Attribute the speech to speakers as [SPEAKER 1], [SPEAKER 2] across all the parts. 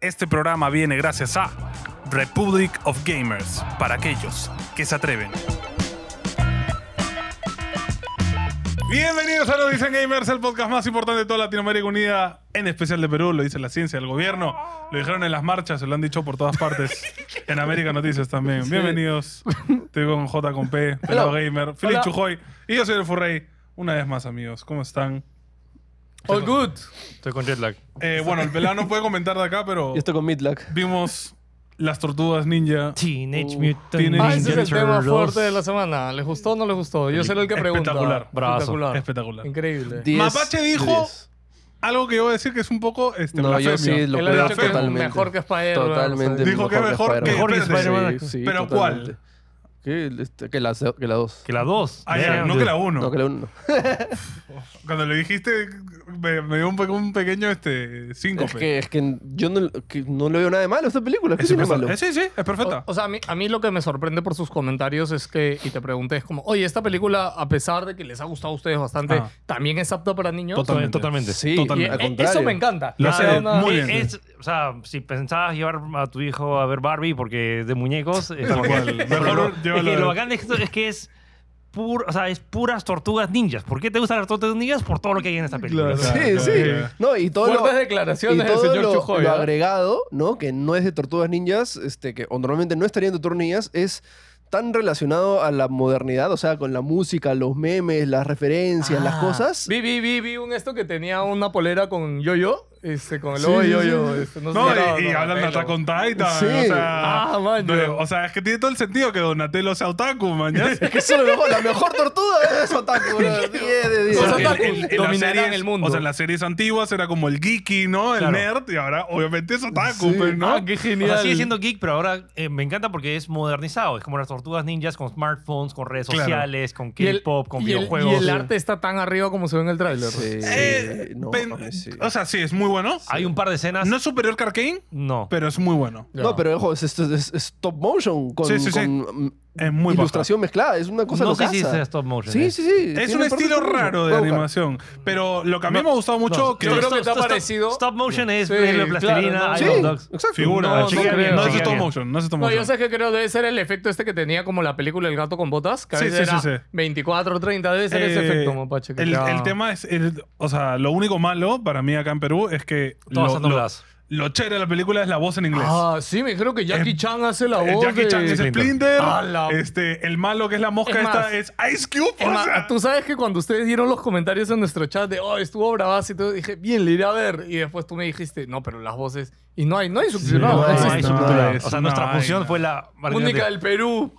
[SPEAKER 1] Este programa viene gracias a Republic of Gamers, para aquellos que se atreven. Bienvenidos a Lo Dicen Gamers, el podcast más importante de toda Latinoamérica Unida, en especial de Perú, lo dice la ciencia, el gobierno, lo dijeron en las marchas, se lo han dicho por todas partes, en América Noticias también. Bienvenidos, estoy con J con P, Pelado Gamer, Feliz
[SPEAKER 2] Hola.
[SPEAKER 1] Chujoy, y yo soy el Furrey. Una vez más, amigos, ¿cómo están?
[SPEAKER 2] All good.
[SPEAKER 3] Estoy con jet lag.
[SPEAKER 1] Eh, bueno, el pelado no puede comentar de acá, pero
[SPEAKER 2] Yo estoy con Midlock.
[SPEAKER 1] vimos las tortugas ninja.
[SPEAKER 3] Teenage Mutant
[SPEAKER 1] Uh, Teenage
[SPEAKER 2] Ah,
[SPEAKER 3] Ninja
[SPEAKER 2] ese es el tema
[SPEAKER 3] Turtles.
[SPEAKER 2] fuerte de la semana. ¿Les gustó o no les gustó? Yo seré el que pregunta.
[SPEAKER 1] Espectacular.
[SPEAKER 3] Brazo.
[SPEAKER 2] Espectacular.
[SPEAKER 1] Espectacular.
[SPEAKER 2] Increíble.
[SPEAKER 1] Diez Mapache dijo- Algo que yo voy a decir que es un poco este,
[SPEAKER 4] No, yo sí
[SPEAKER 1] blasfemio.
[SPEAKER 4] lo
[SPEAKER 2] Él ha
[SPEAKER 4] creo
[SPEAKER 2] dicho que es
[SPEAKER 4] totalmente.
[SPEAKER 2] mejor que Spider-Man.
[SPEAKER 4] Totalmente.
[SPEAKER 2] o sea,
[SPEAKER 1] Dijo que es mejor que-
[SPEAKER 4] Spider-Man.
[SPEAKER 3] Mejor que
[SPEAKER 4] Sí,
[SPEAKER 3] Spider-Man.
[SPEAKER 4] sí,
[SPEAKER 1] Pero
[SPEAKER 4] totalmente. Que, el- este, que la, se- que la dos.
[SPEAKER 3] Que la 2.
[SPEAKER 1] Ah, ya, no que la uno.
[SPEAKER 4] No, que la uno.
[SPEAKER 1] Cuando lo dijiste, me, me dio un, pe- un pequeño este, síncope.
[SPEAKER 4] Es que, es que yo no, que no le veo nada de malo a esta película. ¿Qué
[SPEAKER 1] Es
[SPEAKER 4] tiene
[SPEAKER 1] súper-
[SPEAKER 4] malo?
[SPEAKER 1] eh, sí, sí, es perfecta.
[SPEAKER 2] O, o sea, a mí, a mí lo que me sorprende por sus comentarios es que, y te pregunté, es como, oye, esta película, a pesar de que les ha gustado a ustedes bastante,
[SPEAKER 1] Ah.
[SPEAKER 2] ¿también es apta para niños?
[SPEAKER 3] Totalmente. Totalmente.
[SPEAKER 4] Sí,
[SPEAKER 2] Y,
[SPEAKER 1] Totalmente.
[SPEAKER 4] al
[SPEAKER 2] eh,
[SPEAKER 4] contrario.
[SPEAKER 2] eso me encanta.
[SPEAKER 1] Lo
[SPEAKER 2] Me
[SPEAKER 1] hace
[SPEAKER 2] da una-
[SPEAKER 1] muy bien.
[SPEAKER 3] Es, o sea, si pensabas llevar a tu hijo a ver Barbie porque es de muñecos, es
[SPEAKER 1] Tal
[SPEAKER 3] como
[SPEAKER 1] cual.
[SPEAKER 3] que-
[SPEAKER 1] Mejor
[SPEAKER 3] pero- es
[SPEAKER 1] llévalo a
[SPEAKER 3] que
[SPEAKER 1] ver.
[SPEAKER 3] lo bacán de esto es que es pur- o sea, es puras tortugas ninjas. ¿Por qué te gustan las tortugas ninjas? Por todo lo que hay en esta película.
[SPEAKER 1] Claro.
[SPEAKER 4] Sí, sí.
[SPEAKER 1] Ya.
[SPEAKER 4] No, y todo lo,
[SPEAKER 2] Fuertes
[SPEAKER 4] y
[SPEAKER 2] declaraciones del
[SPEAKER 4] todo
[SPEAKER 2] señor
[SPEAKER 4] lo,
[SPEAKER 2] Chujoy.
[SPEAKER 4] lo
[SPEAKER 2] ¿ah?
[SPEAKER 4] agregado, ¿no? Que no es de Tortugas Ninjas, este, que o normalmente no estaría en Tortugas Ninjas, es tan relacionado a la modernidad, o sea, con la música, los memes, las referencias, las
[SPEAKER 2] Ah.
[SPEAKER 4] cosas.
[SPEAKER 2] Vi, vi, vi, vi un esto que tenía una polera con yo-yo, este, con el
[SPEAKER 4] Sí,
[SPEAKER 2] logo de
[SPEAKER 4] sí,
[SPEAKER 2] yo-yo.
[SPEAKER 4] sí.
[SPEAKER 2] este, no, sé
[SPEAKER 1] No,
[SPEAKER 2] si era
[SPEAKER 1] y, y hablan de
[SPEAKER 2] Donatello.
[SPEAKER 1] Attack on Titan.
[SPEAKER 4] Sí.
[SPEAKER 1] O sea,
[SPEAKER 2] Ah, man,
[SPEAKER 1] de-
[SPEAKER 2] yo-
[SPEAKER 1] o sea, es que tiene todo el sentido que Donatello sea otaku, mañana.
[SPEAKER 4] Es que eso es lo mejor, la mejor tortuga es Otaku, bro. 10 de 10.
[SPEAKER 2] Los
[SPEAKER 1] Porque
[SPEAKER 2] otakus
[SPEAKER 1] en- en- en las
[SPEAKER 2] dominarán
[SPEAKER 1] series-
[SPEAKER 2] el mundo.
[SPEAKER 1] O sea, en las series antiguas era como el geeky, ¿no? El
[SPEAKER 3] Claro.
[SPEAKER 1] nerd. Y ahora, obviamente, es otaku,
[SPEAKER 4] Sí.
[SPEAKER 1] pues, ¿no?
[SPEAKER 2] Ah, qué
[SPEAKER 3] O
[SPEAKER 2] genial.
[SPEAKER 3] sea, sigue siendo geek, pero ahora eh, me encanta porque es modernizado. Es como las tortugas ninjas con smartphones, con redes
[SPEAKER 1] Claro.
[SPEAKER 3] sociales, con
[SPEAKER 2] Y el-
[SPEAKER 3] K-pop, con
[SPEAKER 2] y el-
[SPEAKER 3] videojuegos.
[SPEAKER 2] Y el arte está tan arriba como se ve en el tráiler.
[SPEAKER 4] Sí,
[SPEAKER 1] Eh,
[SPEAKER 4] no,
[SPEAKER 1] pen-
[SPEAKER 4] mames, sí.
[SPEAKER 1] O sea, sí, es muy bueno.
[SPEAKER 3] Hay un par de escenas.
[SPEAKER 1] No es superior que Arkane,
[SPEAKER 3] no.
[SPEAKER 1] pero es muy bueno.
[SPEAKER 2] Ya.
[SPEAKER 4] No, pero ojo, es, es, es- es stop motion con,
[SPEAKER 1] Sí, sí, sí.
[SPEAKER 4] con, mm,
[SPEAKER 1] Es muy baja.
[SPEAKER 4] ilustración mezclada. Es una cosa
[SPEAKER 3] no sé
[SPEAKER 4] locaza.
[SPEAKER 3] si es stop motion.
[SPEAKER 4] Sí,
[SPEAKER 3] eh.
[SPEAKER 4] sí, sí.
[SPEAKER 1] Es
[SPEAKER 4] tiene
[SPEAKER 1] un
[SPEAKER 4] parte
[SPEAKER 1] estilo
[SPEAKER 4] stop motion.
[SPEAKER 1] raro de
[SPEAKER 4] Voy a buscar.
[SPEAKER 1] animación. Pero lo que a mí me ha gustado mucho,
[SPEAKER 3] No,
[SPEAKER 1] que
[SPEAKER 2] yo creo
[SPEAKER 3] stop-
[SPEAKER 2] que te ha
[SPEAKER 3] stop-
[SPEAKER 2] parecido-
[SPEAKER 3] Stop motion es
[SPEAKER 2] Sí,
[SPEAKER 3] eh, plastilina,
[SPEAKER 2] claro, no,
[SPEAKER 4] Sí,
[SPEAKER 3] Iron Dogs.
[SPEAKER 4] exacto.
[SPEAKER 1] figura.
[SPEAKER 2] No, no
[SPEAKER 1] chequea
[SPEAKER 2] creo.
[SPEAKER 1] bien. No, es
[SPEAKER 2] Chequea
[SPEAKER 1] stop
[SPEAKER 3] bien.
[SPEAKER 1] motion, no es stop
[SPEAKER 2] No,
[SPEAKER 1] motion.
[SPEAKER 2] yo sé que creo debe ser el efecto este que tenía como la película El gato con botas, que a
[SPEAKER 1] Sí,
[SPEAKER 2] veces
[SPEAKER 1] sí, sí,
[SPEAKER 2] era
[SPEAKER 1] sí.
[SPEAKER 2] 24 30, debe ser ese
[SPEAKER 1] Eh,
[SPEAKER 2] efecto, mapache. que
[SPEAKER 1] el,
[SPEAKER 2] ya-
[SPEAKER 1] el tema es, el- o sea, lo único malo para mí acá en Perú es que
[SPEAKER 3] Todas
[SPEAKER 1] lo,
[SPEAKER 3] están
[SPEAKER 1] lo,
[SPEAKER 3] dobladas.
[SPEAKER 1] lo chévere de la película es la voz en inglés.
[SPEAKER 2] Ah, sí, me creo que Jackie
[SPEAKER 1] Eh,
[SPEAKER 2] Chan hace la
[SPEAKER 1] El
[SPEAKER 2] voz
[SPEAKER 1] Jackie
[SPEAKER 2] de-
[SPEAKER 1] Chan es
[SPEAKER 3] Clinton.
[SPEAKER 1] Splinter.
[SPEAKER 2] A la-
[SPEAKER 1] Este, el malo que es la mosca
[SPEAKER 2] Es más-
[SPEAKER 1] esta es Ice Cube.
[SPEAKER 2] Es
[SPEAKER 1] o
[SPEAKER 2] más,
[SPEAKER 1] sea,
[SPEAKER 2] tú sabes que cuando ustedes dieron los comentarios en nuestro chat de, oh, estuvo bravazo y todo, dije, bien, le iré a ver. Y después tú me dijiste, no, pero las voces. Y no hay, no hay subtitulado.
[SPEAKER 1] no
[SPEAKER 2] no
[SPEAKER 3] No,
[SPEAKER 1] es-
[SPEAKER 3] hay
[SPEAKER 2] existe.
[SPEAKER 1] no
[SPEAKER 3] subtitulado.
[SPEAKER 1] es
[SPEAKER 3] O sea,
[SPEAKER 1] una
[SPEAKER 3] nuestra
[SPEAKER 1] vaina.
[SPEAKER 3] función fue la
[SPEAKER 2] Única del Perú.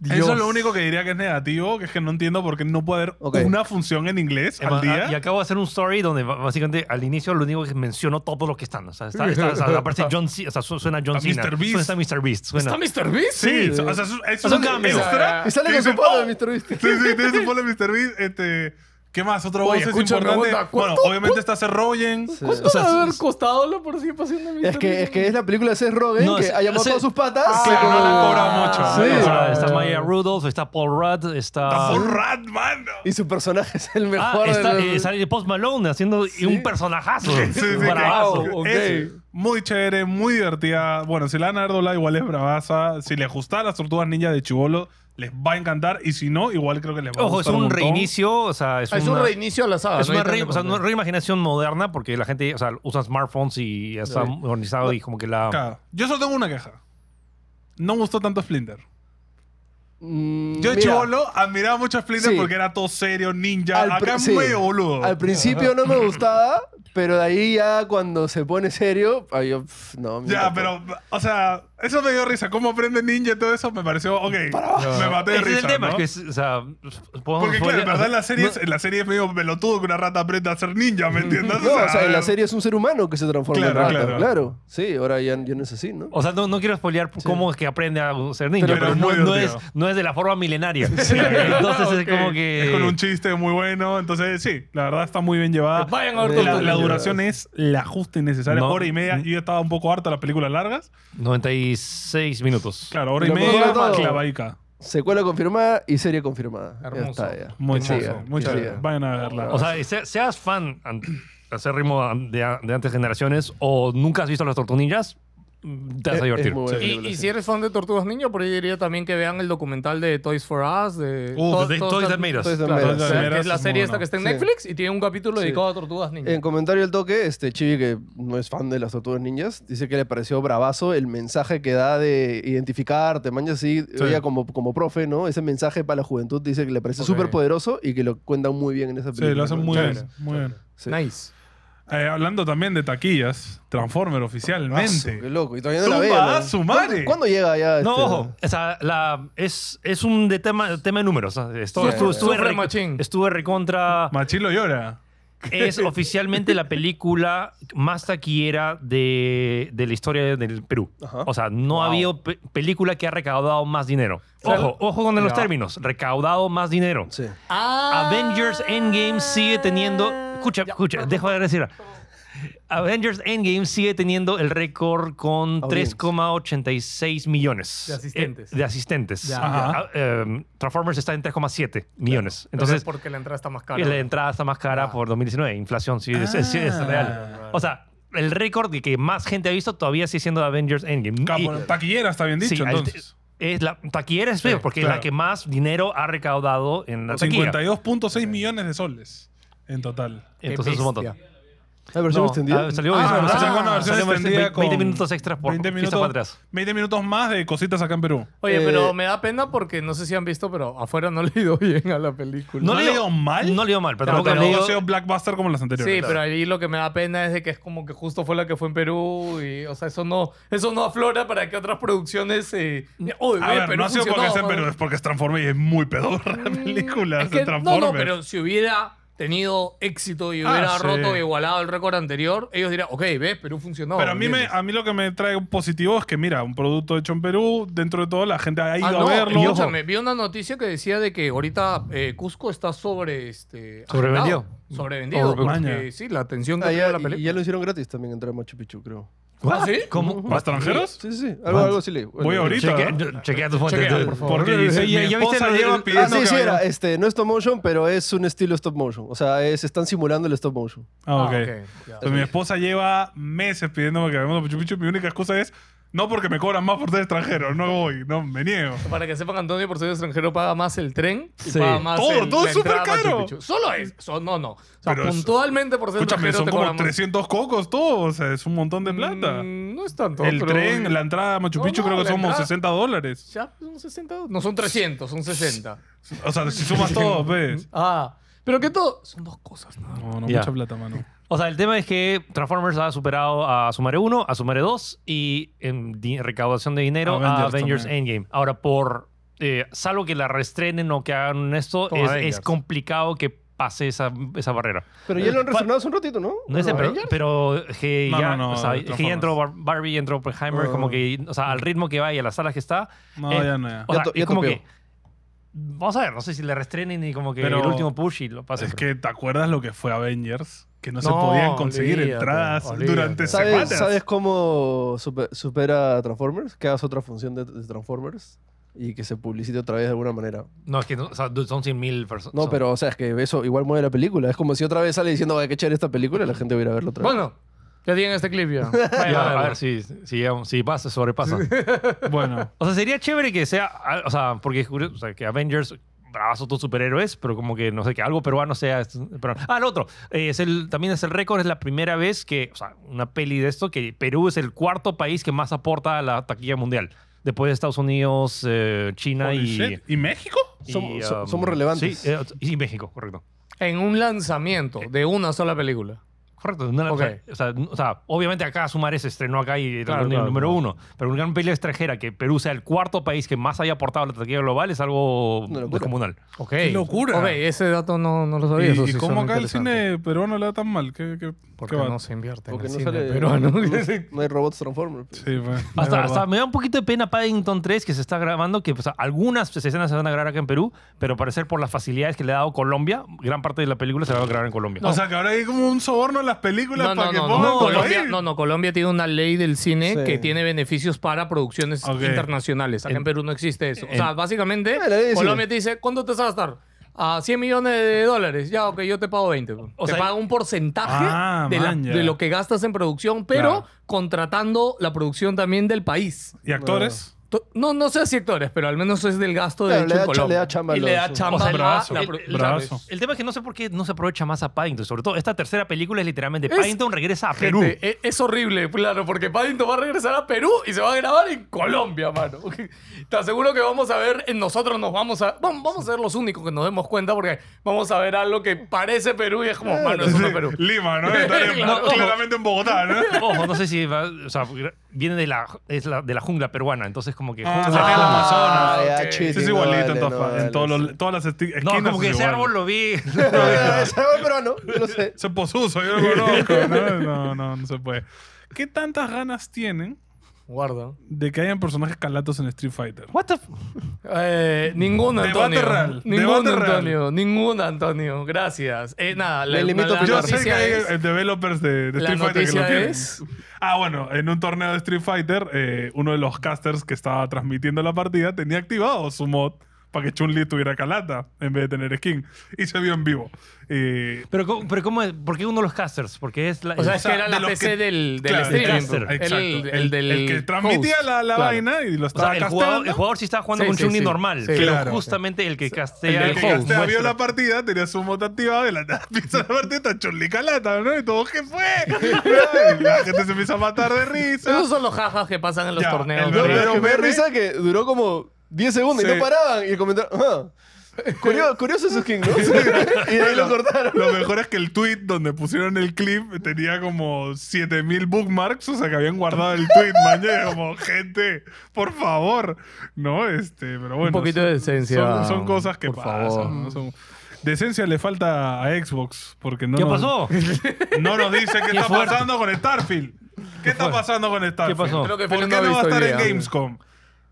[SPEAKER 1] Eso
[SPEAKER 2] Dios.
[SPEAKER 1] es lo único que diría que es negativo, que es que no entiendo por qué no puede haber
[SPEAKER 4] Ok.
[SPEAKER 1] una función en inglés
[SPEAKER 3] Emma, ah,
[SPEAKER 1] al día.
[SPEAKER 3] Y acabo de hacer un story donde ba- básicamente al inicio lo único que menciono todos los que están. O sea, está, está- o sea, aparece John C, o sea, su- suena John
[SPEAKER 1] A
[SPEAKER 3] Cena.
[SPEAKER 1] Mr. Beast.
[SPEAKER 3] Suena está Mr. Beast. Suena.
[SPEAKER 2] ¿Está Mr. Beast?
[SPEAKER 1] Sí, o sea, es, es
[SPEAKER 3] O sea,
[SPEAKER 1] un
[SPEAKER 3] cambio.
[SPEAKER 1] extra.
[SPEAKER 4] Y sale
[SPEAKER 1] que
[SPEAKER 4] con su
[SPEAKER 1] dice,
[SPEAKER 4] padre,
[SPEAKER 1] "Oh".
[SPEAKER 4] Mr. Beast.
[SPEAKER 1] Sí, sí, tiene su polo Mr. Beast. Este, ¿Qué más? Otra voz
[SPEAKER 2] Oye,
[SPEAKER 1] es
[SPEAKER 2] escúchame,
[SPEAKER 1] importante.
[SPEAKER 2] aguanta,
[SPEAKER 1] Bueno,
[SPEAKER 2] ¿cuánto-
[SPEAKER 1] obviamente está Serroyen.
[SPEAKER 2] ¿Cuánto
[SPEAKER 3] O sea,
[SPEAKER 2] debe
[SPEAKER 3] es-
[SPEAKER 2] haber costado la participación de Mr.
[SPEAKER 4] Es que, es que es la película de Seth Rogen
[SPEAKER 3] No,
[SPEAKER 4] que
[SPEAKER 3] es-
[SPEAKER 4] ha llamado a
[SPEAKER 3] sí.
[SPEAKER 4] todas sus patas.
[SPEAKER 1] que Ah, no la cobra mucho.
[SPEAKER 4] Sí.
[SPEAKER 3] O sea, está
[SPEAKER 2] Ah.
[SPEAKER 3] Maya Rudolph, está Paul Rudd, está.
[SPEAKER 1] Está por rat, mano.
[SPEAKER 4] Y su personaje es el
[SPEAKER 3] Ah,
[SPEAKER 4] mejor.
[SPEAKER 3] está,
[SPEAKER 4] del-
[SPEAKER 3] eh, sale Post Malone haciendo un personajazo.
[SPEAKER 1] Sí, sí,
[SPEAKER 3] Bravazo.
[SPEAKER 1] que-
[SPEAKER 2] ok.
[SPEAKER 1] es muy chévere, muy divertida. Bueno, si la van a ver doblada, igual es bravaza. Si les gustan las tortugas ninjas de Chibolo, les va a encantar. Y si no, igual creo que les va a
[SPEAKER 3] Ojo, es
[SPEAKER 1] gustar.
[SPEAKER 3] un,
[SPEAKER 1] montón.
[SPEAKER 3] reinicio, o sea, es,
[SPEAKER 2] Ah, Es un
[SPEAKER 3] una-
[SPEAKER 2] reinicio a la saga.
[SPEAKER 3] Es
[SPEAKER 2] ¿no?
[SPEAKER 3] una,
[SPEAKER 2] Ahí
[SPEAKER 3] re-
[SPEAKER 2] también
[SPEAKER 3] o sea,
[SPEAKER 2] como
[SPEAKER 3] una reimaginación moderna porque la gente o sea, usa smartphones y ya está modernizado y como que la...
[SPEAKER 1] Acá. Yo solo tengo una queja. No me gustó tanto Splinter.
[SPEAKER 4] Mm,
[SPEAKER 1] Yo de
[SPEAKER 4] mira,
[SPEAKER 1] chivolo admiraba mucho a Splinter
[SPEAKER 4] Sí.
[SPEAKER 1] porque era todo serio, ninja.
[SPEAKER 4] al
[SPEAKER 1] Acá
[SPEAKER 4] pr-
[SPEAKER 1] es
[SPEAKER 4] sí.
[SPEAKER 1] medio boludo.
[SPEAKER 4] Al principio no me gustaba, pero de ahí ya cuando se pone serio, ay, yo, pf, no. mira,
[SPEAKER 1] Ya,
[SPEAKER 4] po-
[SPEAKER 1] pero, o sea, eso me dio risa. Cómo aprende ninja y todo eso me pareció, ok, me maté de
[SPEAKER 3] Ah. Ese
[SPEAKER 1] risa.
[SPEAKER 3] es el tema,
[SPEAKER 1] ¿no?
[SPEAKER 3] que es, o sea, podemos-
[SPEAKER 1] Porque, claro, en
[SPEAKER 3] podemos-
[SPEAKER 1] verdad en la serie, es, en la serie es medio pelotudo que una rata aprenda a ser ninja, ¿me entiendes?
[SPEAKER 4] No, o sea,
[SPEAKER 1] a
[SPEAKER 4] en la
[SPEAKER 1] ver.
[SPEAKER 4] serie es un ser humano que se transforma
[SPEAKER 1] Claro,
[SPEAKER 4] en rata.
[SPEAKER 1] claro.
[SPEAKER 4] Claro. Sí, ahora ya, ya no es así,
[SPEAKER 1] Oh.
[SPEAKER 4] ¿no?
[SPEAKER 3] O sea, no, no quiero spoilear cómo es que aprende a ser ninja,
[SPEAKER 1] Pero
[SPEAKER 3] pero,
[SPEAKER 1] es
[SPEAKER 3] no,
[SPEAKER 1] muy
[SPEAKER 3] no es,
[SPEAKER 1] divertido.
[SPEAKER 3] no es de la forma milenaria. Entonces es como que...
[SPEAKER 1] Es con un chiste muy bueno. Entonces, sí, la verdad está muy bien llevada.
[SPEAKER 2] Vayan a ver
[SPEAKER 4] Eh,
[SPEAKER 1] La,
[SPEAKER 2] Tortugas
[SPEAKER 1] la
[SPEAKER 2] Ninja.
[SPEAKER 1] duración es la justa y necesaria.
[SPEAKER 3] No.
[SPEAKER 1] Hora y media. Yo ya estaba un poco harta de las películas largas.
[SPEAKER 3] 96 minutos.
[SPEAKER 1] Claro, hora y
[SPEAKER 4] Lo
[SPEAKER 1] media,
[SPEAKER 4] mejor de todo.
[SPEAKER 1] clavaica.
[SPEAKER 4] Secuela confirmada y serie confirmada. Ya
[SPEAKER 2] Hermoso.
[SPEAKER 4] está, ya.
[SPEAKER 1] Muy
[SPEAKER 4] Que
[SPEAKER 1] chévere.
[SPEAKER 4] siga,
[SPEAKER 1] Muy
[SPEAKER 4] que
[SPEAKER 1] chévere.
[SPEAKER 4] siga.
[SPEAKER 1] Vayan a verla.
[SPEAKER 3] O sea, se- seas fan an- acérrimo de, de antes generaciones o nunca has visto las tortonillas, te vas
[SPEAKER 4] Es-
[SPEAKER 3] a divertir.
[SPEAKER 4] es muy buena.
[SPEAKER 3] Sí.
[SPEAKER 2] Y, y si eres fan de Tortugas Niño, por ahí diría también que vean el documental de Toys for Us. De
[SPEAKER 3] Uh,
[SPEAKER 2] to-
[SPEAKER 3] de-
[SPEAKER 2] to-
[SPEAKER 3] Toys
[SPEAKER 2] to-
[SPEAKER 3] That Made Us.
[SPEAKER 4] Toys That
[SPEAKER 2] Claro,
[SPEAKER 4] Made
[SPEAKER 1] Us.
[SPEAKER 2] o sea, que es
[SPEAKER 1] Us
[SPEAKER 2] la
[SPEAKER 1] es
[SPEAKER 2] serie
[SPEAKER 1] muy
[SPEAKER 2] esta
[SPEAKER 1] bueno.
[SPEAKER 2] que está en
[SPEAKER 4] Sí.
[SPEAKER 2] Netflix y tiene un capítulo
[SPEAKER 4] Sí.
[SPEAKER 2] dedicado a Tortugas Niño.
[SPEAKER 4] En comentario al toque, este Chibi, que no es fan de las tortugas ninjas, dice que le pareció bravazo el mensaje que da de identificarte, mancha así,
[SPEAKER 1] Sí.
[SPEAKER 4] ella como, como profe, ¿no? Ese mensaje para la juventud dice que le parece
[SPEAKER 2] Ok.
[SPEAKER 4] súper poderoso y que lo cuentan muy bien en esa película.
[SPEAKER 1] Sí, lo hacen
[SPEAKER 4] ¿no?
[SPEAKER 1] muy
[SPEAKER 4] Chévere.
[SPEAKER 1] bien. Muy bien.
[SPEAKER 4] Sí.
[SPEAKER 2] Nice.
[SPEAKER 1] Eh, hablando también de taquillas, Transformer
[SPEAKER 4] Asu,
[SPEAKER 1] oficialmente.
[SPEAKER 4] Qué loco, y todavía no la
[SPEAKER 1] Tumba
[SPEAKER 4] veo. ¿no?
[SPEAKER 1] a su madre.
[SPEAKER 4] ¿Cuándo, cuándo llega ya?
[SPEAKER 3] No,
[SPEAKER 4] este,
[SPEAKER 3] ojo, o sea, la- es, es un de tema, tema de números. ¿no? Esto-
[SPEAKER 4] Sí,
[SPEAKER 3] estuve,
[SPEAKER 4] sí.
[SPEAKER 3] estuve
[SPEAKER 2] Sufre
[SPEAKER 3] re-
[SPEAKER 2] machín.
[SPEAKER 3] estuve recontra.
[SPEAKER 1] Machilo llora.
[SPEAKER 3] Es oficialmente la película más taquillera de, de la historia del Perú.
[SPEAKER 4] Ajá.
[SPEAKER 3] O sea, no ha habido pe- película que ha recaudado más dinero.
[SPEAKER 2] Claro.
[SPEAKER 3] Ojo, ojo con los
[SPEAKER 2] Ya.
[SPEAKER 3] términos. Recaudado más dinero.
[SPEAKER 4] Sí. Ah,
[SPEAKER 3] Ah. Avengers Endgame sigue teniendo. Escucha, escucha, dejo de decir. Avengers Endgame sigue teniendo el récord con
[SPEAKER 4] Audiencia.
[SPEAKER 3] 3,86 millones
[SPEAKER 2] De asistentes.
[SPEAKER 3] Eh, de asistentes.
[SPEAKER 2] Ya.
[SPEAKER 1] Ajá.
[SPEAKER 3] Ah, em, Transformers está en 3,7 millones.
[SPEAKER 2] Entonces,
[SPEAKER 3] Entonces,
[SPEAKER 2] porque la entrada está más cara.
[SPEAKER 3] la entrada está más cara
[SPEAKER 2] Ah.
[SPEAKER 3] por 2019. Inflación, sí, es, es- sí, es
[SPEAKER 1] Ah.
[SPEAKER 3] real. O sea, el récord que- que más gente ha visto todavía sigue siendo Avengers Endgame.
[SPEAKER 1] Capo,
[SPEAKER 3] Y-
[SPEAKER 1] taquillera está bien dicho,
[SPEAKER 3] sí, al-
[SPEAKER 1] entonces.
[SPEAKER 3] es la taquillera es feo, porque es
[SPEAKER 1] claro.
[SPEAKER 3] la que más dinero ha recaudado en la taquilla.
[SPEAKER 1] 52.6 millones de soles en total.
[SPEAKER 2] Qué
[SPEAKER 3] Entonces es un montón.
[SPEAKER 2] bestia.
[SPEAKER 4] ¿La versión
[SPEAKER 3] No,
[SPEAKER 4] extendida?
[SPEAKER 3] ah, salió,
[SPEAKER 1] Ah,
[SPEAKER 3] salió-
[SPEAKER 1] ¿verdad?
[SPEAKER 3] salió
[SPEAKER 1] Una versión
[SPEAKER 3] salió
[SPEAKER 1] extendida
[SPEAKER 3] 20, 20
[SPEAKER 1] con
[SPEAKER 3] minutos extras por
[SPEAKER 1] 20
[SPEAKER 3] 20
[SPEAKER 1] minutos,
[SPEAKER 3] para atrás.
[SPEAKER 1] 20 minutos más de cositas acá en Perú.
[SPEAKER 2] Oye,
[SPEAKER 4] Eh,
[SPEAKER 2] pero me da pena porque no sé si han visto, pero afuera no le he ido bien a la película.
[SPEAKER 1] ¿No le ha ido mal?
[SPEAKER 3] No le dio mal, pero
[SPEAKER 1] Pero
[SPEAKER 3] tampoco le
[SPEAKER 1] tampoco
[SPEAKER 3] dio-
[SPEAKER 1] ha sido blackbuster como las anteriores.
[SPEAKER 2] Sí, pero ahí lo que me da pena es de que es como que justo fue la que fue en Perú y, o sea, eso no, eso no aflora para que otras producciones... Eh, "Uy,
[SPEAKER 1] A
[SPEAKER 2] ve,
[SPEAKER 1] ver,
[SPEAKER 2] Perú
[SPEAKER 1] no Mm, ha sido porque
[SPEAKER 2] funcionó,
[SPEAKER 1] sea en Perú,
[SPEAKER 2] ¿no?".
[SPEAKER 1] es porque es Transformer y es muy pedorra la película.
[SPEAKER 2] Es
[SPEAKER 1] se
[SPEAKER 2] que- no,
[SPEAKER 1] Transformer.
[SPEAKER 2] no, pero si hubiera tenido éxito y
[SPEAKER 1] Ah,
[SPEAKER 2] hubiera
[SPEAKER 1] sí.
[SPEAKER 2] roto e igualado el récord anterior, ellos dirían, ok, ves, Perú funcionó.
[SPEAKER 1] Pero a mí, me,
[SPEAKER 2] ¿entiendes?
[SPEAKER 1] a mí lo que me trae un positivo es que, mira, un producto hecho en Perú, dentro de todo la gente ha ido
[SPEAKER 2] Ah,
[SPEAKER 1] a
[SPEAKER 2] no,
[SPEAKER 1] verlo.
[SPEAKER 2] escúchame, vi una noticia que decía de que ahorita eh, Cusco está sobre... Este,
[SPEAKER 3] Sobrevendido.
[SPEAKER 2] agendado, Sobrevendido.
[SPEAKER 1] Oh, maña.
[SPEAKER 2] porque sí, la atención que
[SPEAKER 4] Ah,
[SPEAKER 2] tenía
[SPEAKER 4] ya,
[SPEAKER 2] la
[SPEAKER 4] y- y
[SPEAKER 2] película.
[SPEAKER 4] ya lo hicieron gratis también entrar a Machu Picchu, creo.
[SPEAKER 2] ¿Ah, sí?
[SPEAKER 3] ¿Cómo?
[SPEAKER 1] ¿A extranjeros? Ah,
[SPEAKER 4] Sí, sí, sí. Algo, algo sí leí.
[SPEAKER 1] Voy ahorita.
[SPEAKER 3] Chequea,
[SPEAKER 1] ¿verdad?
[SPEAKER 3] chequea tu fuente.
[SPEAKER 2] Chequea,
[SPEAKER 3] tú-
[SPEAKER 2] por favor.
[SPEAKER 1] Porque dice,
[SPEAKER 3] Ya-
[SPEAKER 1] mi
[SPEAKER 3] ya viste
[SPEAKER 1] esposa
[SPEAKER 3] el-
[SPEAKER 1] lleva
[SPEAKER 3] el-
[SPEAKER 4] Ah,
[SPEAKER 1] pidiendo
[SPEAKER 4] sí,
[SPEAKER 1] que
[SPEAKER 4] sí,
[SPEAKER 1] vaya.
[SPEAKER 4] era. Este, no stop motion, pero es un estilo stop motion. O sea, es, están simulando el stop motion.
[SPEAKER 1] Ah,
[SPEAKER 2] Ah,
[SPEAKER 1] ok.
[SPEAKER 2] ok, ya.
[SPEAKER 1] Entonces, mi esposa lleva meses pidiéndome que vayamos a Machu Picchu. Mi única excusa es, no porque me cobran más por ser extranjero, no voy, no, me niego.
[SPEAKER 2] Para que sepan, Antonio, por ser extranjero, paga más el tren y
[SPEAKER 3] Sí.
[SPEAKER 2] paga más
[SPEAKER 1] Todo,
[SPEAKER 2] el,
[SPEAKER 1] todo
[SPEAKER 2] la
[SPEAKER 1] es súper
[SPEAKER 2] entrada a Machu
[SPEAKER 1] caro.
[SPEAKER 2] Picchu. Solo es. so- no, no. O sea,
[SPEAKER 1] Pero es-
[SPEAKER 2] puntualmente por ser
[SPEAKER 1] Escúchame,
[SPEAKER 2] extranjero
[SPEAKER 1] son
[SPEAKER 2] te
[SPEAKER 1] como
[SPEAKER 2] cobran más.
[SPEAKER 1] 300 cocos todo, o sea, es un montón de plata.
[SPEAKER 2] Mm, no es tanto.
[SPEAKER 1] el
[SPEAKER 2] pero-
[SPEAKER 1] tren, la entrada a Machu
[SPEAKER 2] No,
[SPEAKER 1] Picchu
[SPEAKER 2] no,
[SPEAKER 1] creo que
[SPEAKER 2] la
[SPEAKER 1] son como
[SPEAKER 2] entrada-
[SPEAKER 1] 60 dólares.
[SPEAKER 2] Ya, son 60. No, son 300, son 60.
[SPEAKER 1] O sea, si sumas todo, pues. ves.
[SPEAKER 2] Ah, pero que todo... Son dos cosas, ¿no?
[SPEAKER 1] No, no,
[SPEAKER 3] Ya.
[SPEAKER 1] mucha plata, mano.
[SPEAKER 3] O sea, el tema es que Transformers ha superado a Sumare 1, a Sumare 2 y en di- recaudación de dinero a
[SPEAKER 1] Avengers
[SPEAKER 3] Avengers
[SPEAKER 1] también.
[SPEAKER 3] Endgame. Ahora, por eh, salvo que la restrenen o que hagan esto,
[SPEAKER 2] Como
[SPEAKER 3] es,
[SPEAKER 2] Avengers.
[SPEAKER 3] es complicado que pase esa, esa barrera.
[SPEAKER 4] Pero ya lo han reservado hace un ratito, ¿no?
[SPEAKER 3] No sé, pero, pero que,
[SPEAKER 1] No,
[SPEAKER 3] ya,
[SPEAKER 1] no, no,
[SPEAKER 3] o sea, que
[SPEAKER 1] Transformers.
[SPEAKER 3] ya entró Bar- Barbie, entró Oppenheimer,
[SPEAKER 4] Ah.
[SPEAKER 3] como que, o sea, al ritmo que va y a las salas que está,
[SPEAKER 1] No,
[SPEAKER 3] Eh,
[SPEAKER 1] ya no, ya.
[SPEAKER 3] o
[SPEAKER 4] Ya
[SPEAKER 3] sea,
[SPEAKER 4] to- ya
[SPEAKER 3] es como
[SPEAKER 4] topeó.
[SPEAKER 3] que. Vamos a ver, no sé si le restrenen y como que
[SPEAKER 1] Pero-
[SPEAKER 3] el último push y lo pasen.
[SPEAKER 1] Es que, ¿te acuerdas lo que fue Avengers? Que no, se
[SPEAKER 2] No,
[SPEAKER 1] podían conseguir
[SPEAKER 2] olvídate,
[SPEAKER 1] entradas
[SPEAKER 2] olvídate.
[SPEAKER 1] durante
[SPEAKER 4] ¿Sabes,
[SPEAKER 1] semanas.
[SPEAKER 4] sabes cómo supe- supera a Transformers? Que hagas otra función de, de Transformers y que se publicite otra vez de alguna manera.
[SPEAKER 3] No, es que no, o sea, dude, son 100 mil personas.
[SPEAKER 4] No,
[SPEAKER 3] Son-
[SPEAKER 4] pero, o sea, es que eso igual mueve la película. Es como si otra vez sale diciendo, que qué chévere esta película, y la gente va a ir a verla otra vez.
[SPEAKER 2] Bueno, ya tienen este clip ya. Vayan
[SPEAKER 3] Ya,
[SPEAKER 2] verlo.
[SPEAKER 3] a ver si, si, llegamos- si pasa, sobrepasa.
[SPEAKER 1] Bueno,
[SPEAKER 3] o sea, sería chévere que sea. al- O sea, porque es curioso, o sea, que Avengers. Bravazo, todos superhéroes, pero como que no sé, que algo peruano sea. es- peruano. Ah, el otro. eh, es el, también es el récord, es la primera vez que. O sea, una peli de esto, que Perú es el cuarto país que más aporta a la taquilla mundial. Después de Estados Unidos, eh, China
[SPEAKER 1] holy
[SPEAKER 3] y.
[SPEAKER 1] shit. ¿y México?
[SPEAKER 3] y,
[SPEAKER 4] Somos- so-
[SPEAKER 3] um,
[SPEAKER 4] somos relevantes.
[SPEAKER 3] Sí, eh, y México, correcto.
[SPEAKER 2] En un lanzamiento de una sola película.
[SPEAKER 3] Correcto. no,
[SPEAKER 2] Ok.
[SPEAKER 3] o, sea, o sea, obviamente acá Sumare se estrenó acá y era
[SPEAKER 2] Claro,
[SPEAKER 3] el
[SPEAKER 2] claro,
[SPEAKER 3] número
[SPEAKER 2] claro.
[SPEAKER 3] uno. Pero una gran pelea extranjera que Perú sea el cuarto país que más haya aportado a la taquilla global es algo
[SPEAKER 4] Una locura.
[SPEAKER 3] descomunal.
[SPEAKER 2] Ok.
[SPEAKER 1] ¡Qué locura!
[SPEAKER 2] Ok, ese dato no, no lo sabía.
[SPEAKER 1] ¿Y,
[SPEAKER 2] eso
[SPEAKER 1] y
[SPEAKER 2] sí
[SPEAKER 1] cómo
[SPEAKER 2] suena
[SPEAKER 1] acá el
[SPEAKER 2] interesante.
[SPEAKER 1] cine peruano le da tan mal? ¿Qué, qué,
[SPEAKER 2] Porque
[SPEAKER 1] qué va?
[SPEAKER 2] no se invierte en
[SPEAKER 4] Porque
[SPEAKER 2] el
[SPEAKER 4] no
[SPEAKER 2] cine
[SPEAKER 4] sale.
[SPEAKER 2] peruano.
[SPEAKER 4] no, no hay robots Transformers. pues.
[SPEAKER 1] Sí, pues, es
[SPEAKER 3] Hasta,
[SPEAKER 1] verdad.
[SPEAKER 3] hasta me da un poquito de pena Paddington 3 que se está grabando, que o sea, algunas escenas se van a grabar acá en Perú, pero parecer por las facilidades que le ha dado Colombia, gran parte de la película se va a grabar en Colombia.
[SPEAKER 1] O sea, que ahora hay como un soborno en las películas
[SPEAKER 2] No,
[SPEAKER 1] para
[SPEAKER 2] no,
[SPEAKER 1] que
[SPEAKER 2] no, no,
[SPEAKER 1] pongan color
[SPEAKER 2] Colombia,
[SPEAKER 1] ahí.
[SPEAKER 2] no, no, Colombia tiene una ley del cine
[SPEAKER 4] Sí.
[SPEAKER 2] que tiene beneficios para producciones
[SPEAKER 1] Ok.
[SPEAKER 2] internacionales. Acá en,
[SPEAKER 3] En-
[SPEAKER 2] Perú no existe eso. o sea,
[SPEAKER 3] en-
[SPEAKER 2] básicamente,
[SPEAKER 4] Ah, la ley del
[SPEAKER 2] Colombia te dice, ¿cuánto te vas a gastar? a 100 millones de dólares. Ya, ok, yo te pago 20.
[SPEAKER 3] O
[SPEAKER 2] te
[SPEAKER 3] sea,
[SPEAKER 2] pago un porcentaje
[SPEAKER 1] Ah,
[SPEAKER 2] de, la-
[SPEAKER 1] man, ya.
[SPEAKER 2] de lo que gastas en producción, pero
[SPEAKER 1] Claro.
[SPEAKER 2] contratando la producción también del país.
[SPEAKER 1] ¿Y actores?
[SPEAKER 2] To- No, no sé si actores, pero al menos es del gasto de
[SPEAKER 4] Claro,
[SPEAKER 2] hecho
[SPEAKER 4] le da cha- le da
[SPEAKER 2] en Colombia.
[SPEAKER 4] chamba a
[SPEAKER 2] Y le da
[SPEAKER 4] los-
[SPEAKER 2] chamba
[SPEAKER 3] O sea,
[SPEAKER 2] a
[SPEAKER 3] el-
[SPEAKER 2] la-
[SPEAKER 3] el-
[SPEAKER 2] la
[SPEAKER 3] el-
[SPEAKER 2] pro-
[SPEAKER 3] el-
[SPEAKER 1] Bravazo.
[SPEAKER 3] El tema es que no sé por qué no se aprovecha más a Paddington. Sobre todo, esta tercera película es literalmente
[SPEAKER 2] Es-
[SPEAKER 3] Paddington regresa a Perú.
[SPEAKER 2] Gente, e- es horrible, claro, porque Paddington va a regresar a Perú y se va a grabar en Colombia, mano. Te aseguro que vamos a ver, en nosotros nos vamos a. Vamos, vamos a ser los únicos que nos demos cuenta porque vamos a ver algo que parece Perú y es como, mano, eso no es Perú.
[SPEAKER 1] Lima, ¿no? Estar en-
[SPEAKER 2] Claro.
[SPEAKER 1] claramente en Bogotá, ¿no?
[SPEAKER 3] Ojo, no sé si va- o sea, viene de la, es la- de la jungla peruana, entonces como que...
[SPEAKER 1] Ah,
[SPEAKER 3] jungla-
[SPEAKER 1] en el Amazonas.
[SPEAKER 4] ya,
[SPEAKER 2] ok.
[SPEAKER 1] Sí,
[SPEAKER 4] cheating,
[SPEAKER 1] es
[SPEAKER 4] ah, no
[SPEAKER 1] igualito en,
[SPEAKER 4] vale,
[SPEAKER 1] todas
[SPEAKER 4] no
[SPEAKER 1] pa- en
[SPEAKER 4] vale.
[SPEAKER 1] todos los- todas las esti- esquinas.
[SPEAKER 3] no, como que
[SPEAKER 1] es
[SPEAKER 3] ese
[SPEAKER 1] igual.
[SPEAKER 3] árbol lo vi.
[SPEAKER 4] Ah, es algo peruano, yo lo sé.
[SPEAKER 1] Ese posuso, yo lo conozco. ¿no? no, no, no se puede. ¿Qué tantas ganas tienen
[SPEAKER 2] Guarda.
[SPEAKER 1] de que hayan personajes calatos en Street Fighter?
[SPEAKER 3] What the... f-
[SPEAKER 2] Eh, ninguno,
[SPEAKER 1] Debate
[SPEAKER 2] Antonio.
[SPEAKER 1] real,
[SPEAKER 2] Ninguno,
[SPEAKER 1] debate real.
[SPEAKER 2] Antonio. Ninguno, Antonio. Gracias. Eh, nada, la,
[SPEAKER 4] Me limito a
[SPEAKER 2] la, la
[SPEAKER 1] Yo
[SPEAKER 4] opinar.
[SPEAKER 1] sé que
[SPEAKER 2] noticia
[SPEAKER 1] hay
[SPEAKER 2] es-
[SPEAKER 1] eh, developers de, de
[SPEAKER 2] La
[SPEAKER 1] Street Fighter que lo
[SPEAKER 2] noticia
[SPEAKER 1] tienen.
[SPEAKER 2] es-
[SPEAKER 1] Ah, bueno, en un torneo de Street Fighter, eh, uno de los casters que estaba transmitiendo la partida tenía activado su mod para que Chun-Li tuviera calata en vez de tener skin. Y se vio en vivo. Eh,
[SPEAKER 3] Pero, ¿cómo- pero ¿cómo es? ¿por qué uno de los casters? Porque es la...
[SPEAKER 2] O sea, es
[SPEAKER 1] sea,
[SPEAKER 2] que era
[SPEAKER 1] de
[SPEAKER 2] la
[SPEAKER 1] los
[SPEAKER 2] PC
[SPEAKER 1] que-
[SPEAKER 2] del, del
[SPEAKER 1] claro,
[SPEAKER 2] streaming.
[SPEAKER 3] caster,
[SPEAKER 2] pues.
[SPEAKER 1] exacto.
[SPEAKER 2] El, el del
[SPEAKER 1] que transmitía
[SPEAKER 2] host,
[SPEAKER 1] la, la
[SPEAKER 2] claro.
[SPEAKER 1] vaina y lo
[SPEAKER 3] o sea,
[SPEAKER 1] estaba
[SPEAKER 3] el,
[SPEAKER 1] casteando.
[SPEAKER 3] jugador, el jugador sí estaba jugando
[SPEAKER 2] Sí,
[SPEAKER 3] con
[SPEAKER 2] sí,
[SPEAKER 3] Chun-Li
[SPEAKER 2] sí.
[SPEAKER 3] normal,
[SPEAKER 2] Sí.
[SPEAKER 3] pero
[SPEAKER 1] Claro.
[SPEAKER 3] justamente el que
[SPEAKER 1] El,
[SPEAKER 3] castea... este.
[SPEAKER 2] del
[SPEAKER 1] que
[SPEAKER 2] host,
[SPEAKER 1] castea vio
[SPEAKER 3] muestra.
[SPEAKER 1] la partida tenía su mod activado y la empieza la partida está Chun-Li calata, ¿no? Y todo, ¿qué fue? Y la gente se empieza a matar de risa.
[SPEAKER 2] Esos son los jajas que pasan en los
[SPEAKER 1] Ya,
[SPEAKER 2] torneos.
[SPEAKER 1] el
[SPEAKER 2] ¿no?
[SPEAKER 1] verdadero-
[SPEAKER 4] Pero me da
[SPEAKER 1] meme-
[SPEAKER 4] risa que duró como 10 segundos y
[SPEAKER 1] Sí.
[SPEAKER 4] no paraban. Y el comentario, ah, curioso, curioso su skin, ¿no? y de ahí lo cortaron.
[SPEAKER 1] Lo mejor es que el tweet donde pusieron el clip tenía como 7000 bookmarks, o sea que habían guardado el tweet, man. Y era como, gente, por favor. No, este, pero bueno.
[SPEAKER 2] Un poquito de decencia.
[SPEAKER 1] Son, son cosas que
[SPEAKER 2] por
[SPEAKER 1] pasan.
[SPEAKER 2] favor.
[SPEAKER 1] ¿no? Son- de esencia le falta a Xbox. Porque no
[SPEAKER 3] ¿Qué
[SPEAKER 1] nos-
[SPEAKER 3] pasó?
[SPEAKER 1] No nos dice qué,
[SPEAKER 3] Qué
[SPEAKER 1] está
[SPEAKER 3] fuerte.
[SPEAKER 1] pasando con Starfield. ¿Qué está pasando con Starfield?
[SPEAKER 3] pasó?
[SPEAKER 2] Creo que
[SPEAKER 1] ¿Por qué
[SPEAKER 2] Felipe no ha
[SPEAKER 1] no va a
[SPEAKER 2] visto
[SPEAKER 1] estar
[SPEAKER 2] hoy
[SPEAKER 1] en
[SPEAKER 2] día.
[SPEAKER 1] Gamescom?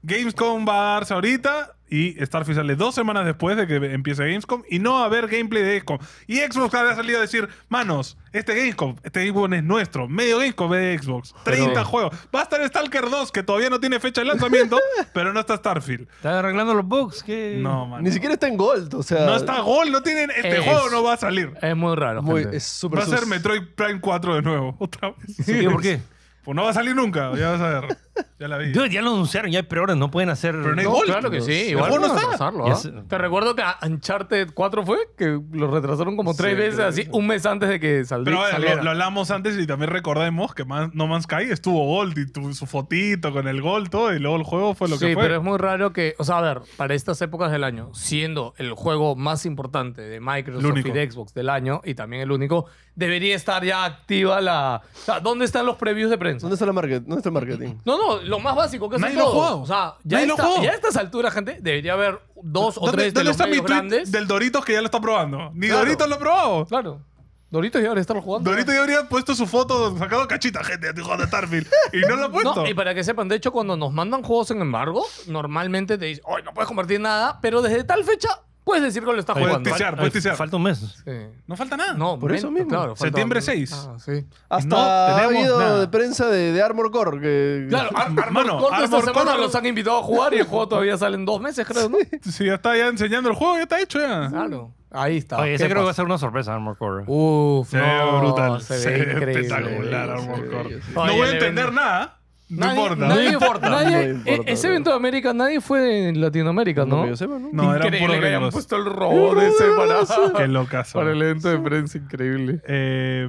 [SPEAKER 1] Gamescom va a darse ahorita y Starfield sale dos semanas después de que empiece Gamescom y no va a haber gameplay de Gamescom. Y Xbox ha salido a decir, manos, este Gamescom, este Gamescom es nuestro, medio Gamescom es de Xbox, 30 juegos. Va a estar Stalker 2 que todavía no tiene fecha de lanzamiento, pero no está Starfield.
[SPEAKER 3] ¿Estás arreglando los bugs? ¿Qué?
[SPEAKER 1] No, man.
[SPEAKER 4] Ni siquiera está en Gold, o sea.
[SPEAKER 1] No está Gol, no tienen, este
[SPEAKER 2] Es-
[SPEAKER 1] juego no va a salir.
[SPEAKER 2] Es muy raro.
[SPEAKER 4] Muy,
[SPEAKER 2] gente.
[SPEAKER 4] es súper
[SPEAKER 1] Va a ser
[SPEAKER 4] sus-
[SPEAKER 1] Metroid Prime 4 de nuevo, otra vez.
[SPEAKER 3] ¿Qué? ¿Por qué?
[SPEAKER 1] Pues no va a salir nunca, ya vas a ver. Ya la vi.
[SPEAKER 3] Dude, ya lo anunciaron, ya hay preórdenes, no pueden hacer...
[SPEAKER 1] Pero no hay
[SPEAKER 2] No,
[SPEAKER 1] Gold.
[SPEAKER 2] claro que sí. Igual
[SPEAKER 1] juego no
[SPEAKER 2] van a
[SPEAKER 1] está.
[SPEAKER 2] retrasarlo,
[SPEAKER 3] Ya
[SPEAKER 2] ¿ah?
[SPEAKER 3] sé.
[SPEAKER 2] Te recuerdo que a- Uncharted 4 fue que lo retrasaron como tres veces, así un mes antes de que saldi-
[SPEAKER 1] Pero a ver,
[SPEAKER 2] saliera.
[SPEAKER 1] lo, lo hablamos antes y también recordemos que Man- No Man's Sky estuvo Gold y tuvo su fotito con el Gold, todo, y luego el juego fue lo
[SPEAKER 2] sí,
[SPEAKER 1] que fue.
[SPEAKER 2] pero es muy raro que, o sea, a ver, para estas épocas del año, siendo el juego más importante de
[SPEAKER 1] El
[SPEAKER 2] Microsoft
[SPEAKER 1] único.
[SPEAKER 2] y de Xbox del año, y también el único, debería estar ya activa la... O sea, ¿dónde están los previews de prensa?
[SPEAKER 4] ¿Dónde está, la market? ¿Dónde está el marketing?
[SPEAKER 2] No, no, lo más básico que hacen
[SPEAKER 1] Nadie lo ha
[SPEAKER 2] todos.
[SPEAKER 1] jugado.
[SPEAKER 2] O sea, ya,
[SPEAKER 1] Nadie lo
[SPEAKER 2] está-
[SPEAKER 1] ha jugado.
[SPEAKER 2] ya a estas alturas, gente, debería haber dos o
[SPEAKER 1] ¿Dónde,
[SPEAKER 2] tres de
[SPEAKER 1] dónde
[SPEAKER 2] los
[SPEAKER 1] está mi
[SPEAKER 2] medios
[SPEAKER 1] tweet
[SPEAKER 2] grandes.
[SPEAKER 1] del Doritos que ya lo está probando? Ni
[SPEAKER 2] Claro.
[SPEAKER 1] Doritos lo ha probado.
[SPEAKER 2] Claro. Doritos ya debería estar jugando.
[SPEAKER 1] Doritos ya habría puesto su foto, sacado cachita, gente, estoy jugando a Starfield. Y no lo ha puesto.
[SPEAKER 2] No, y para que sepan, de hecho, cuando nos mandan juegos en embargo, normalmente te dicen, hoy no puedes compartir nada, pero desde tal fecha puedes decir que lo estás
[SPEAKER 1] Puedes
[SPEAKER 2] jugando.
[SPEAKER 1] tisear,
[SPEAKER 3] Ay,
[SPEAKER 1] puedes tisear.
[SPEAKER 3] Falta un mes.
[SPEAKER 2] Sí.
[SPEAKER 1] No falta nada.
[SPEAKER 2] No,
[SPEAKER 4] Por eso
[SPEAKER 2] men-
[SPEAKER 4] mismo.
[SPEAKER 2] claro, falta-
[SPEAKER 1] Septiembre 6.
[SPEAKER 2] Ah, sí.
[SPEAKER 4] Hasta
[SPEAKER 1] No
[SPEAKER 4] ha
[SPEAKER 1] tenemos
[SPEAKER 4] habido
[SPEAKER 1] nada.
[SPEAKER 4] de prensa de, de Armor Core. Que...
[SPEAKER 2] Claro, Ar- Armored
[SPEAKER 1] Mano,
[SPEAKER 2] Core esta
[SPEAKER 1] Armored
[SPEAKER 2] semana
[SPEAKER 1] Core-
[SPEAKER 2] los han invitado a jugar y el juego todavía sale en dos meses, creo, ¿no?
[SPEAKER 1] Si ya está ya enseñando el juego, ya está hecho ya.
[SPEAKER 2] Claro. Ahí está.
[SPEAKER 3] Oye, ese
[SPEAKER 2] Ah. ¿Qué
[SPEAKER 3] creo que va a
[SPEAKER 2] pasa?
[SPEAKER 3] ser una sorpresa, Armor Core.
[SPEAKER 2] Uf,
[SPEAKER 1] Se ve
[SPEAKER 2] no,
[SPEAKER 1] brutal.
[SPEAKER 2] Se ve increíble.
[SPEAKER 1] espectacular,
[SPEAKER 4] se
[SPEAKER 1] Armored
[SPEAKER 4] ve,
[SPEAKER 1] Core.
[SPEAKER 4] se ve.
[SPEAKER 1] No
[SPEAKER 2] Oye,
[SPEAKER 1] voy a
[SPEAKER 2] le
[SPEAKER 1] entender
[SPEAKER 2] ven-
[SPEAKER 1] nada. No
[SPEAKER 2] Nadie-
[SPEAKER 1] importa.
[SPEAKER 2] nadie- nadie-
[SPEAKER 4] No importa,
[SPEAKER 2] e- ese
[SPEAKER 4] bro.
[SPEAKER 2] evento de América, nadie fue en Latinoamérica, ¿no?
[SPEAKER 4] que yo sepa, ¿no?
[SPEAKER 1] No, eran
[SPEAKER 2] Increíble
[SPEAKER 1] puros
[SPEAKER 2] que hayan
[SPEAKER 1] gringos. Uh.
[SPEAKER 2] puesto el robot ese para,
[SPEAKER 1] Qué locas.
[SPEAKER 2] para el evento de prensa, increíble.
[SPEAKER 1] Eh,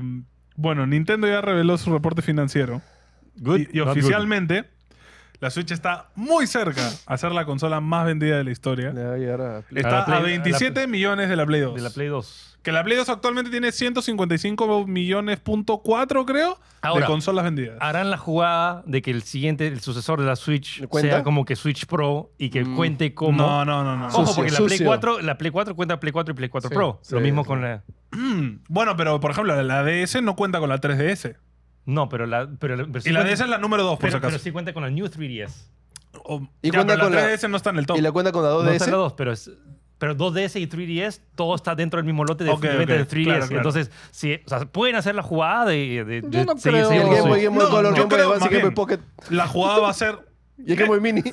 [SPEAKER 1] bueno, Nintendo ya reveló su reporte financiero. y y
[SPEAKER 3] not good.
[SPEAKER 1] oficialmente, la Switch está muy cerca a ser la consola más vendida de la historia.
[SPEAKER 4] Le va a llegar a Play.
[SPEAKER 3] A
[SPEAKER 1] Está
[SPEAKER 3] la Play-
[SPEAKER 1] a
[SPEAKER 3] a la-
[SPEAKER 1] 27 millones de la Play 2.
[SPEAKER 3] De la Play 2.
[SPEAKER 1] Que la Play 2 actualmente tiene 155 millones punto cuatro, creo,
[SPEAKER 3] Ahora. Ah,
[SPEAKER 1] de consolas vendidas.
[SPEAKER 3] Harán la jugada de que el siguiente, el sucesor de la Switch,
[SPEAKER 4] ¿Le cuenta?
[SPEAKER 3] sea como que Switch Pro y que
[SPEAKER 4] Mm.
[SPEAKER 3] cuente como.
[SPEAKER 1] No, no, no, no.
[SPEAKER 3] Ojo,
[SPEAKER 4] Sucio,
[SPEAKER 3] porque la Play,
[SPEAKER 4] sucio.
[SPEAKER 3] 4, la Play 4 cuenta Play 4 y Play 4
[SPEAKER 2] Sí,
[SPEAKER 3] Pro.
[SPEAKER 4] sí,
[SPEAKER 3] Lo mismo
[SPEAKER 4] sí.
[SPEAKER 3] con la.
[SPEAKER 1] Mm, Bueno, pero por ejemplo, la DS no cuenta con la 3DS.
[SPEAKER 3] No, pero la. Pero, la- pero sí
[SPEAKER 1] Y la
[SPEAKER 3] cuenta-
[SPEAKER 1] DS es la número 2, por si
[SPEAKER 3] pero, pero
[SPEAKER 1] acaso.
[SPEAKER 3] sí cuenta con la New 3DS.
[SPEAKER 1] O-
[SPEAKER 4] Y
[SPEAKER 1] ya,
[SPEAKER 4] cuenta
[SPEAKER 1] pero
[SPEAKER 4] con
[SPEAKER 1] la
[SPEAKER 4] la-
[SPEAKER 1] 3DS no está en el top.
[SPEAKER 4] Y la cuenta con la
[SPEAKER 3] No está
[SPEAKER 4] 2DS.
[SPEAKER 3] la 2, pero es. Pero 2DS y 3DS, todo está dentro del mismo lote de
[SPEAKER 1] Ok,
[SPEAKER 3] de venta
[SPEAKER 1] ok,
[SPEAKER 3] de 3DS.
[SPEAKER 1] claro, claro.
[SPEAKER 3] Entonces, sí, o sea, pueden hacer la jugada de. de, de
[SPEAKER 2] Yo no
[SPEAKER 3] seguir
[SPEAKER 2] creo.
[SPEAKER 4] Y el
[SPEAKER 3] siendo
[SPEAKER 4] Game Boy,
[SPEAKER 3] Switch.
[SPEAKER 4] Game Boy
[SPEAKER 1] No,
[SPEAKER 4] Color,
[SPEAKER 1] yo
[SPEAKER 4] Game Boy
[SPEAKER 1] creo,
[SPEAKER 4] Advance y
[SPEAKER 1] más
[SPEAKER 4] Game Boy
[SPEAKER 1] bien.
[SPEAKER 4] Pocket.
[SPEAKER 1] La jugada va a ser
[SPEAKER 4] Y es que muy mini.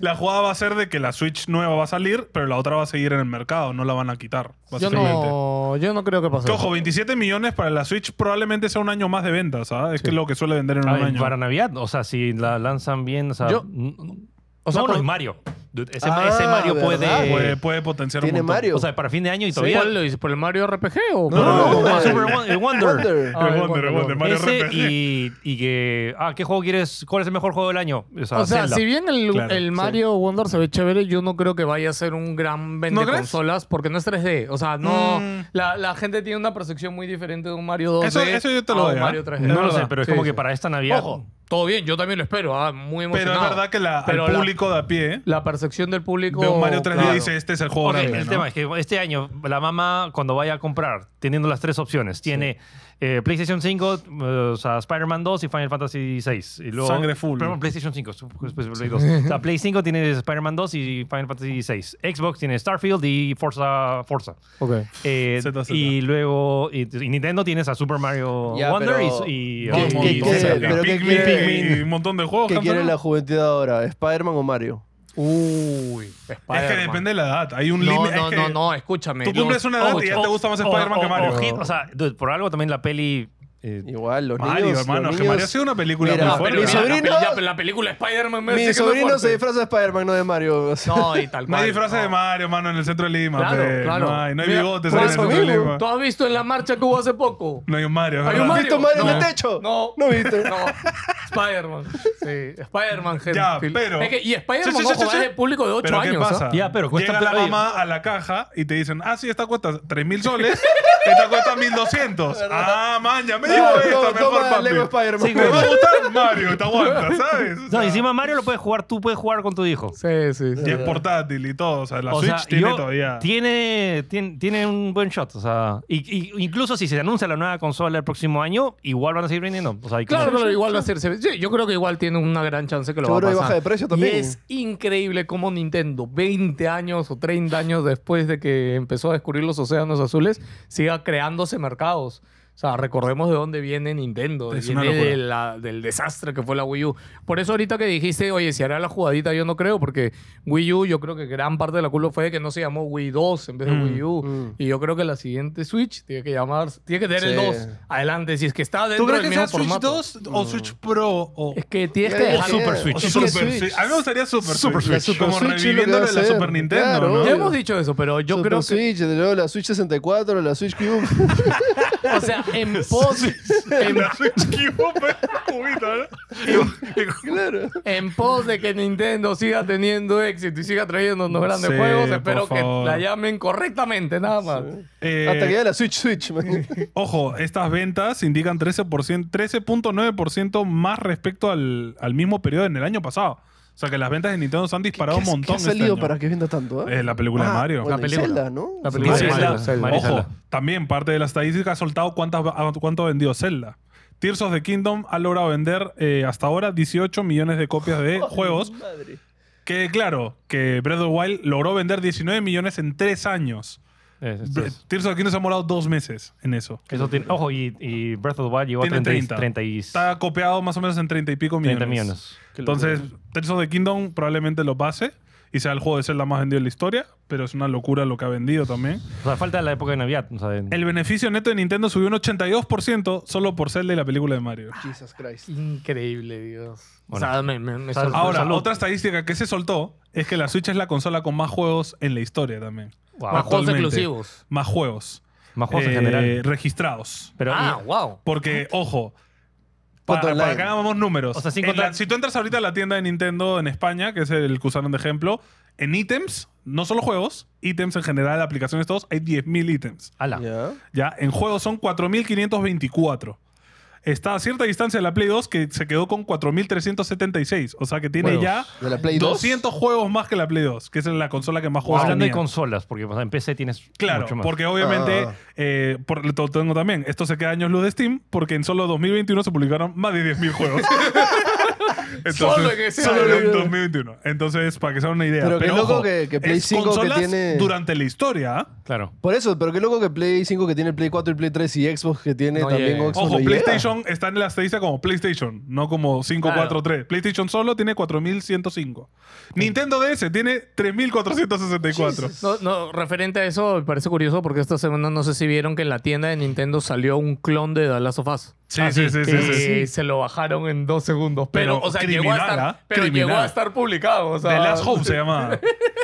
[SPEAKER 1] La jugada va a ser de que la Switch nueva va a salir, pero la otra va a seguir en el mercado, no la van a quitar,
[SPEAKER 2] Yo
[SPEAKER 1] básicamente.
[SPEAKER 2] no, yo no creo que pase.
[SPEAKER 1] Que,
[SPEAKER 2] eso.
[SPEAKER 1] ojo, 27 millones para la Switch probablemente sea un año más de ventas, ¿sabes? Es que es lo que suele vender en un
[SPEAKER 3] Ah,
[SPEAKER 1] año.
[SPEAKER 3] Para Navidad, o sea, si la lanzan bien, o sea.
[SPEAKER 2] Yo-
[SPEAKER 3] n- n-
[SPEAKER 2] o sea,
[SPEAKER 3] no, no,
[SPEAKER 2] por-
[SPEAKER 3] es Mario. Dude, Ese,
[SPEAKER 4] Ah,
[SPEAKER 3] ese Mario
[SPEAKER 4] ¿verdad?
[SPEAKER 1] Puede,
[SPEAKER 3] puede.
[SPEAKER 1] puede potenciar
[SPEAKER 4] Tiene
[SPEAKER 1] un montón.
[SPEAKER 4] Mario.
[SPEAKER 3] O sea, para fin de año y todavía.
[SPEAKER 2] ¿Cuál lo dices? ¿Por el Mario RPG o por
[SPEAKER 3] No, no, no,
[SPEAKER 4] No,
[SPEAKER 3] no,
[SPEAKER 4] no,
[SPEAKER 3] Super
[SPEAKER 4] no.
[SPEAKER 3] Won- el Wonder.
[SPEAKER 4] Wonder.
[SPEAKER 2] Ah,
[SPEAKER 1] el Wonder, el
[SPEAKER 2] el Wonder.
[SPEAKER 1] Wonder, Mario
[SPEAKER 3] Ese
[SPEAKER 1] RPG.
[SPEAKER 3] y, y que. Ah, ¿qué juego quieres? ¿Cuál es el mejor juego del año? O sea,
[SPEAKER 2] O sea,
[SPEAKER 3] Zelda.
[SPEAKER 2] si bien el,
[SPEAKER 1] Claro,
[SPEAKER 2] el
[SPEAKER 1] sí.
[SPEAKER 2] Mario Wonder se ve chévere, yo no creo que vaya a ser un gran vende
[SPEAKER 1] ¿No crees?
[SPEAKER 2] consolas porque no es 3D. O sea, no.
[SPEAKER 1] Mm.
[SPEAKER 2] La, la gente tiene una percepción muy diferente de un Mario 2D.
[SPEAKER 1] Eso- eso yo te lo
[SPEAKER 2] a un
[SPEAKER 1] doy, ¿ah?
[SPEAKER 2] Mario 3D.
[SPEAKER 1] Es
[SPEAKER 3] No lo sé,
[SPEAKER 1] verdad.
[SPEAKER 3] pero es
[SPEAKER 2] Sí,
[SPEAKER 3] como
[SPEAKER 2] sí.
[SPEAKER 3] que para esta Navidad.
[SPEAKER 2] Ojo, todo bien, yo también lo espero. ah,
[SPEAKER 1] Pero
[SPEAKER 2] muy emocionado.
[SPEAKER 1] es verdad que la,
[SPEAKER 2] Pero
[SPEAKER 1] al
[SPEAKER 2] la-
[SPEAKER 1] público de a pie ¿eh?
[SPEAKER 2] La percepción del público.
[SPEAKER 1] de un Mario 3D
[SPEAKER 2] claro.
[SPEAKER 1] dice, este es el juego
[SPEAKER 3] Ok,
[SPEAKER 1] grande,
[SPEAKER 3] el
[SPEAKER 1] ¿no?
[SPEAKER 3] tema es que este año la mamá cuando vaya a comprar, teniendo las tres opciones, tiene eh, PlayStation 5, eh, o sea, Spider-Man 2 y Final Fantasy 6. Y luego,
[SPEAKER 1] Sangre full.
[SPEAKER 3] Perdón, PlayStation 5, después Play 2. O sea, Play 5 tiene Spider-Man 2 y Final Fantasy 6. Xbox tiene Starfield y Forza. Forza.
[SPEAKER 2] Ok.
[SPEAKER 3] Eh,
[SPEAKER 1] Z, Z.
[SPEAKER 3] Y luego y, y Nintendo tienes a Super Mario
[SPEAKER 4] Ya,
[SPEAKER 3] Wonder
[SPEAKER 4] pero-
[SPEAKER 3] y, y,
[SPEAKER 4] ¿Qué-
[SPEAKER 3] y-
[SPEAKER 1] Un
[SPEAKER 4] qué-
[SPEAKER 3] y-
[SPEAKER 1] montón.
[SPEAKER 4] qué-
[SPEAKER 1] Sí,
[SPEAKER 4] pero qué
[SPEAKER 1] Pikmin,
[SPEAKER 4] quiere-
[SPEAKER 1] Pikmin y un montón de juegos.
[SPEAKER 4] ¿Qué
[SPEAKER 1] Hamster,
[SPEAKER 4] quiere
[SPEAKER 1] ¿no?
[SPEAKER 4] la juventud ahora? ¿Spider-Man o Mario?
[SPEAKER 2] Uy,
[SPEAKER 1] Es que depende de la edad. Hay un
[SPEAKER 2] No,
[SPEAKER 1] límite. es
[SPEAKER 2] no,
[SPEAKER 1] que
[SPEAKER 2] no, no, escúchame.
[SPEAKER 1] Tú cumples una edad y ya te gusta más Spider-Man que Mario.
[SPEAKER 3] O, Hit, o sea, dude, por algo también la peli. eh,
[SPEAKER 4] Igual, los
[SPEAKER 1] Mario,
[SPEAKER 4] niños.
[SPEAKER 1] hermano.
[SPEAKER 4] los
[SPEAKER 1] Que Mario ha
[SPEAKER 4] niños-
[SPEAKER 1] sido una película
[SPEAKER 4] Mira,
[SPEAKER 1] muy
[SPEAKER 4] pero
[SPEAKER 1] fuerte.
[SPEAKER 4] mi
[SPEAKER 2] mira, la
[SPEAKER 4] sobrino-
[SPEAKER 2] peli- la, la película Spider-Man me
[SPEAKER 4] Mi
[SPEAKER 2] dice que no es
[SPEAKER 4] sobrino se
[SPEAKER 2] fuerte.
[SPEAKER 4] disfraza de Spider-Man, no de Mario.
[SPEAKER 2] No, y tal
[SPEAKER 1] No
[SPEAKER 2] cual.
[SPEAKER 1] hay disfraces
[SPEAKER 2] no.
[SPEAKER 1] de Mario, hermano, en el centro de Lima.
[SPEAKER 2] Claro,
[SPEAKER 1] pe.
[SPEAKER 2] claro.
[SPEAKER 1] No hay, no hay
[SPEAKER 2] Mira,
[SPEAKER 1] bigotes
[SPEAKER 4] por
[SPEAKER 1] ahí en el
[SPEAKER 4] eso
[SPEAKER 1] centro de
[SPEAKER 4] mismo.
[SPEAKER 1] Lima.
[SPEAKER 2] ¿Tú has visto en la marcha que hubo hace poco?
[SPEAKER 1] No hay un Mario. es
[SPEAKER 2] Hay un
[SPEAKER 1] verdad.
[SPEAKER 4] ¿Has visto Mario en
[SPEAKER 2] No.
[SPEAKER 4] el techo?
[SPEAKER 2] No.
[SPEAKER 4] No viste.
[SPEAKER 2] No, Spider-Man. Sí, Spider-Man, gente.
[SPEAKER 1] Ya, pero-
[SPEAKER 2] Es que, y
[SPEAKER 1] Sí,
[SPEAKER 2] Spider-Man,
[SPEAKER 1] sí, sí,
[SPEAKER 2] ojo,
[SPEAKER 1] sí,
[SPEAKER 2] es
[SPEAKER 1] sí.
[SPEAKER 2] de público de 8
[SPEAKER 1] Pero
[SPEAKER 2] años.
[SPEAKER 1] ¿qué
[SPEAKER 2] ¿ah?
[SPEAKER 1] pasa?
[SPEAKER 3] Ya, pero cuesta
[SPEAKER 1] Llega la
[SPEAKER 3] plata.
[SPEAKER 1] mamá a la caja y te dicen, ah, sí, esta cuesta 3.000 soles, esta cuesta 1.200. ah, man, ya me dijo
[SPEAKER 4] No,
[SPEAKER 1] esta,
[SPEAKER 4] no,
[SPEAKER 1] mejor
[SPEAKER 4] toma
[SPEAKER 1] papi.
[SPEAKER 4] Lego Spider-Man.
[SPEAKER 3] Sí,
[SPEAKER 1] Me va a gustar Mario, te aguanta, ¿sabes? O
[SPEAKER 3] No,
[SPEAKER 1] sea,
[SPEAKER 3] encima Mario lo puedes jugar, tú puedes jugar con tu hijo.
[SPEAKER 2] Sí, sí, sí.
[SPEAKER 1] Y es portátil y todo, o sea, la
[SPEAKER 3] O
[SPEAKER 1] Switch
[SPEAKER 3] sea,
[SPEAKER 1] tiene
[SPEAKER 3] yo-
[SPEAKER 1] todavía...
[SPEAKER 3] Tiene, tiene, tiene un buen shot. O sea, y, y- incluso si se anuncia la nueva consola el próximo año, igual van a seguir vendiendo. O sea, y
[SPEAKER 2] Claro,
[SPEAKER 3] como-
[SPEAKER 2] pero igual va a ser. se ve- sí, yo creo que igual tiene una gran chance que lo
[SPEAKER 4] Seguro
[SPEAKER 2] va a
[SPEAKER 4] hay
[SPEAKER 2] pasar.
[SPEAKER 4] baja de precio también.
[SPEAKER 2] Y es increíble cómo Nintendo, 20 años o 30 años después de que empezó a descubrir los océanos azules, siga creándose mercados. O sea, recordemos de dónde viene Nintendo.
[SPEAKER 1] Es
[SPEAKER 2] viene
[SPEAKER 1] una locura.
[SPEAKER 2] de la- del desastre que fue la Wii U. Por eso ahorita que dijiste, oye, si hará la jugadita, yo no creo, porque Wii U yo creo que gran parte de la culpa fue de que no se llamó Wii 2 en vez de
[SPEAKER 3] Mm,
[SPEAKER 2] Wii U.
[SPEAKER 4] mm.
[SPEAKER 2] Y yo creo que la siguiente Switch tiene que llamarse, tiene que tener el
[SPEAKER 4] Sí.
[SPEAKER 2] 2 adelante, si es que está
[SPEAKER 1] ¿Tú
[SPEAKER 2] dentro
[SPEAKER 1] crees
[SPEAKER 2] del
[SPEAKER 1] que
[SPEAKER 2] mismo
[SPEAKER 1] sea
[SPEAKER 2] formato.
[SPEAKER 1] Switch 2 o Switch Pro o...?
[SPEAKER 2] Es que tienes
[SPEAKER 4] Ya
[SPEAKER 2] que
[SPEAKER 4] dije,
[SPEAKER 2] dejar
[SPEAKER 4] Super
[SPEAKER 2] o
[SPEAKER 4] Switch.
[SPEAKER 2] sea,
[SPEAKER 1] Super
[SPEAKER 2] Switch.
[SPEAKER 1] Switch. A mí me gustaría Super,
[SPEAKER 3] Super
[SPEAKER 1] Switch.
[SPEAKER 4] Switch.
[SPEAKER 1] Como
[SPEAKER 4] La Super Switch es lo que
[SPEAKER 1] reviviéndole
[SPEAKER 4] va a
[SPEAKER 1] la
[SPEAKER 4] ser,
[SPEAKER 1] Super Nintendo,
[SPEAKER 4] claro.
[SPEAKER 1] ¿no?
[SPEAKER 2] Ya hemos dicho eso, pero yo
[SPEAKER 4] Super
[SPEAKER 2] creo que,
[SPEAKER 4] Switch, de luego la Switch 64, la Switch Cube.
[SPEAKER 2] o sea, en pos, en,
[SPEAKER 1] La Switch Cube, pe, cubito, ¿no?
[SPEAKER 4] claro.
[SPEAKER 2] en pos de que Nintendo siga teniendo éxito y siga trayéndonos grandes
[SPEAKER 1] Sí,
[SPEAKER 2] juegos,
[SPEAKER 1] por
[SPEAKER 2] espero que
[SPEAKER 1] favor.
[SPEAKER 2] la llamen correctamente, nada más.
[SPEAKER 1] Eh,
[SPEAKER 4] Hasta que llegue la Switch Switch. man.
[SPEAKER 1] Ojo, estas ventas indican 13%, 13.9% más respecto al, al mismo periodo en el año pasado. O sea que las ventas de Nintendo se han disparado
[SPEAKER 4] ¿Qué
[SPEAKER 1] un
[SPEAKER 4] has-
[SPEAKER 1] montón.
[SPEAKER 4] ¿Qué ha
[SPEAKER 1] este
[SPEAKER 4] salido
[SPEAKER 1] año.
[SPEAKER 4] para que venda tanto? ah?
[SPEAKER 1] Eh, la película de
[SPEAKER 4] Ah,
[SPEAKER 1] Mario.
[SPEAKER 4] bueno,
[SPEAKER 2] La
[SPEAKER 4] y
[SPEAKER 2] película.
[SPEAKER 4] Zelda, ¿no?
[SPEAKER 2] La
[SPEAKER 4] Sí.
[SPEAKER 2] película.
[SPEAKER 1] Y
[SPEAKER 2] Mario,
[SPEAKER 1] Zelda.
[SPEAKER 2] Zelda.
[SPEAKER 3] Mario,
[SPEAKER 1] Ojo,
[SPEAKER 3] Zelda.
[SPEAKER 1] también parte de las estadísticas ha soltado cuántas, a- cuánto vendió Zelda. Tears of the Kingdom ha logrado vender eh, hasta ahora 18 millones de copias de juegos.
[SPEAKER 4] Madre.
[SPEAKER 1] Que claro, que Breath of the Wild logró vender 19 millones en tres años.
[SPEAKER 3] Es- es-
[SPEAKER 1] Bre-
[SPEAKER 3] es-
[SPEAKER 1] Tears of the Kingdom se ha morado dos meses en eso.
[SPEAKER 3] eso tiene- ojo, y, y Breath of the Wild llegó a
[SPEAKER 1] Tiene 30.
[SPEAKER 3] 30, 30 y-
[SPEAKER 1] Está copiado más o menos en 30 y pico
[SPEAKER 3] 30
[SPEAKER 1] millones.
[SPEAKER 3] millones.
[SPEAKER 1] Entonces, Tears of the Kingdom probablemente lo pase y sea el juego de Zelda más vendido en la historia, pero es una locura lo que ha vendido también.
[SPEAKER 3] O sea, falta la época de Navidad. o sea, en-
[SPEAKER 1] El beneficio neto de Nintendo subió un 82% solo por Zelda y la película de Mario.
[SPEAKER 4] Jesus Christ.
[SPEAKER 2] Increíble, Dios.
[SPEAKER 3] Bueno.
[SPEAKER 2] o sea, me, me, me
[SPEAKER 3] Sal-
[SPEAKER 2] sorprende.
[SPEAKER 1] Ahora,
[SPEAKER 3] Pues Salud.
[SPEAKER 1] otra estadística que se soltó es que la Switch es la consola con más juegos en la historia también.
[SPEAKER 3] wow,
[SPEAKER 2] más juegos
[SPEAKER 1] actualmente.
[SPEAKER 2] exclusivos.
[SPEAKER 1] Más juegos.
[SPEAKER 3] más juegos en
[SPEAKER 1] eh,
[SPEAKER 3] general.
[SPEAKER 1] Registrados.
[SPEAKER 3] Pero,
[SPEAKER 2] ah, wow.
[SPEAKER 1] Porque, ojo, para,
[SPEAKER 4] Contra
[SPEAKER 1] para
[SPEAKER 4] online.
[SPEAKER 1] que hagamos números.
[SPEAKER 3] O sea, sin
[SPEAKER 1] en
[SPEAKER 3] contar-
[SPEAKER 1] la- si tú entras ahorita a la tienda de Nintendo en España, que es el que usaron de ejemplo, en ítems, no solo juegos, ítems en general, aplicaciones, todos, hay 10.000 ítems.
[SPEAKER 3] ala.
[SPEAKER 4] Ya.
[SPEAKER 1] Ya, en juegos son 4.524. Está a cierta distancia de la Play 2 que se quedó con 4.376. O sea que tiene
[SPEAKER 3] Juegos.
[SPEAKER 1] ya
[SPEAKER 4] ¿De la Play 2?
[SPEAKER 1] 200 juegos más que la Play 2, que es la consola que más juegos
[SPEAKER 3] Hablando de
[SPEAKER 1] tenía.
[SPEAKER 3] consolas, porque o sea, en PC tienes
[SPEAKER 1] Claro,
[SPEAKER 3] mucho más.
[SPEAKER 1] porque obviamente,
[SPEAKER 4] Ah.
[SPEAKER 1] eh, por, lo tengo también, esto se queda años luz de Steam, porque en solo 2021 se publicaron más de 10.000 juegos.
[SPEAKER 2] Solo en ese
[SPEAKER 1] solo
[SPEAKER 2] año.
[SPEAKER 1] en 2021. Entonces, para que se hagan una idea.
[SPEAKER 4] Pero qué loco
[SPEAKER 1] ojo,
[SPEAKER 4] que- que Play
[SPEAKER 1] es
[SPEAKER 4] 5 que
[SPEAKER 1] consolas
[SPEAKER 4] tiene-
[SPEAKER 1] durante la historia. ¿ah?
[SPEAKER 3] Claro.
[SPEAKER 4] Por eso, pero qué loco que Play 5 que tiene el Play 4 y Play 3 y Xbox que tiene
[SPEAKER 3] No
[SPEAKER 4] también
[SPEAKER 3] llega.
[SPEAKER 4] Xbox
[SPEAKER 1] Ojo,
[SPEAKER 4] no llega.
[SPEAKER 1] PlayStation está en la estadística como PlayStation, no como 543. PlayStation solo tiene 4105. Nintendo DS tiene 3464.
[SPEAKER 2] No, no, referente a eso, me parece curioso porque esta semana no sé si vieron que en la tienda de Nintendo salió un clon de The Last of Us.
[SPEAKER 1] Sí,
[SPEAKER 3] Ah,
[SPEAKER 1] sí, sí,
[SPEAKER 3] sí,
[SPEAKER 1] sí,
[SPEAKER 2] que
[SPEAKER 1] sí, sí.
[SPEAKER 2] se lo bajaron en dos segundos. Pero,
[SPEAKER 1] Pero
[SPEAKER 2] o sea,
[SPEAKER 1] criminal,
[SPEAKER 2] llegó a estar,
[SPEAKER 1] ¿ah?
[SPEAKER 2] pero
[SPEAKER 1] Criminal.
[SPEAKER 2] llegó a estar publicado. O sea,
[SPEAKER 1] The Last Hope se llamaba.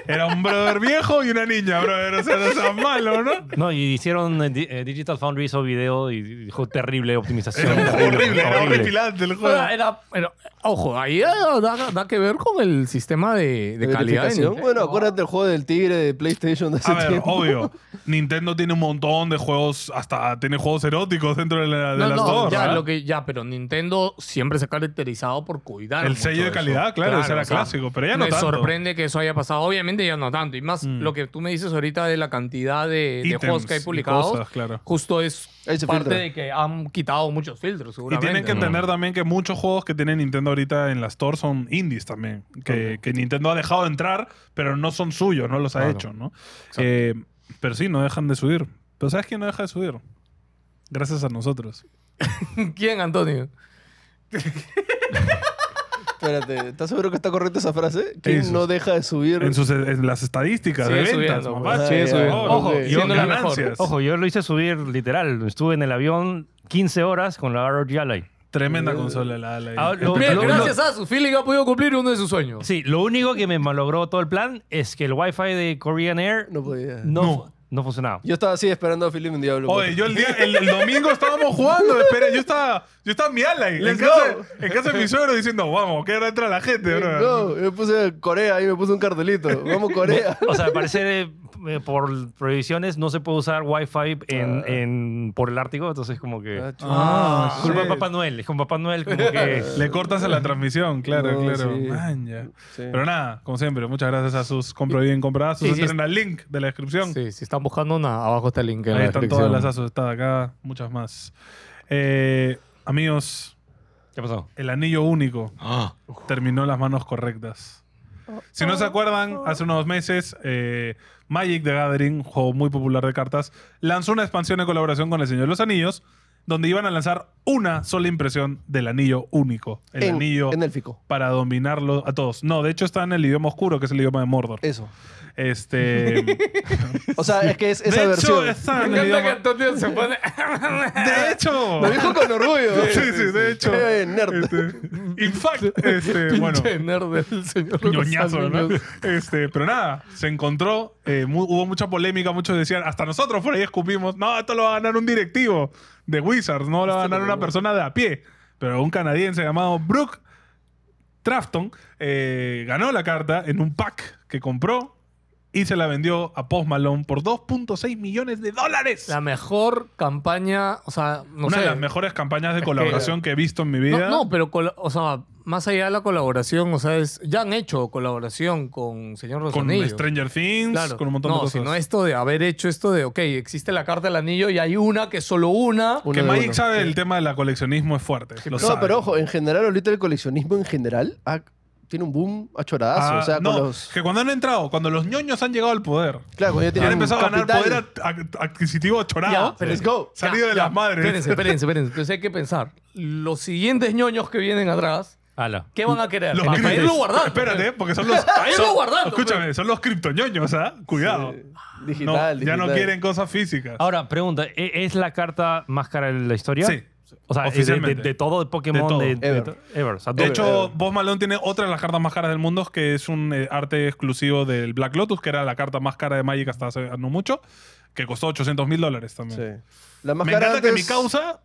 [SPEAKER 1] Era un brother viejo y una niña, brother. O sea, no seas malo, ¿no?
[SPEAKER 3] No, y hicieron eh, di- eh, Digital Foundry hizo video y dijo terrible optimización.
[SPEAKER 1] Era
[SPEAKER 3] terrible,
[SPEAKER 1] horrible, era horripilante el
[SPEAKER 2] O
[SPEAKER 1] juego.
[SPEAKER 2] sea, era- era- ojo, ahí eh, da, da que ver con el sistema de, de
[SPEAKER 4] ¿De
[SPEAKER 2] calidad. de
[SPEAKER 4] verificación?
[SPEAKER 2] Nintendo.
[SPEAKER 4] Bueno, acuérdate del juego del tigre de PlayStation de hace
[SPEAKER 1] A ver,
[SPEAKER 4] tiempo.
[SPEAKER 1] obvio. Nintendo tiene un montón de juegos, hasta tiene juegos eróticos dentro de la, Ah, de
[SPEAKER 2] No,
[SPEAKER 1] las
[SPEAKER 2] no,
[SPEAKER 1] dos,
[SPEAKER 2] ya,
[SPEAKER 1] ¿verdad?
[SPEAKER 2] lo que, ya, pero Nintendo siempre se ha caracterizado por cuidar.
[SPEAKER 1] El
[SPEAKER 2] mucho
[SPEAKER 1] sello de
[SPEAKER 2] eso.
[SPEAKER 1] calidad, claro, ese era
[SPEAKER 2] o sea,
[SPEAKER 1] clásico, pero ya no
[SPEAKER 2] Me
[SPEAKER 1] tanto. Mm.
[SPEAKER 2] sorprende que eso haya pasado. Obviamente ya no tanto. Y más lo que tú me dices ahorita de la cantidad de, de
[SPEAKER 1] Ítems
[SPEAKER 2] juegos que hay
[SPEAKER 1] y
[SPEAKER 2] publicados.
[SPEAKER 1] cosas, claro.
[SPEAKER 2] Justo es
[SPEAKER 4] Ahí se
[SPEAKER 2] parte
[SPEAKER 4] filtra.
[SPEAKER 2] de que han quitado muchos
[SPEAKER 1] Y
[SPEAKER 2] filtros, seguramente.
[SPEAKER 1] tienen que
[SPEAKER 2] ¿no?
[SPEAKER 1] entender también que muchos juegos que tiene Nintendo ahorita en la Store son indies también. Que, que Nintendo ha dejado de entrar, pero no son suyos, no los ha
[SPEAKER 3] Claro.
[SPEAKER 1] hecho, ¿no? Eh, pero sí, no dejan de subir. Pero ¿sabes quién no deja de subir? Gracias a nosotros.
[SPEAKER 2] ¿Quién, Antonio?
[SPEAKER 4] Espérate, ¿estás seguro que está correcta esa frase? ¿Quién
[SPEAKER 1] Eso.
[SPEAKER 4] no deja de subir?
[SPEAKER 1] En, sus, en las estadísticas
[SPEAKER 2] Sigue
[SPEAKER 1] de ventas,
[SPEAKER 2] subiendo,
[SPEAKER 1] mapache,
[SPEAKER 4] pues. Sigue
[SPEAKER 1] por
[SPEAKER 4] subiendo.
[SPEAKER 1] favor.
[SPEAKER 4] Ojo,
[SPEAKER 1] Y
[SPEAKER 2] siendo la
[SPEAKER 1] ganancias.
[SPEAKER 3] Ojo, yo lo hice subir literal. Estuve en el avión 15 horas con la ROG Ally.
[SPEAKER 1] Tremenda consola la Ally.
[SPEAKER 3] Ah, lo-
[SPEAKER 2] Bien,
[SPEAKER 3] lo-
[SPEAKER 2] gracias a su feeling ha podido cumplir uno de sus sueños.
[SPEAKER 3] Sí, lo único que me malogró todo el plan es que el Wi-Fi de Korean Air
[SPEAKER 4] No podía.
[SPEAKER 3] no,
[SPEAKER 1] No.
[SPEAKER 3] no funcionaba.
[SPEAKER 4] Yo estaba así esperando a Philip en Diablo.
[SPEAKER 1] Oye, yo el, día, el, el domingo estábamos jugando. Espera, yo estaba, yo estaba en mi Ally. En
[SPEAKER 4] Let's
[SPEAKER 1] casa,
[SPEAKER 4] go.
[SPEAKER 1] en casa de mi suegro diciendo, vamos, que ahora entra la gente, bro.
[SPEAKER 4] No, yo me puse Corea y me puse un cartelito. Vamos Corea.
[SPEAKER 3] O sea, al parecer eh, eh, por prohibiciones no se puede usar Wi-Fi
[SPEAKER 4] Ah.
[SPEAKER 3] en, en- por el Ártico, entonces como que...
[SPEAKER 1] Ah,
[SPEAKER 3] Es culpa de
[SPEAKER 1] shit.
[SPEAKER 3] Papá Noel, es con Papá Noel como que...
[SPEAKER 1] Le cortas a la transmisión, claro,
[SPEAKER 4] No,
[SPEAKER 1] claro.
[SPEAKER 4] sí.
[SPEAKER 1] Man, ya.
[SPEAKER 4] Sí.
[SPEAKER 1] Pero nada, como siempre, muchas gracias a sus compra bien compradas. Sus
[SPEAKER 2] Sí, sí,
[SPEAKER 1] entren al link de la descripción.
[SPEAKER 2] Sí, si están buscando una, abajo está el link. en la
[SPEAKER 1] Ahí están todas
[SPEAKER 2] descripción.
[SPEAKER 1] las ASUS, está acá, muchas más. Eh, amigos,
[SPEAKER 3] ¿Qué pasó? Ah.
[SPEAKER 1] el anillo único terminó en las manos correctas. Si no se acuerdan, hace unos meses eh, Magic the Gathering, un juego muy popular de cartas, lanzó una expansión en colaboración con el Señor de los Anillos, donde iban a lanzar una sola impresión del anillo único. El
[SPEAKER 4] en,
[SPEAKER 1] anillo
[SPEAKER 4] en élfico.
[SPEAKER 1] para dominarlo a todos. No, de hecho está en el idioma oscuro, que es el idioma de Mordor.
[SPEAKER 4] Eso.
[SPEAKER 1] Este. de
[SPEAKER 4] O sea, es que es esa
[SPEAKER 1] hecho,
[SPEAKER 4] versión.
[SPEAKER 1] está
[SPEAKER 2] Me
[SPEAKER 1] en el
[SPEAKER 2] encanta que
[SPEAKER 1] idioma.
[SPEAKER 2] Antonio se pone.
[SPEAKER 1] De hecho.
[SPEAKER 4] Lo dijo con orgullo.
[SPEAKER 1] Sí, sí, de hecho.
[SPEAKER 4] Eh, nerd.
[SPEAKER 1] Este, in fact, este, bueno.
[SPEAKER 2] Pinche nerd del señor.
[SPEAKER 1] ñoñazo, ¿no?
[SPEAKER 2] González.
[SPEAKER 1] Este, pero nada, se encontró, eh, mu- hubo mucha polémica, muchos decían, hasta nosotros por ahí escupimos, no, esto lo va a ganar un directivo de Wizards, no lo va a ganar una persona de a pie. Pero un canadiense llamado Brooke Trafton eh, ganó la carta en un pack que compró y se la vendió a Post Malone por 2.6 millones de dólares.
[SPEAKER 2] La mejor campaña, o sea, no
[SPEAKER 1] una
[SPEAKER 2] sé.
[SPEAKER 1] de las mejores campañas de colaboración que he visto en mi vida.
[SPEAKER 2] No, no, pero, col- o sea, más allá de la colaboración, o sea, es- ya han hecho colaboración con Señor Rosanillo.
[SPEAKER 1] con Stranger Things,
[SPEAKER 2] Claro.
[SPEAKER 1] con un montón
[SPEAKER 2] no,
[SPEAKER 1] de cosas.
[SPEAKER 2] sino esto de haber hecho esto de, ok, existe la carta del anillo y hay una que solo una.
[SPEAKER 4] Una
[SPEAKER 1] que
[SPEAKER 4] de
[SPEAKER 1] Magic
[SPEAKER 4] uno.
[SPEAKER 1] sabe el tema del coleccionismo es fuerte. lo
[SPEAKER 4] No,
[SPEAKER 1] sabe.
[SPEAKER 4] pero ojo, en general, ahorita el coleccionismo en general ah, tiene un boom achoradazo.
[SPEAKER 1] Ah,
[SPEAKER 4] o sea,
[SPEAKER 1] no,
[SPEAKER 4] con los.
[SPEAKER 1] que cuando han entrado, cuando los ñoños han llegado al poder,
[SPEAKER 4] Claro, cuando
[SPEAKER 1] y
[SPEAKER 4] ya
[SPEAKER 1] han
[SPEAKER 4] tienen
[SPEAKER 1] empezado a
[SPEAKER 4] capital.
[SPEAKER 1] ganar poder ad- ad- adquisitivo chorado,
[SPEAKER 2] Ya, pero
[SPEAKER 4] Let's go.
[SPEAKER 2] Ya,
[SPEAKER 1] salido de
[SPEAKER 2] ya,
[SPEAKER 1] las madres.
[SPEAKER 2] Espérense, espérense, espérense. Entonces hay que pensar. Los siguientes ñoños que vienen atrás,
[SPEAKER 3] Ala.
[SPEAKER 2] ¿qué van a querer?
[SPEAKER 1] Los
[SPEAKER 2] Para
[SPEAKER 1] cripto-
[SPEAKER 2] irlo guardando. pues.
[SPEAKER 1] Espérate, porque son los.
[SPEAKER 2] Para irlo
[SPEAKER 1] son-
[SPEAKER 2] guardando, pues.
[SPEAKER 1] Escúchame, son los criptoñoños, ¿ah? Cuidado.
[SPEAKER 4] Eh,
[SPEAKER 1] No,
[SPEAKER 4] Digital,
[SPEAKER 1] ya no
[SPEAKER 4] digital.
[SPEAKER 1] quieren cosas físicas.
[SPEAKER 3] Ahora, pregunta, ¿e- ¿es la carta más cara de la historia?
[SPEAKER 1] Sí.
[SPEAKER 3] O sea, es de, de-
[SPEAKER 1] Oficialmente.
[SPEAKER 3] de todo el
[SPEAKER 1] De todo.
[SPEAKER 3] Pokémon de, de
[SPEAKER 4] Ever.
[SPEAKER 3] to- ever. O sea,
[SPEAKER 1] De
[SPEAKER 3] todo-
[SPEAKER 1] hecho, Boss Malone tiene otra de las cartas más caras del mundo, que es un eh, arte exclusivo del Black Lotus, que era la carta más cara de Magic hasta hace no mucho, que costó 800 mil dólares también.
[SPEAKER 4] Sí. La
[SPEAKER 1] Me
[SPEAKER 4] máscara
[SPEAKER 1] encanta que mi
[SPEAKER 4] antes-
[SPEAKER 1] causa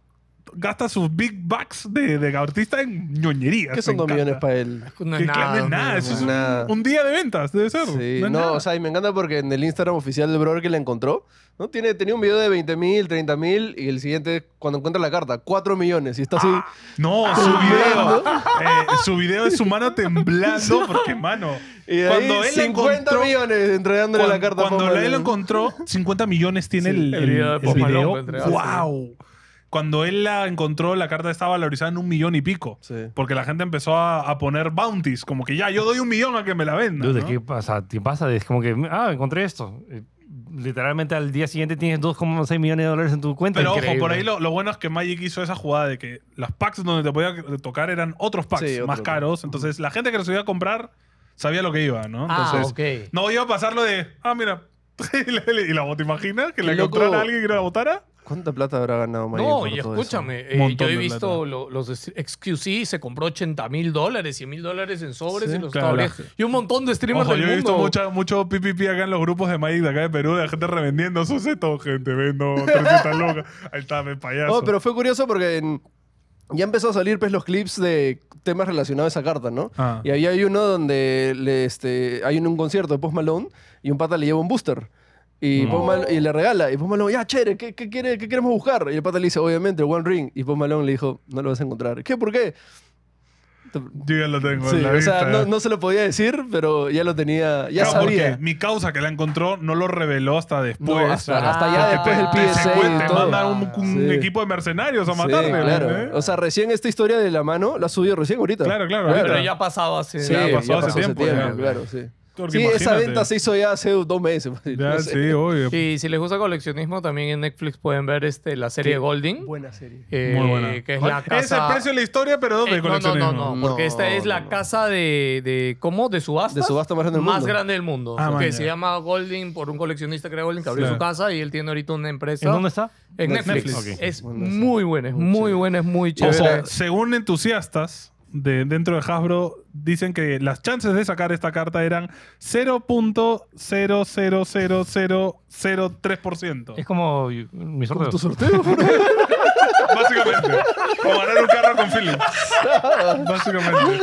[SPEAKER 1] gasta sus big bucks de, de artista en ñoñerías.
[SPEAKER 4] ¿Qué son
[SPEAKER 1] Me
[SPEAKER 4] dos millones
[SPEAKER 1] encanta.
[SPEAKER 4] para él?
[SPEAKER 2] No
[SPEAKER 1] Que claro, no es nada,
[SPEAKER 2] no
[SPEAKER 1] eso es
[SPEAKER 4] no
[SPEAKER 1] un,
[SPEAKER 4] es nada.
[SPEAKER 1] un día de ventas, debe ser.
[SPEAKER 4] Sí,
[SPEAKER 1] no
[SPEAKER 4] no,
[SPEAKER 1] es nada.
[SPEAKER 4] o sea, y me encanta porque en el Instagram oficial del brother que la encontró, ¿no? Tiene, tenía un video de 20 mil, 30 mil, y el siguiente, cuando encuentra la carta, 4 millones, y está así.
[SPEAKER 1] Ah,
[SPEAKER 4] ah,
[SPEAKER 1] No, su video. eh, su video es su mano temblando, porque mano.
[SPEAKER 4] y de
[SPEAKER 1] cuando
[SPEAKER 4] ahí,
[SPEAKER 1] él la
[SPEAKER 4] 50
[SPEAKER 1] encontró.
[SPEAKER 4] millones entregándole
[SPEAKER 1] cuan-
[SPEAKER 4] la carta a
[SPEAKER 1] cuando
[SPEAKER 4] Post
[SPEAKER 1] él
[SPEAKER 4] Malone.
[SPEAKER 1] encontró, 50 millones tiene el,
[SPEAKER 2] el video de
[SPEAKER 1] el
[SPEAKER 2] Post Malone
[SPEAKER 1] video.
[SPEAKER 2] para entregarse.
[SPEAKER 1] ¡Wow! cuando él la encontró, la carta estaba valorizada en un millón y pico.
[SPEAKER 4] Sí.
[SPEAKER 1] Porque la gente empezó a, a poner bounties, como que ya, yo doy un millón a que me la venda.
[SPEAKER 3] Dude, ¿qué pasa? ¿Te pasa? Es como que, ah, encontré esto. Eh, Literalmente al día siguiente tienes 2,6 millones de dólares en tu cuenta.
[SPEAKER 1] Pero ojo,
[SPEAKER 3] Increíble.
[SPEAKER 1] por ahí lo, lo bueno es que Magic hizo esa jugada de que las packs donde te podía tocar eran otros packs
[SPEAKER 4] Sí, otro,
[SPEAKER 1] más
[SPEAKER 4] otro.
[SPEAKER 1] caros. Entonces la gente que los iba a comprar sabía lo que iba, ¿no?
[SPEAKER 2] Ah,
[SPEAKER 1] Entonces
[SPEAKER 2] ok.
[SPEAKER 1] no iba a pasar lo de, ah, mira, y la, y la- ¿te imaginas que
[SPEAKER 4] Qué
[SPEAKER 1] le
[SPEAKER 4] loco.
[SPEAKER 1] encontrara a alguien que no la votara?
[SPEAKER 4] ¿Cuánta plata habrá ganado Magic?
[SPEAKER 2] No,
[SPEAKER 4] por
[SPEAKER 2] y
[SPEAKER 4] todo eso?
[SPEAKER 2] escúchame, eh, yo
[SPEAKER 1] Montón
[SPEAKER 2] he
[SPEAKER 1] de
[SPEAKER 2] visto lo- los es- XQC, se compró 80 mil dólares, 100 mil dólares en sobres
[SPEAKER 4] Sí,
[SPEAKER 2] y los
[SPEAKER 1] claro.
[SPEAKER 2] cabreos. Y un montón de streamers
[SPEAKER 1] Ojo,
[SPEAKER 2] del
[SPEAKER 1] yo he visto
[SPEAKER 2] mundo.
[SPEAKER 1] mucha, mucho PPP acá en los grupos de Magic de acá de Perú, de la gente revendiendo sus setos, gente, vendo 300 locas. Ahí está, me payaso.
[SPEAKER 4] No, Oh, pero fue curioso porque en- ya empezó a salir pues, los clips de temas relacionados a esa carta, ¿no?
[SPEAKER 1] Ah.
[SPEAKER 4] Y ahí hay uno donde le, este, hay un, un concierto de Post Malone y un pata le lleva un booster. Y, Post Malone- y le regala. Y Post Malone, ya, chévere, ¿qué, qué, quiere- qué queremos buscar? Y el pata le dice, obviamente, One Ring. Y Post Malone le dijo, no lo vas a encontrar. ¿Qué? ¿Por qué?
[SPEAKER 1] Yo ya lo tengo
[SPEAKER 4] Sí,
[SPEAKER 1] en la
[SPEAKER 4] o sea,
[SPEAKER 1] vista.
[SPEAKER 4] no, no se lo podía decir, pero ya lo tenía, ya
[SPEAKER 1] Claro,
[SPEAKER 4] sabía.
[SPEAKER 1] porque mi causa que la encontró no lo reveló hasta después.
[SPEAKER 4] No, hasta,
[SPEAKER 1] Claro.
[SPEAKER 4] hasta ya
[SPEAKER 2] Ah,
[SPEAKER 4] después del
[SPEAKER 1] te, te
[SPEAKER 4] PSA
[SPEAKER 1] secuen-
[SPEAKER 4] y
[SPEAKER 1] te
[SPEAKER 4] todo.
[SPEAKER 1] mandan un, un
[SPEAKER 4] Sí.
[SPEAKER 1] equipo de mercenarios a
[SPEAKER 4] Sí,
[SPEAKER 1] matarme.
[SPEAKER 4] claro.
[SPEAKER 1] ¿eh?
[SPEAKER 4] O sea, recién esta historia de la mano la ha subido recién ahorita.
[SPEAKER 1] Claro, claro,
[SPEAKER 4] Ahorita.
[SPEAKER 2] Pero ya pasaba hace.
[SPEAKER 4] Sí,
[SPEAKER 1] ya
[SPEAKER 4] ya
[SPEAKER 1] pasó
[SPEAKER 4] pasó
[SPEAKER 1] hace
[SPEAKER 4] hace
[SPEAKER 1] tiempo,
[SPEAKER 4] tiempo,
[SPEAKER 1] ya.
[SPEAKER 4] claro, sí.
[SPEAKER 1] Porque
[SPEAKER 4] Sí, esa
[SPEAKER 1] imagínate.
[SPEAKER 4] venta se hizo ya hace dos meses. pues,
[SPEAKER 1] Ya,
[SPEAKER 4] no sé.
[SPEAKER 1] sí, obvio.
[SPEAKER 2] Y si les gusta coleccionismo, también en Netflix pueden ver este, la serie Golding.
[SPEAKER 4] Buena serie.
[SPEAKER 2] eh,
[SPEAKER 1] Muy buena.
[SPEAKER 2] Que es la casa.
[SPEAKER 1] Es el precio de la historia, pero ¿dónde?
[SPEAKER 2] Eh, no, no, no,
[SPEAKER 1] coleccionismo?
[SPEAKER 2] no, porque esta es la
[SPEAKER 4] No, no.
[SPEAKER 2] casa de, de- ¿cómo? De subasta.
[SPEAKER 4] De subasta más grande del mundo.
[SPEAKER 2] grande del mundo.
[SPEAKER 1] Ah,
[SPEAKER 2] que
[SPEAKER 1] maña.
[SPEAKER 2] se llama Golding por un coleccionista que era Golding que abrió
[SPEAKER 1] Sí.
[SPEAKER 2] su casa y él tiene ahorita una empresa.
[SPEAKER 3] ¿En dónde está?
[SPEAKER 2] En Netflix.
[SPEAKER 1] Netflix. Ok.
[SPEAKER 2] Es muy buena, es muy buena, es muy
[SPEAKER 1] O
[SPEAKER 2] chévere.
[SPEAKER 1] sea, según entusiastas de dentro de Hasbro, dicen que las chances de sacar esta carta eran 0.0000003%.
[SPEAKER 3] Es como mi sorteo.
[SPEAKER 4] Tu sorteo, bro.
[SPEAKER 1] Básicamente. Como ganar un carro con Philips. Básicamente.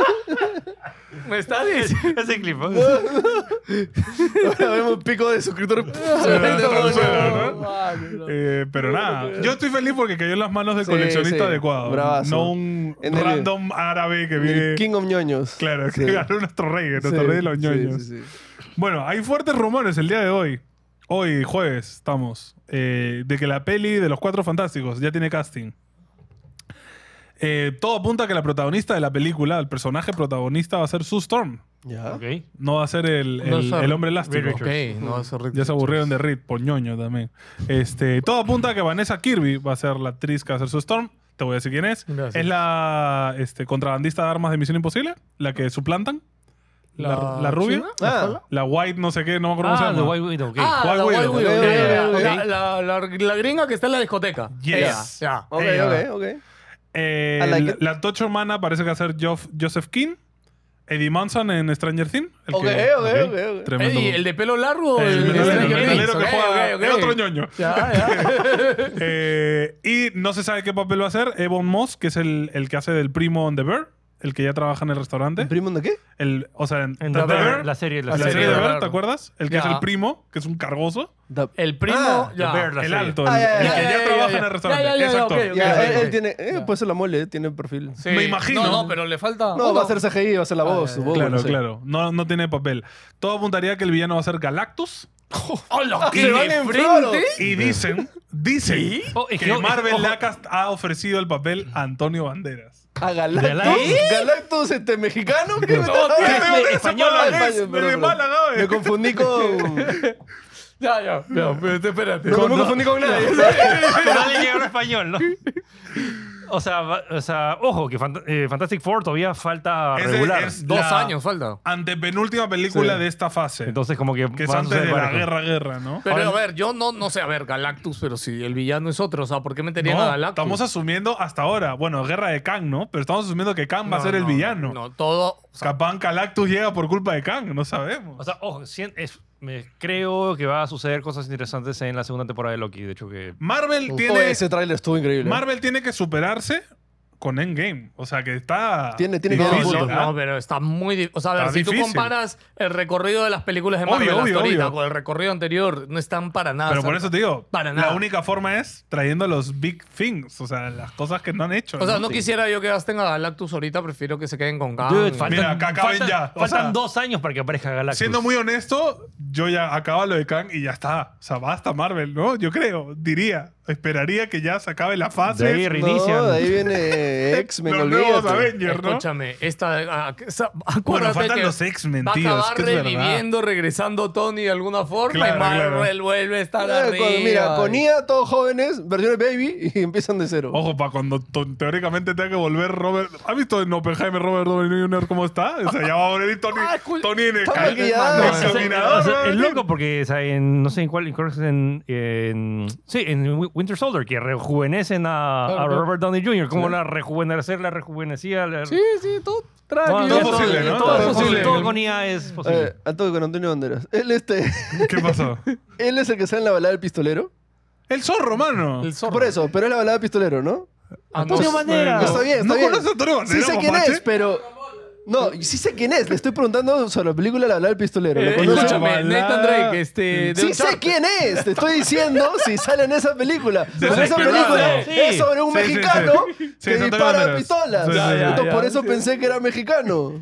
[SPEAKER 2] Me está diciendo.
[SPEAKER 3] Ese clip.
[SPEAKER 4] Ahora vemos un pico de suscriptores.
[SPEAKER 1] traducción, ¿no?
[SPEAKER 2] Vale, no.
[SPEAKER 1] Eh, pero nada, yo estoy feliz porque cayó en las manos del
[SPEAKER 4] Sí,
[SPEAKER 1] coleccionista
[SPEAKER 4] sí.
[SPEAKER 1] adecuado.
[SPEAKER 4] Bravazo.
[SPEAKER 1] No un
[SPEAKER 4] En el-
[SPEAKER 1] random árabe que vive.
[SPEAKER 4] El King of ñoños.
[SPEAKER 1] Claro, que
[SPEAKER 4] Sí.
[SPEAKER 1] ganó nuestro rey,
[SPEAKER 4] Sí,
[SPEAKER 1] nuestro rey de los
[SPEAKER 4] sí,
[SPEAKER 1] ñoños.
[SPEAKER 4] sí, sí.
[SPEAKER 1] Bueno, hay fuertes rumores el día de hoy. Hoy, jueves, estamos. eh, de que la peli de los cuatro fantásticos ya tiene casting. Eh, todo apunta a que la protagonista de la película, el personaje protagonista, va a ser Sue Storm.
[SPEAKER 4] Ya.
[SPEAKER 3] Ok.
[SPEAKER 1] No va a ser el,
[SPEAKER 2] No
[SPEAKER 1] el-
[SPEAKER 2] sé.
[SPEAKER 1] el hombre elástico.
[SPEAKER 3] Reed Richards.
[SPEAKER 2] Ok, no, eso
[SPEAKER 1] Ya se aburrieron de Reed, por ñoño también. Este, todo apunta a que Vanessa Kirby va a ser la actriz que va a ser su Storm. Te voy a decir quién es.
[SPEAKER 2] Gracias.
[SPEAKER 1] Es la este, contrabandista de armas de Misión Imposible, la que suplantan. La, la rubia.
[SPEAKER 2] china?
[SPEAKER 4] Ah,
[SPEAKER 1] La White, no sé qué, no me acuerdo
[SPEAKER 3] Ah,
[SPEAKER 1] cómo se
[SPEAKER 3] The
[SPEAKER 1] llama.
[SPEAKER 3] White Widow. ok.
[SPEAKER 2] Ah, la,
[SPEAKER 1] White
[SPEAKER 2] White
[SPEAKER 1] Widow.
[SPEAKER 2] Widow,
[SPEAKER 4] Ok,
[SPEAKER 2] ya,
[SPEAKER 4] ok,
[SPEAKER 2] ya,
[SPEAKER 4] ok.
[SPEAKER 2] eh, La, la- la gringa que está en la discoteca.
[SPEAKER 1] Yes.
[SPEAKER 2] Ella, ya.
[SPEAKER 4] ok,
[SPEAKER 1] Ella.
[SPEAKER 4] ok, ok.
[SPEAKER 1] Eh,
[SPEAKER 4] I like
[SPEAKER 1] la-
[SPEAKER 4] it.
[SPEAKER 1] la tocha humana parece que va a ser Jof- Joseph King. Eddie Manson en Stranger Things. el
[SPEAKER 4] Ok,
[SPEAKER 1] que-
[SPEAKER 4] ok,
[SPEAKER 1] ok.
[SPEAKER 4] ok, ok.
[SPEAKER 1] Tremendo. Eh,
[SPEAKER 2] Eddie, el de pelo largo. o
[SPEAKER 1] El metalero, el
[SPEAKER 2] Stranger
[SPEAKER 1] metalero que
[SPEAKER 2] Things? Ok,
[SPEAKER 1] juega.
[SPEAKER 2] ok,
[SPEAKER 1] el
[SPEAKER 2] ok.
[SPEAKER 1] otro ñoño.
[SPEAKER 2] Ya, ya.
[SPEAKER 1] Eh, y no se sabe qué papel va a hacer Evon Moss, que es el, el que hace del primo on The Bear, el que ya trabaja en el restaurante.
[SPEAKER 4] ¿El primo de qué?
[SPEAKER 1] El, o sea, en,
[SPEAKER 3] En
[SPEAKER 1] The
[SPEAKER 3] The Bear,
[SPEAKER 1] Bear,
[SPEAKER 3] la serie. La
[SPEAKER 1] la
[SPEAKER 3] serie.
[SPEAKER 1] serie de
[SPEAKER 2] The
[SPEAKER 1] Bear,
[SPEAKER 2] Bear.
[SPEAKER 1] ¿te acuerdas? El que
[SPEAKER 2] Ya.
[SPEAKER 1] es el primo, que es un cargoso.
[SPEAKER 4] Da-
[SPEAKER 2] El primo.
[SPEAKER 4] Ah,
[SPEAKER 2] ya.
[SPEAKER 3] The Bear, la
[SPEAKER 1] el
[SPEAKER 3] serie.
[SPEAKER 1] alto, el,
[SPEAKER 4] Ah, ya,
[SPEAKER 1] el
[SPEAKER 4] ya,
[SPEAKER 1] que
[SPEAKER 2] ya,
[SPEAKER 1] ya,
[SPEAKER 2] ya,
[SPEAKER 1] trabaja
[SPEAKER 2] ya.
[SPEAKER 1] en el restaurante.
[SPEAKER 2] Ya, ya, ya,
[SPEAKER 1] Ese
[SPEAKER 2] ya,
[SPEAKER 1] actor.
[SPEAKER 2] ok, ok.
[SPEAKER 4] Ya,
[SPEAKER 2] ok,
[SPEAKER 4] él,
[SPEAKER 2] ok.
[SPEAKER 4] él tiene. eh, puede ser la mole, tiene perfil.
[SPEAKER 2] Sí.
[SPEAKER 1] Me imagino.
[SPEAKER 2] No, no, pero le falta.
[SPEAKER 4] No,
[SPEAKER 2] bueno,
[SPEAKER 4] va a ser CGI, va a ser la voz.
[SPEAKER 2] Ah,
[SPEAKER 4] supongo,
[SPEAKER 1] Claro,
[SPEAKER 4] no sé.
[SPEAKER 1] claro. No, no tiene papel. Todo apuntaría que el villano va a ser Galactus.
[SPEAKER 2] ¡Hola!
[SPEAKER 4] Se van
[SPEAKER 2] de
[SPEAKER 4] en
[SPEAKER 2] frente?
[SPEAKER 4] floro.
[SPEAKER 1] Y dicen, dicen
[SPEAKER 3] Oh, es
[SPEAKER 1] que,
[SPEAKER 3] que-
[SPEAKER 1] Marvel
[SPEAKER 3] ojo.
[SPEAKER 1] Lacast ha ofrecido el papel a Antonio Banderas.
[SPEAKER 4] ¿A Galactus?
[SPEAKER 3] Galactus.
[SPEAKER 4] ¿Galactus este mexicano? ¿Qué me
[SPEAKER 2] No,
[SPEAKER 4] estás- Ah,
[SPEAKER 2] tío,
[SPEAKER 1] Ese
[SPEAKER 3] español,
[SPEAKER 1] es
[SPEAKER 4] España,
[SPEAKER 1] de
[SPEAKER 4] perdón, perdón.
[SPEAKER 1] Málaga, ¿eh?
[SPEAKER 4] Me confundí con. No,
[SPEAKER 2] Ya, ya. Ya, pero espérate.
[SPEAKER 4] me confundí con nadie.
[SPEAKER 3] Pero alguien que habla español, ¿no? O sea, va- o sea, ojo, que Fant- eh, Fantastic Four todavía falta
[SPEAKER 1] Ese
[SPEAKER 3] regular.
[SPEAKER 1] es-
[SPEAKER 2] Dos
[SPEAKER 1] La-
[SPEAKER 2] años falta.
[SPEAKER 1] Antepenúltima película
[SPEAKER 4] Sí.
[SPEAKER 1] de esta fase.
[SPEAKER 3] Entonces, como que.
[SPEAKER 1] que es
[SPEAKER 3] va a
[SPEAKER 1] antes de
[SPEAKER 3] suceder
[SPEAKER 1] la
[SPEAKER 3] varias
[SPEAKER 1] guerra,
[SPEAKER 3] cosas.
[SPEAKER 1] guerra, ¿no?
[SPEAKER 2] Pero a ver, yo no, no sé, a ver, Galactus, pero si el villano es otro, o sea, ¿por qué meterían
[SPEAKER 1] No,
[SPEAKER 2] a Galactus?
[SPEAKER 1] estamos asumiendo hasta ahora, bueno, guerra de Kang, ¿no? Pero estamos asumiendo que Kang va a
[SPEAKER 2] No,
[SPEAKER 1] ser el
[SPEAKER 2] no,
[SPEAKER 1] villano.
[SPEAKER 2] No, todo. o sea,
[SPEAKER 1] Capán Galactus llega por culpa de Kang, no sabemos.
[SPEAKER 3] O sea, ojo, sien- es- me- creo que va a suceder cosas interesantes en la segunda temporada de Loki. De hecho, que.
[SPEAKER 1] Marvel
[SPEAKER 4] Oye,
[SPEAKER 1] tiene,
[SPEAKER 4] ese tráiler estuvo
[SPEAKER 2] ¿eh?
[SPEAKER 4] increíble.
[SPEAKER 1] Marvel tiene que superarse con Endgame. O sea, que está.
[SPEAKER 4] Tiene- tiene que
[SPEAKER 2] no,
[SPEAKER 4] ir
[SPEAKER 1] difícil,
[SPEAKER 4] juntos,
[SPEAKER 1] ¿ah?
[SPEAKER 2] no, pero está muy. di- O sea, a ver,
[SPEAKER 1] Está
[SPEAKER 2] si
[SPEAKER 1] difícil.
[SPEAKER 2] tú comparas el recorrido de las películas de
[SPEAKER 1] Obvio,
[SPEAKER 2] Marvel hasta
[SPEAKER 1] obvio,
[SPEAKER 2] ahorita
[SPEAKER 1] obvio.
[SPEAKER 2] con el recorrido anterior, no están para nada.
[SPEAKER 1] Pero por
[SPEAKER 2] cerca.
[SPEAKER 1] eso te digo,
[SPEAKER 2] Ah, Para
[SPEAKER 1] la
[SPEAKER 2] nada.
[SPEAKER 1] única forma es trayendo los big things, o sea, las cosas que no han hecho.
[SPEAKER 2] O sea, no
[SPEAKER 1] Sí.
[SPEAKER 2] quisiera yo que gasten a Galactus ahorita, prefiero que se queden con Kang.
[SPEAKER 3] Dude, faltan,
[SPEAKER 1] Mira, que acaben
[SPEAKER 3] faltan-
[SPEAKER 1] ya, o
[SPEAKER 3] faltan
[SPEAKER 1] sea,
[SPEAKER 3] dos años para que aparezca Galactus.
[SPEAKER 1] Siendo muy honesto, yo ya acaba lo de Kang y ya está. O sea, basta Marvel, ¿no? Yo creo, diría. esperaría que ya se acabe la fase.
[SPEAKER 3] De ahí reinicia.
[SPEAKER 4] No, de ahí viene X-Men,
[SPEAKER 1] los nuevos
[SPEAKER 4] olvídate.
[SPEAKER 1] Avengers, ¿no?
[SPEAKER 2] Escúchame, esta. ah, esa-
[SPEAKER 1] Bueno,
[SPEAKER 2] acuérdate
[SPEAKER 1] faltan
[SPEAKER 2] que
[SPEAKER 1] los X-Men,
[SPEAKER 2] Va a
[SPEAKER 1] tío. es
[SPEAKER 2] acabar
[SPEAKER 1] que es verdad.
[SPEAKER 2] reviviendo, regresando Tony de alguna forma
[SPEAKER 1] Claro,
[SPEAKER 2] y Marvel
[SPEAKER 1] claro.
[SPEAKER 2] vuelve a estar
[SPEAKER 4] Claro,
[SPEAKER 2] arriba.
[SPEAKER 4] cuando- mira, Ah, con IA todos jóvenes, versiones baby y empiezan de cero.
[SPEAKER 1] Ojo, para cuando to- teóricamente tenga que volver Robert. ¿Has visto en Oppenheimer Robert Downey Jr. cómo está? O sea, ya va a volver y Tony,
[SPEAKER 2] Ah, cool.
[SPEAKER 1] Tony en el
[SPEAKER 4] Está
[SPEAKER 1] cal-
[SPEAKER 4] maquillado.
[SPEAKER 1] el
[SPEAKER 4] No,
[SPEAKER 3] o sea,
[SPEAKER 1] caminador,
[SPEAKER 3] o sea,
[SPEAKER 1] va a
[SPEAKER 3] es
[SPEAKER 1] venir.
[SPEAKER 3] loco porque o sea, en- no sé en cuál, en, cuál es en- en- sí, en Wi- Winter Soldier, que rejuvenecen a, a
[SPEAKER 2] claro.
[SPEAKER 3] Robert Downey Jr., como la rejuvenecer, la rejuvenecía. la- Ah,
[SPEAKER 2] Sí, sí, todo
[SPEAKER 3] No,
[SPEAKER 2] tranquilo.
[SPEAKER 1] todo
[SPEAKER 3] ya
[SPEAKER 1] es posible, ¿no?
[SPEAKER 3] Todo es posible.
[SPEAKER 1] posible.
[SPEAKER 3] Todo con IA es posible.
[SPEAKER 4] Eh, al toque con Antonio Banderas. Él, este,
[SPEAKER 1] ¿Qué pasó?
[SPEAKER 4] él es el que sale en la balada del pistolero.
[SPEAKER 1] El zorro, mano.
[SPEAKER 2] El zorro.
[SPEAKER 4] Por eso, pero es la balada del pistolero, ¿no?
[SPEAKER 2] Ah, no,
[SPEAKER 1] pues,
[SPEAKER 3] Antonio Banderas.
[SPEAKER 4] Está bien, está
[SPEAKER 1] ¿No
[SPEAKER 4] bien.
[SPEAKER 1] conoces a Antonio Banderas,
[SPEAKER 4] Sí sé quién
[SPEAKER 1] mapache?
[SPEAKER 4] es, pero. No, sí sé quién es. Le estoy preguntando sobre la película La balada del pistolero. ¿Lo
[SPEAKER 2] Eh,
[SPEAKER 4] conoces?
[SPEAKER 2] escúchame,
[SPEAKER 1] La
[SPEAKER 2] Nathan
[SPEAKER 1] balada.
[SPEAKER 2] Drake, este. de
[SPEAKER 4] Sí sé
[SPEAKER 2] Uncharted.
[SPEAKER 4] quién es, te estoy diciendo si sale en esa película. Porque esa
[SPEAKER 1] Desesperado.
[SPEAKER 4] película
[SPEAKER 3] Sí.
[SPEAKER 4] es sobre un
[SPEAKER 1] Sí, sí, sí.
[SPEAKER 4] mexicano
[SPEAKER 1] Sí,
[SPEAKER 4] que
[SPEAKER 1] Antonio
[SPEAKER 4] dispara
[SPEAKER 1] Banderas.
[SPEAKER 4] pistolas.
[SPEAKER 1] Sí, sí, sí.
[SPEAKER 4] Entonces,
[SPEAKER 2] Ya, ya.
[SPEAKER 4] por eso pensé que era mexicano.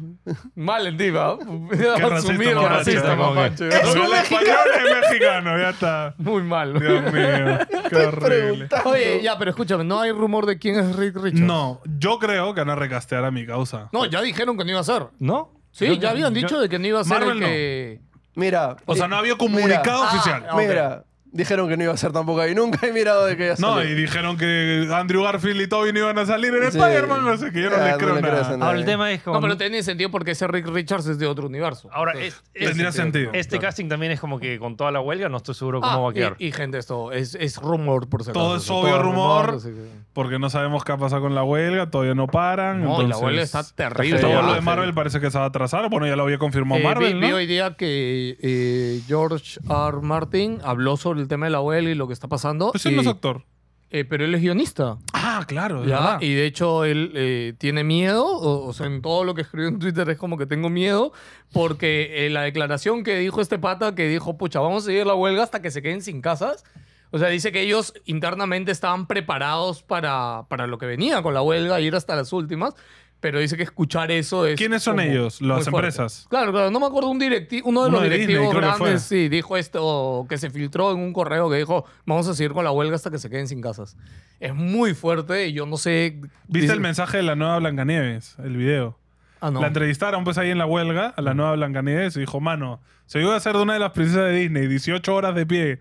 [SPEAKER 2] Mal en diva.
[SPEAKER 1] racista,
[SPEAKER 2] Asumir
[SPEAKER 1] mapache.
[SPEAKER 2] racista, mapache.
[SPEAKER 4] Es un
[SPEAKER 1] el español es mexicano, ya está.
[SPEAKER 2] Muy mal.
[SPEAKER 1] Dios mío, qué horrible.
[SPEAKER 4] Preguntando.
[SPEAKER 2] Oye, ya, pero escúchame, no hay rumor de quién es Rick Richards.
[SPEAKER 1] No, yo creo que van a recastear a mi causa.
[SPEAKER 2] No, ya dijeron que no iba a ser.
[SPEAKER 3] ¿No?
[SPEAKER 2] Sí,
[SPEAKER 3] Yo-
[SPEAKER 2] ya habían
[SPEAKER 3] yo-
[SPEAKER 2] dicho de que no iba a ser
[SPEAKER 1] Marvel
[SPEAKER 2] el
[SPEAKER 1] no.
[SPEAKER 2] que.
[SPEAKER 4] Mira.
[SPEAKER 1] O sea,
[SPEAKER 4] eh,
[SPEAKER 1] no había comunicado
[SPEAKER 2] mira.
[SPEAKER 1] oficial.
[SPEAKER 2] Ah,
[SPEAKER 4] Mira, dijeron que no iba a ser tampoco ahí nunca. He mirado de que ya
[SPEAKER 1] No,
[SPEAKER 4] ah, salió.
[SPEAKER 1] y dijeron que Andrew Garfield y Toby no iban a salir en
[SPEAKER 4] Sí.
[SPEAKER 1] Spider-Man, no sé, que yo no
[SPEAKER 4] Ah,
[SPEAKER 1] les
[SPEAKER 4] no
[SPEAKER 1] creo
[SPEAKER 4] le creas
[SPEAKER 1] nada.
[SPEAKER 4] a
[SPEAKER 3] Ahora el tema es como.
[SPEAKER 2] No, pero pues, tiene sentido porque ese Rick Richards es de otro universo.
[SPEAKER 3] Ahora, es- es-
[SPEAKER 1] Tendría sentido.
[SPEAKER 3] este casting también es como que con toda la huelga, no estoy seguro
[SPEAKER 2] Ah,
[SPEAKER 3] cómo va a quedar.
[SPEAKER 2] Y, y, gente, esto es, es rumor por si acaso.
[SPEAKER 1] Todo es
[SPEAKER 2] Todo
[SPEAKER 1] obvio rumor.
[SPEAKER 2] así que-
[SPEAKER 1] Porque no sabemos qué ha pasado con la huelga, todavía no paran.
[SPEAKER 2] No, y la
[SPEAKER 1] entonces,
[SPEAKER 2] huelga está terrible.
[SPEAKER 1] Todo
[SPEAKER 2] ya.
[SPEAKER 1] lo de Marvel parece que se va a atrasar. Bueno, ya lo había confirmado
[SPEAKER 2] Eh,
[SPEAKER 1] Marvel,
[SPEAKER 2] vi,
[SPEAKER 1] ¿no?
[SPEAKER 2] vi hoy día que eh, George R. Martin habló sobre el tema de la huelga y lo que está pasando.
[SPEAKER 1] Pues él no
[SPEAKER 2] y-
[SPEAKER 1] es actor.
[SPEAKER 2] eh, pero él es guionista.
[SPEAKER 1] Ah, claro, es
[SPEAKER 2] ¿ya?
[SPEAKER 1] verdad.
[SPEAKER 2] Y de hecho él eh, tiene miedo, o, o sea, en todo lo que escribió en Twitter es como que tengo miedo, porque eh, la declaración que dijo este pata, que dijo, pucha, vamos a seguir la huelga hasta que se queden sin casas, o sea, dice que ellos internamente estaban preparados para, para lo que venía con la huelga, ir hasta las últimas. Pero dice que escuchar eso es.
[SPEAKER 1] ¿Quiénes son
[SPEAKER 2] como
[SPEAKER 1] ellos?
[SPEAKER 2] muy
[SPEAKER 1] Las
[SPEAKER 2] fuerte.
[SPEAKER 1] empresas.
[SPEAKER 2] Claro, claro. No me acuerdo un directivo, uno de
[SPEAKER 1] Uno
[SPEAKER 2] los
[SPEAKER 1] de Disney,
[SPEAKER 2] directivos
[SPEAKER 1] creo que fue.
[SPEAKER 2] grandes, sí, dijo esto, que se filtró en un correo que dijo, vamos a seguir con la huelga hasta que se queden sin casas. Es muy fuerte y yo no sé...
[SPEAKER 1] ¿Viste
[SPEAKER 2] dice-
[SPEAKER 1] el mensaje de la nueva Blancanieves? El video.
[SPEAKER 2] Ah, no.
[SPEAKER 1] La entrevistaron pues ahí en la huelga a la nueva Blancanieves y dijo, mano, se iba a hacer de una de las princesas de Disney, 18 horas de pie.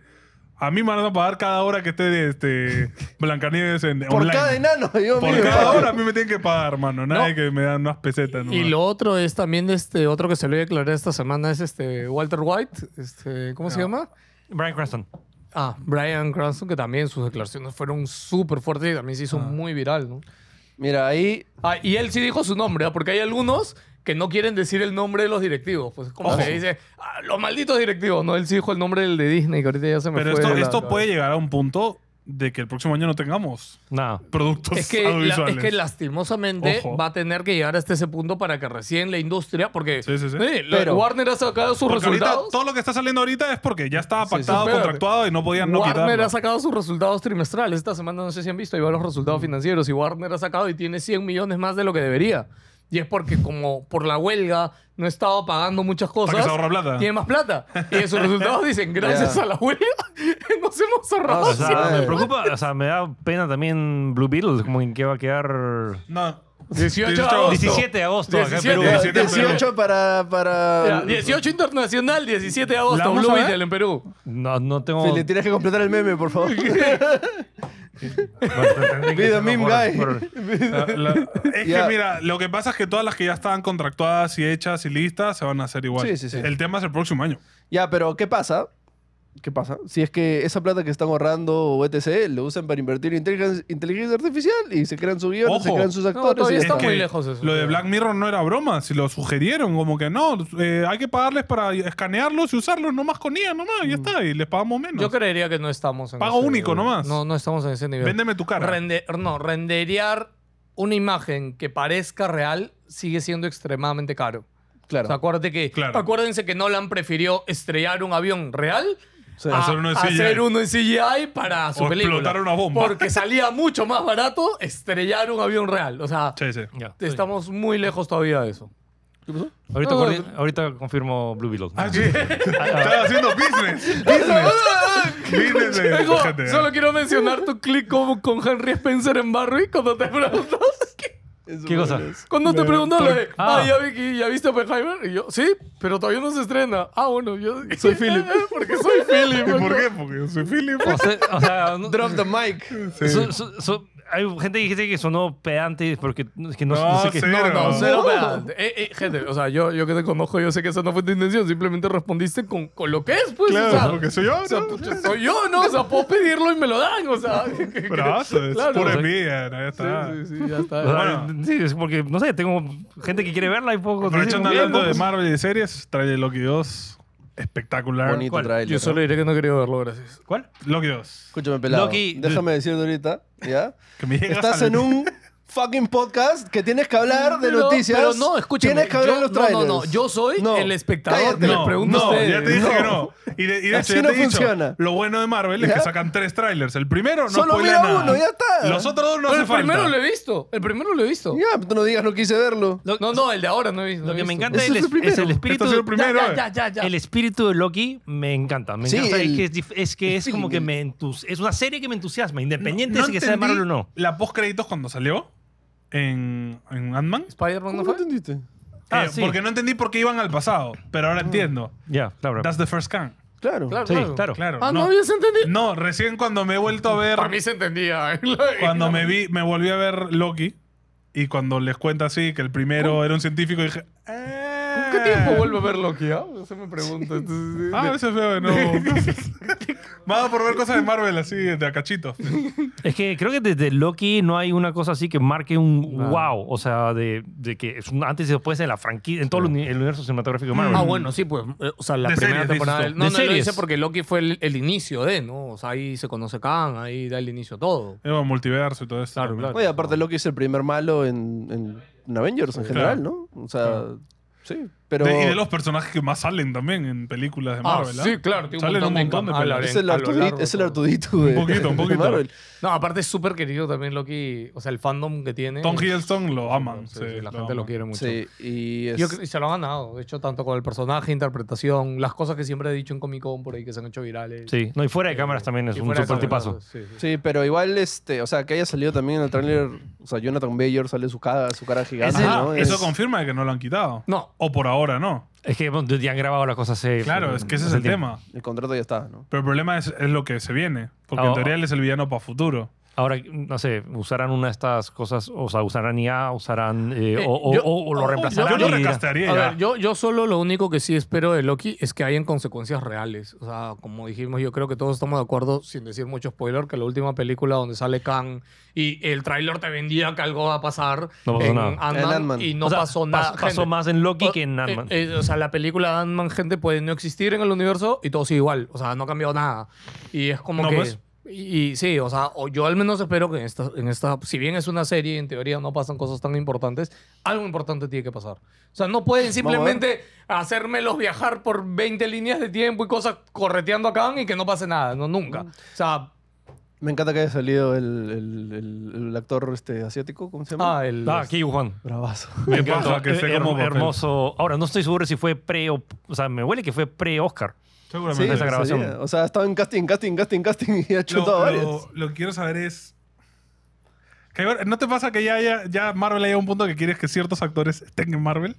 [SPEAKER 1] A mí me van a pagar cada hora que esté de este Blancanieves en
[SPEAKER 4] Por
[SPEAKER 1] online.
[SPEAKER 4] cada enano, Dios
[SPEAKER 1] Por
[SPEAKER 4] mío.
[SPEAKER 1] cada hora a mí me tienen que pagar, mano. Nadie
[SPEAKER 2] No.
[SPEAKER 1] que me dan unas pesetas.
[SPEAKER 2] Y
[SPEAKER 1] nomás.
[SPEAKER 2] lo otro es también este otro que se le declaré esta semana es este Walter White, este, ¿cómo
[SPEAKER 1] Ah.
[SPEAKER 2] se llama?
[SPEAKER 3] Brian Cranston.
[SPEAKER 2] Ah, Brian Cranston, que también sus declaraciones fueron súper fuertes y también se
[SPEAKER 1] Ah.
[SPEAKER 2] hizo muy viral, ¿no?
[SPEAKER 4] Mira, ahí
[SPEAKER 2] Ah, y él sí dijo su nombre, ¿ah? porque hay algunos que no quieren decir el nombre de los directivos. Pues como
[SPEAKER 1] Ojo.
[SPEAKER 2] que dice, "Ah, los malditos directivos. No, él sí dijo el nombre del de Disney, que ahorita ya se me
[SPEAKER 1] Pero
[SPEAKER 2] fue.
[SPEAKER 1] esto,
[SPEAKER 2] la-
[SPEAKER 1] esto
[SPEAKER 2] la-
[SPEAKER 1] puede llegar a un punto de que el próximo año no tengamos
[SPEAKER 3] Nada.
[SPEAKER 1] productos
[SPEAKER 2] Es que, la-
[SPEAKER 1] audiovisuales.
[SPEAKER 2] es que lastimosamente
[SPEAKER 1] Ojo.
[SPEAKER 2] va a tener que llegar hasta ese punto para que recién la industria, porque eh,
[SPEAKER 1] Sí, sí, sí.
[SPEAKER 2] la-
[SPEAKER 4] Pero-
[SPEAKER 2] Warner ha sacado sus
[SPEAKER 1] Porque ahorita
[SPEAKER 2] resultados.
[SPEAKER 1] todo lo que está saliendo ahorita es porque ya estaba
[SPEAKER 4] Sí, sí.
[SPEAKER 1] pactado,
[SPEAKER 2] Espérate.
[SPEAKER 1] contractuado y no podían no
[SPEAKER 2] Warner
[SPEAKER 1] quitarlo.
[SPEAKER 2] ha sacado sus resultados trimestrales. Esta semana no sé si han visto, ahí van los resultados financieros y Warner ha sacado y tiene 100 millones más de lo que debería. Y es porque como por la huelga no estaba pagando muchas cosas.
[SPEAKER 1] Para que se ahorra plata.
[SPEAKER 2] tiene más plata. Y en sus resultados dicen, gracias
[SPEAKER 4] Ya.
[SPEAKER 2] a la huelga nos hemos ahorrado.
[SPEAKER 3] O
[SPEAKER 4] sí,
[SPEAKER 3] sea, me
[SPEAKER 4] eh.
[SPEAKER 3] preocupa, o sea, me da pena también Blue Beetle, como en qué va a quedar.
[SPEAKER 1] No.
[SPEAKER 2] 18 de
[SPEAKER 1] 18.
[SPEAKER 2] agosto.
[SPEAKER 3] 17 de agosto, acá en
[SPEAKER 2] 17
[SPEAKER 3] Perú.
[SPEAKER 4] Ya,
[SPEAKER 1] 17 en Perú.
[SPEAKER 4] 18 para,
[SPEAKER 2] Ya,
[SPEAKER 4] para...
[SPEAKER 2] 18 internacional, 17 de
[SPEAKER 1] ¿La
[SPEAKER 2] agosto,
[SPEAKER 1] vamos
[SPEAKER 2] Blue
[SPEAKER 1] a ver?
[SPEAKER 2] Beetle en Perú.
[SPEAKER 3] No, no tengo.
[SPEAKER 4] Sí, le tienes que completar el meme, por favor.
[SPEAKER 3] Bueno, tendré que
[SPEAKER 4] Be the
[SPEAKER 3] hacerlo
[SPEAKER 4] meme guy.
[SPEAKER 3] por- por-
[SPEAKER 1] La- la- es
[SPEAKER 4] Ya.
[SPEAKER 1] que mira, lo que pasa es que todas las que ya estaban contractuadas y hechas y listas se van a hacer igual.
[SPEAKER 4] Sí, sí, sí.
[SPEAKER 1] El tema es el próximo año.
[SPEAKER 4] ya, pero ¿qué pasa? ¿Qué pasa? Si es que esa plata que están ahorrando o etc. lo usan para invertir en inteligen- inteligencia artificial y se crean sus guiones, se
[SPEAKER 1] Ojo.
[SPEAKER 4] crean sus
[SPEAKER 2] No,
[SPEAKER 4] actores.
[SPEAKER 2] todavía
[SPEAKER 4] y ya
[SPEAKER 2] está
[SPEAKER 4] está.
[SPEAKER 2] muy lejos eso.
[SPEAKER 1] Lo de Black Mirror no era broma, si lo sugirieron, como que no, eh, hay que pagarles para escanearlos y usarlos nomás con IA, nomás, y ya
[SPEAKER 4] Mm.
[SPEAKER 1] está, y les pagamos menos.
[SPEAKER 2] Yo creería que no estamos en
[SPEAKER 1] Pago
[SPEAKER 2] ese
[SPEAKER 1] único
[SPEAKER 2] nivel.
[SPEAKER 1] nomás.
[SPEAKER 2] No, no estamos en ese nivel.
[SPEAKER 1] Véndeme tu cara.
[SPEAKER 2] Rende- no, renderear una imagen que parezca real sigue siendo extremadamente caro. O
[SPEAKER 4] Claro.
[SPEAKER 2] sea, acuérdate que,
[SPEAKER 1] Claro.
[SPEAKER 2] Acuérdense que Nolan prefirió estrellar un avión real
[SPEAKER 4] Sí.
[SPEAKER 2] a
[SPEAKER 1] Hacer uno en
[SPEAKER 2] hacer
[SPEAKER 1] CGI.
[SPEAKER 2] uno en CGI para su
[SPEAKER 1] O
[SPEAKER 2] película.
[SPEAKER 1] explotar una bomba.
[SPEAKER 2] Porque salía mucho más barato estrellar un avión real. O sea,
[SPEAKER 1] Sí, sí.
[SPEAKER 3] Ya.
[SPEAKER 2] estamos muy lejos todavía de eso.
[SPEAKER 3] Ahorita,
[SPEAKER 2] No,
[SPEAKER 3] corri- ahorita confirmo Blue Beetle.
[SPEAKER 1] Ah, sí. Estaba haciendo business. business. Business de
[SPEAKER 2] Tengo-
[SPEAKER 1] GTA.
[SPEAKER 2] solo quiero mencionar tu click como con Henry Spencer en Barry cuando te preguntó.
[SPEAKER 3] ¿Qué cosa?
[SPEAKER 2] Cuando te preguntó lo de,
[SPEAKER 3] Ah.
[SPEAKER 2] ah, ya, vi que- ya viste Oppenheimer. Y yo, sí, pero todavía no se estrena. Ah, bueno, yo. Eh,
[SPEAKER 4] Soy Philip.
[SPEAKER 2] Porque soy Philip.
[SPEAKER 1] ¿Y
[SPEAKER 2] loco.
[SPEAKER 1] por qué? Porque yo soy Philip.
[SPEAKER 3] O sea, o sea, no-
[SPEAKER 4] Drop the mic.
[SPEAKER 1] Sí.
[SPEAKER 3] so- so- so- hay gente que dice que sonó pedante porque es que no,
[SPEAKER 1] No,
[SPEAKER 3] no sé qué.
[SPEAKER 1] sí.
[SPEAKER 2] No, no,
[SPEAKER 1] No.
[SPEAKER 2] cero pedante. Eh, eh, gente, o sea, yo, yo que te conozco, yo sé que esa no fue tu intención. Simplemente respondiste con, con lo que es, pues. o sea,
[SPEAKER 1] Claro, porque soy yo.
[SPEAKER 2] O sea, pues,
[SPEAKER 1] ¿no?
[SPEAKER 2] pucha, soy yo, ¿no? O sea, puedo pedirlo y me lo dan, o sea.
[SPEAKER 1] Brazo, ah, es
[SPEAKER 2] Claro.
[SPEAKER 1] pura
[SPEAKER 3] o sea,
[SPEAKER 1] envidia. ¿no? Ya está.
[SPEAKER 2] Sí, sí, sí, ya está.
[SPEAKER 3] O sea,
[SPEAKER 1] Bueno.
[SPEAKER 3] Sí, es porque, no sé, tengo gente que quiere verla y poco.
[SPEAKER 1] Aprovechando hablando
[SPEAKER 3] Pues-
[SPEAKER 1] de Marvel y de series, trae Loki 2. Espectacular.
[SPEAKER 4] Bonito
[SPEAKER 3] ¿Cuál?
[SPEAKER 4] trailer.
[SPEAKER 2] Yo solo
[SPEAKER 4] ¿no?
[SPEAKER 2] diré que no quería verlo, gracias.
[SPEAKER 3] ¿Cuál?
[SPEAKER 1] Loki 2.
[SPEAKER 4] Escúchame, pelado.
[SPEAKER 3] Loki-
[SPEAKER 4] Déjame decirte ahorita, ¿ya?
[SPEAKER 1] Que me llegas
[SPEAKER 4] Estás
[SPEAKER 1] al-
[SPEAKER 4] en un fucking podcast que tienes que hablar de
[SPEAKER 2] Pero-
[SPEAKER 4] noticias.
[SPEAKER 2] Pero no, escúchame.
[SPEAKER 4] Tienes que hablar de
[SPEAKER 2] yo-
[SPEAKER 4] los
[SPEAKER 2] no, no,
[SPEAKER 4] trailers.
[SPEAKER 2] no, Yo soy
[SPEAKER 4] No,
[SPEAKER 2] el espectador.
[SPEAKER 4] cállate.
[SPEAKER 2] les
[SPEAKER 1] No,
[SPEAKER 2] pregunto a
[SPEAKER 1] no,
[SPEAKER 2] ustedes.
[SPEAKER 1] ya te dije
[SPEAKER 4] No.
[SPEAKER 1] que no. Y de, y de hecho,
[SPEAKER 4] Así
[SPEAKER 1] ya
[SPEAKER 4] no
[SPEAKER 1] te he dicho,
[SPEAKER 4] funciona.
[SPEAKER 1] lo bueno de Marvel es
[SPEAKER 4] ¿Ya?
[SPEAKER 1] que sacan tres trailers. El primero no
[SPEAKER 4] Solo
[SPEAKER 1] spoilea
[SPEAKER 4] mira
[SPEAKER 1] nada.
[SPEAKER 4] uno, ya está.
[SPEAKER 1] Los otros dos no
[SPEAKER 2] Pero
[SPEAKER 1] hace
[SPEAKER 2] el primero lo
[SPEAKER 1] falta.
[SPEAKER 2] he visto. El primero lo he visto.
[SPEAKER 4] Ya, pero tú no digas no quise verlo.
[SPEAKER 2] No, no, el de ahora no he visto.
[SPEAKER 3] Lo que me encanta
[SPEAKER 4] Ese
[SPEAKER 3] es,
[SPEAKER 4] es el
[SPEAKER 3] el- es el
[SPEAKER 4] primero.
[SPEAKER 3] espíritu.
[SPEAKER 1] Esto ha sido el primero.
[SPEAKER 2] Ya,
[SPEAKER 1] eh.
[SPEAKER 2] ya, ya, ya.
[SPEAKER 3] El espíritu de Loki me encanta. Me
[SPEAKER 4] Sí,
[SPEAKER 3] encanta.
[SPEAKER 4] el-
[SPEAKER 3] es, que es, dif- es que es como que me entus- es una serie que me entusiasma, independiente de si que sea de
[SPEAKER 1] entendí
[SPEAKER 3] Marvel o no.
[SPEAKER 1] La post créditos cuando salió en, en Ant-Man.
[SPEAKER 2] Spider-Man
[SPEAKER 4] ¿Cómo
[SPEAKER 2] no
[SPEAKER 4] no
[SPEAKER 2] fue.
[SPEAKER 4] entendiste?
[SPEAKER 3] Ah,
[SPEAKER 1] Eh,
[SPEAKER 3] sí. Ah.
[SPEAKER 1] Porque no entendí por qué iban al pasado. Pero ahora entiendo.
[SPEAKER 3] Ya, claro.
[SPEAKER 1] That's the first can.
[SPEAKER 4] Claro.
[SPEAKER 2] Claro,
[SPEAKER 3] Sí, claro.
[SPEAKER 1] Claro.
[SPEAKER 2] Ah, no habías entendido.
[SPEAKER 1] No, recién cuando me he vuelto a ver.
[SPEAKER 2] Para mí se entendía.
[SPEAKER 1] Cuando me vi, me volví a ver Loki. Y cuando les cuenta así que el primero era un científico, dije. "Ah".
[SPEAKER 2] ¿Qué tiempo vuelvo a ver Loki? ah? Eso me pregunto. Entonces,
[SPEAKER 1] Ah,
[SPEAKER 2] de-
[SPEAKER 1] ese es feo de nuevo. Más por ver cosas de Marvel así, de a cachito.
[SPEAKER 3] Es que creo que desde Loki no hay una cosa así que marque un wow. O sea, de, de que es un antes y después en la franquicia, en todo el, uni- el universo cinematográfico de Marvel.
[SPEAKER 2] Ah, bueno, sí, pues. eh, O sea, la
[SPEAKER 1] De
[SPEAKER 2] primera
[SPEAKER 1] series,
[SPEAKER 2] temporada.
[SPEAKER 1] dices
[SPEAKER 2] del-
[SPEAKER 1] tú.
[SPEAKER 2] No,
[SPEAKER 3] De
[SPEAKER 2] no, lo
[SPEAKER 3] series.
[SPEAKER 2] dice porque Loki fue el, el inicio de, ¿no? O sea, ahí se conoce Khan, ahí da el inicio a todo.
[SPEAKER 1] Eva, multiverso y todo eso.
[SPEAKER 2] Claro, claro.
[SPEAKER 4] Oye, aparte Loki es el primer malo en, en- en Avengers en general, ¿no? O sea, sí. Pero
[SPEAKER 1] De- y de los personajes que más salen también en películas de
[SPEAKER 2] Ah,
[SPEAKER 1] Marvel. ¿ah?
[SPEAKER 2] sí, claro, tiene un
[SPEAKER 1] Salen un montón
[SPEAKER 2] montón
[SPEAKER 1] de
[SPEAKER 2] de
[SPEAKER 1] películas.
[SPEAKER 2] Ah, cam-
[SPEAKER 4] es el
[SPEAKER 2] a lo largo
[SPEAKER 4] Artudito,
[SPEAKER 2] de
[SPEAKER 4] es el
[SPEAKER 2] todo.
[SPEAKER 4] Artudito de,
[SPEAKER 1] Un poquito, un
[SPEAKER 4] de
[SPEAKER 1] poquito.
[SPEAKER 4] Marvel.
[SPEAKER 2] No, aparte es súper querido también Loki. O sea, el fandom que tiene.
[SPEAKER 1] Tom
[SPEAKER 2] es-
[SPEAKER 1] Hiddleston lo aman.
[SPEAKER 2] Sí, sí,
[SPEAKER 1] lo
[SPEAKER 2] la gente lo
[SPEAKER 1] aman.
[SPEAKER 2] quiere mucho.
[SPEAKER 4] Sí, y es...
[SPEAKER 2] Yo creo- y se lo ha ganado, de hecho, tanto con el personaje, interpretación, las cosas que siempre he dicho en Comic Con por ahí que se han hecho virales.
[SPEAKER 3] Sí, no, y fuera de cámaras también es
[SPEAKER 2] Y
[SPEAKER 3] un
[SPEAKER 2] fuera de
[SPEAKER 3] super
[SPEAKER 2] cámara,
[SPEAKER 3] tipazo.
[SPEAKER 2] sí, sí.
[SPEAKER 4] Sí, pero igual, este, o sea, que haya salido también en el tráiler, o sea, Jonathan Bayer sale su cara, su cara gigante,
[SPEAKER 1] Ajá,
[SPEAKER 4] ¿no?
[SPEAKER 1] Eso
[SPEAKER 4] Es-
[SPEAKER 1] confirma que no lo han quitado.
[SPEAKER 2] No.
[SPEAKER 1] O por ahora no.
[SPEAKER 3] Es que bueno, ya han grabado las cosas hace.
[SPEAKER 1] Claro, es que ese es
[SPEAKER 3] hace
[SPEAKER 1] el
[SPEAKER 3] tiempo.
[SPEAKER 1] tema.
[SPEAKER 4] El contrato ya está, ¿no?
[SPEAKER 1] Pero el problema es, es lo que se viene. Porque
[SPEAKER 3] Ah,
[SPEAKER 1] en
[SPEAKER 3] ah.
[SPEAKER 1] teoría él es el villano para futuro.
[SPEAKER 3] Ahora, no sé, usarán una de estas cosas, o sea, usarán IA, usarán. eh,
[SPEAKER 2] Eh,
[SPEAKER 3] o, o-
[SPEAKER 2] yo-
[SPEAKER 3] o- o
[SPEAKER 2] yo-
[SPEAKER 3] lo
[SPEAKER 2] yo
[SPEAKER 3] reemplazarán.
[SPEAKER 1] Yo lo
[SPEAKER 3] y dirán-
[SPEAKER 1] recastearía
[SPEAKER 2] A
[SPEAKER 1] ya.
[SPEAKER 2] ver, yo, yo solo lo único que sí espero de Loki es que hayan consecuencias reales. O sea, como dijimos, yo creo que todos estamos de acuerdo, sin decir mucho spoiler, que la última película donde sale Khan y el tráiler te vendía que algo va a pasar
[SPEAKER 3] No pasó
[SPEAKER 2] en
[SPEAKER 3] nada.
[SPEAKER 2] Ant-Man
[SPEAKER 4] En Ant-Man.
[SPEAKER 2] y no
[SPEAKER 3] O sea,
[SPEAKER 2] pasó
[SPEAKER 3] pas-
[SPEAKER 2] nada.
[SPEAKER 3] pasó
[SPEAKER 2] gente.
[SPEAKER 3] más en Loki que en
[SPEAKER 2] eh,
[SPEAKER 3] Ant-Man.
[SPEAKER 2] eh, o sea, la película de Ant-Man, gente, puede no existir en el universo y todo sigue igual. O sea, no ha cambiado nada. Y es como
[SPEAKER 1] No,
[SPEAKER 2] que...
[SPEAKER 1] pues.
[SPEAKER 2] Y, y sí, o sea, o yo al menos espero que en esta, en esta, si bien es una serie y en teoría no pasan cosas tan importantes, algo importante tiene que pasar. O sea, no pueden simplemente hacérmelos viajar por 20 líneas de tiempo y cosas correteando acá y que no pase nada, no nunca. O sea,
[SPEAKER 4] Me encanta que haya salido el, el- el- el actor este, asiático, ¿cómo se llama?
[SPEAKER 2] ah, el,
[SPEAKER 3] Ah, aquí, Juan.
[SPEAKER 4] Bravazo.
[SPEAKER 1] Me
[SPEAKER 3] Me encanta,
[SPEAKER 1] encanta que
[SPEAKER 3] eh,
[SPEAKER 1] esté
[SPEAKER 3] her-
[SPEAKER 1] como papel.
[SPEAKER 3] hermoso. Ahora, no estoy seguro si fue pre o. O sea, me huele que fue pre-Oscar.
[SPEAKER 1] Seguramente.
[SPEAKER 3] esa grabación.
[SPEAKER 4] sería. O sea, ha estado en casting, casting, casting, casting y ha chutado
[SPEAKER 1] lo,
[SPEAKER 4] varios.
[SPEAKER 1] lo- lo que quiero saber es. que hay- ¿No te pasa que ya, haya- ya Marvel haya un punto que quieres que ciertos actores estén en Marvel?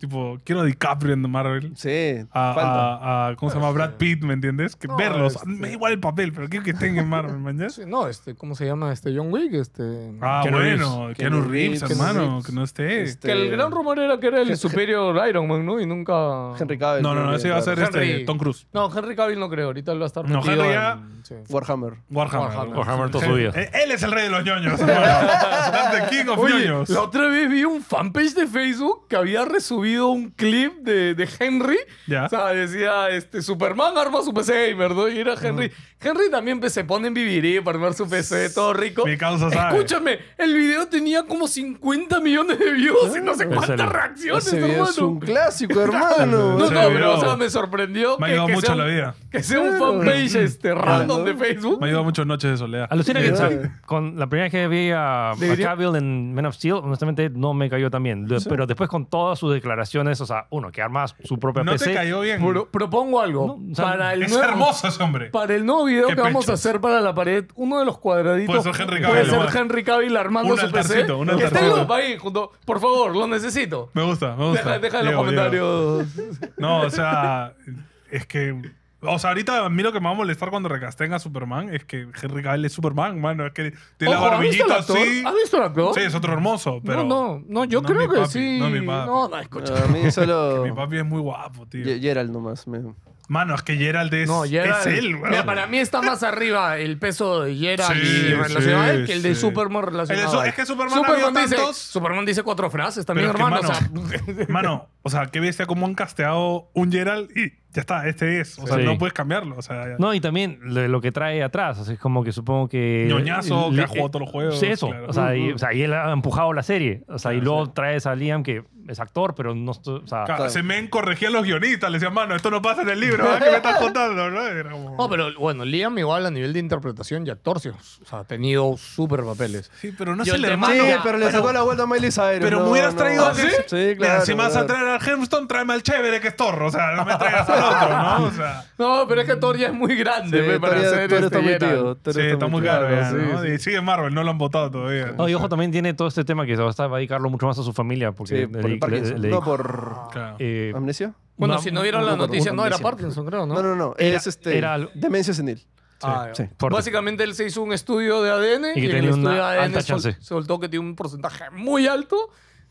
[SPEAKER 1] Tipo, quiero a DiCaprio en Marvel.
[SPEAKER 4] Sí,
[SPEAKER 1] A,
[SPEAKER 4] falta.
[SPEAKER 1] a- a- ¿Cómo se llama? Brad Pitt, ¿me entiendes? Que
[SPEAKER 2] No,
[SPEAKER 1] verlos.
[SPEAKER 2] este-
[SPEAKER 1] Me da igual el papel, pero quiero que estén en Marvel, mañana.
[SPEAKER 2] sí, no, este, ¿cómo se llama? Este John Wick, este...
[SPEAKER 1] Ah,
[SPEAKER 3] Keanu
[SPEAKER 1] bueno.
[SPEAKER 4] Reeves.
[SPEAKER 1] Keanu
[SPEAKER 4] Keanu
[SPEAKER 1] Reeves,
[SPEAKER 4] Reeves,
[SPEAKER 1] hermano,
[SPEAKER 4] Keanu Reeves.
[SPEAKER 1] que no esté.
[SPEAKER 4] Este-
[SPEAKER 2] Que el gran rumor era que era el superior Iron Man, ¿no? Y nunca...
[SPEAKER 4] Henry Cavill.
[SPEAKER 1] no, no, no,
[SPEAKER 4] creo que
[SPEAKER 1] ese iba a ser
[SPEAKER 4] entra.
[SPEAKER 1] este,
[SPEAKER 2] Henry.
[SPEAKER 1] Tom Cruise.
[SPEAKER 2] No, Henry Cavill no creo. Ahorita él va a estar
[SPEAKER 1] No,
[SPEAKER 2] metido
[SPEAKER 1] Henry
[SPEAKER 2] en-
[SPEAKER 1] ya-
[SPEAKER 2] sí.
[SPEAKER 4] Warhammer.
[SPEAKER 1] Warhammer.
[SPEAKER 2] Warhammer.
[SPEAKER 3] Warhammer toda su vida.
[SPEAKER 1] Eh, Él es el rey de los ñoños, hermano. That's the king of
[SPEAKER 2] Oye,
[SPEAKER 1] ñoños.
[SPEAKER 2] la otra vez vi un fanpage de Facebook que había resubido un clip de, de Henry.
[SPEAKER 1] Ya.
[SPEAKER 2] O sea, decía, este, Superman arma su PC gamer, ¿no? Y era
[SPEAKER 1] Mm.
[SPEAKER 2] Henry. Henry también pues, se pone en vivirí para armar su PC, todo rico.
[SPEAKER 1] Mi causa sabe.
[SPEAKER 2] Escúchame, el video tenía como 50 millones de views y no sé
[SPEAKER 1] Mm.
[SPEAKER 3] Claro.
[SPEAKER 2] cuántas
[SPEAKER 3] Excelente.
[SPEAKER 2] reacciones,
[SPEAKER 4] Ese video es
[SPEAKER 2] hermano.
[SPEAKER 4] un clásico, hermano.
[SPEAKER 2] No,
[SPEAKER 1] Ese
[SPEAKER 2] no,
[SPEAKER 1] video
[SPEAKER 2] pero o sea, me sorprendió
[SPEAKER 1] Me ha
[SPEAKER 2] que,
[SPEAKER 1] ayudado
[SPEAKER 2] que
[SPEAKER 1] mucho
[SPEAKER 2] sea,
[SPEAKER 1] la
[SPEAKER 2] un-
[SPEAKER 1] vida.
[SPEAKER 2] que sea un fanpage este, random de Facebook.
[SPEAKER 1] Me ha ayudado mucho en Noches de Soledad.
[SPEAKER 3] Alucina que
[SPEAKER 4] Sí.
[SPEAKER 3] o sea, con la primera vez que vi a, a
[SPEAKER 2] Debería-
[SPEAKER 3] Cavill en Men of Steel, honestamente no me cayó tan bien. De- Pero después con todas sus declaraciones, o sea, uno, que arma su propia
[SPEAKER 1] No
[SPEAKER 3] PC.
[SPEAKER 1] te cayó bien.
[SPEAKER 2] Pro- propongo algo.
[SPEAKER 3] No, o sea,
[SPEAKER 2] para el
[SPEAKER 1] es
[SPEAKER 2] nuevo,
[SPEAKER 1] hermoso ese hombre.
[SPEAKER 2] Para el nuevo video
[SPEAKER 1] Qué
[SPEAKER 2] que vamos a
[SPEAKER 1] pechos.
[SPEAKER 2] hacer para la pared, uno de los cuadraditos.
[SPEAKER 1] Puede ser Henry
[SPEAKER 2] puede
[SPEAKER 1] Cavill,
[SPEAKER 2] ser
[SPEAKER 1] igual.
[SPEAKER 2] Henry Cavill armando
[SPEAKER 1] Un
[SPEAKER 2] su PC.
[SPEAKER 1] altarcito, un
[SPEAKER 2] que esté
[SPEAKER 1] altarcito.
[SPEAKER 2] el loop ahí junto. Por favor, lo necesito.
[SPEAKER 1] Me gusta, me gusta.
[SPEAKER 2] Deja, deja en los
[SPEAKER 1] Llego, llego.
[SPEAKER 2] comentarios.
[SPEAKER 1] No, o sea, es que. O sea, ahorita a mí lo que me va a molestar cuando recasten a Superman es que Henry Cavill es Superman, mano. Es que tiene
[SPEAKER 2] Ojo,
[SPEAKER 1] la
[SPEAKER 2] ¿has visto al
[SPEAKER 1] barbillita
[SPEAKER 2] actor?
[SPEAKER 1] así.
[SPEAKER 2] ¿Has visto al actor?
[SPEAKER 1] Sí, es otro hermoso, pero.
[SPEAKER 2] no, no, no, yo
[SPEAKER 1] no es
[SPEAKER 2] creo
[SPEAKER 1] mi
[SPEAKER 2] que
[SPEAKER 1] papi,
[SPEAKER 2] sí.
[SPEAKER 1] no es mi papi.
[SPEAKER 2] No, no, escucha.
[SPEAKER 4] A mí
[SPEAKER 1] Mi
[SPEAKER 4] solo.
[SPEAKER 1] papi es muy guapo, tío.
[SPEAKER 4] Ye- Gerald nomás. me-
[SPEAKER 1] Mano, es que Gerald es,
[SPEAKER 2] No, Gerard-
[SPEAKER 1] es él, weón.
[SPEAKER 2] Mira, para mí está más arriba el peso de Gerald
[SPEAKER 1] Sí,
[SPEAKER 2] y relacionado a él
[SPEAKER 1] sí,
[SPEAKER 2] que el de
[SPEAKER 1] sí.
[SPEAKER 2] Superman
[SPEAKER 1] El
[SPEAKER 2] relacionado.
[SPEAKER 1] de su-
[SPEAKER 2] a él.
[SPEAKER 1] es que Superman ha habido
[SPEAKER 2] dice,
[SPEAKER 1] tantos.
[SPEAKER 2] Superman dice cuatro frases también,
[SPEAKER 1] Pero es que,
[SPEAKER 2] hermano.
[SPEAKER 1] mano,
[SPEAKER 2] o sea,
[SPEAKER 1] Mano, o sea, qué bestia cómo han casteado un Gerald y ya está, este es. O sea,
[SPEAKER 3] Sí.
[SPEAKER 1] no puedes cambiarlo. O sea, ya-
[SPEAKER 3] No, y también de lo que trae atrás. así es como que supongo que.
[SPEAKER 1] Ñoñazo, que
[SPEAKER 3] le-
[SPEAKER 1] ha jugado todos los juegos,
[SPEAKER 3] Sí, eso.
[SPEAKER 1] claro.
[SPEAKER 3] O, sea, y, o sea, y él ha empujado la serie. O sea, y luego traes a Liam, que es actor, pero no. estu- O sea,
[SPEAKER 1] Ca- se me corregían los guionistas, le decían, mano, esto no pasa en el libro, ¿verdad? ¿qué me estás contando? ¿no? Era como-
[SPEAKER 2] No, pero bueno, Liam igual a nivel de interpretación y actorcio. O sea, ha tenido súper papeles.
[SPEAKER 1] Sí, pero no
[SPEAKER 2] Yo
[SPEAKER 1] es el
[SPEAKER 2] el tema-
[SPEAKER 1] hermano.
[SPEAKER 4] Sí,
[SPEAKER 2] ya,
[SPEAKER 4] pero le sacó
[SPEAKER 1] pero-
[SPEAKER 4] la vuelta a Miley Cyrus.
[SPEAKER 1] Pero
[SPEAKER 4] no,
[SPEAKER 1] me hubieras
[SPEAKER 4] no.
[SPEAKER 1] traído a
[SPEAKER 4] Sí, claro.
[SPEAKER 1] si me vas a
[SPEAKER 4] brother.
[SPEAKER 1] traer al Hemstone, tráeme al chévere que es Thor. O sea, no me traigas al otro, ¿no? O sea,
[SPEAKER 2] No, pero es que Thor ya es muy
[SPEAKER 4] Sí,
[SPEAKER 2] grande pe, para
[SPEAKER 4] todavía-
[SPEAKER 2] hacer
[SPEAKER 4] todavía
[SPEAKER 2] este
[SPEAKER 4] está muy
[SPEAKER 2] Geralt.
[SPEAKER 4] tío,
[SPEAKER 1] sí,
[SPEAKER 4] todavía
[SPEAKER 1] está muy caro. ya,
[SPEAKER 4] sí,
[SPEAKER 1] ¿no?
[SPEAKER 4] sí.
[SPEAKER 1] Y sigue en Marvel, no lo han votado todavía.
[SPEAKER 3] no, y ojo, también tiene todo este tema que se va a dedicar mucho más a su familia. Porque
[SPEAKER 4] Sí,
[SPEAKER 3] le-
[SPEAKER 4] por el
[SPEAKER 3] le-
[SPEAKER 4] Parkinson.
[SPEAKER 3] le-
[SPEAKER 4] no, por
[SPEAKER 1] Claro.
[SPEAKER 3] eh,
[SPEAKER 4] amnesia.
[SPEAKER 2] Bueno,
[SPEAKER 3] No,
[SPEAKER 2] si no vieron la
[SPEAKER 4] no,
[SPEAKER 2] noticia,
[SPEAKER 4] no,
[SPEAKER 2] no era
[SPEAKER 4] no, no.
[SPEAKER 2] Parkinson, creo, ¿no?
[SPEAKER 4] No, no, no.
[SPEAKER 3] Era-
[SPEAKER 4] es este.
[SPEAKER 3] era algo-
[SPEAKER 4] Demencia senil.
[SPEAKER 2] Ah,
[SPEAKER 4] Sí.
[SPEAKER 2] ya.
[SPEAKER 3] Fuerte.
[SPEAKER 2] Básicamente él se hizo un estudio de ADN
[SPEAKER 3] Y que
[SPEAKER 2] en el
[SPEAKER 3] tenía una
[SPEAKER 2] estudio de
[SPEAKER 3] alta chance.
[SPEAKER 2] soltó que tiene un porcentaje muy alto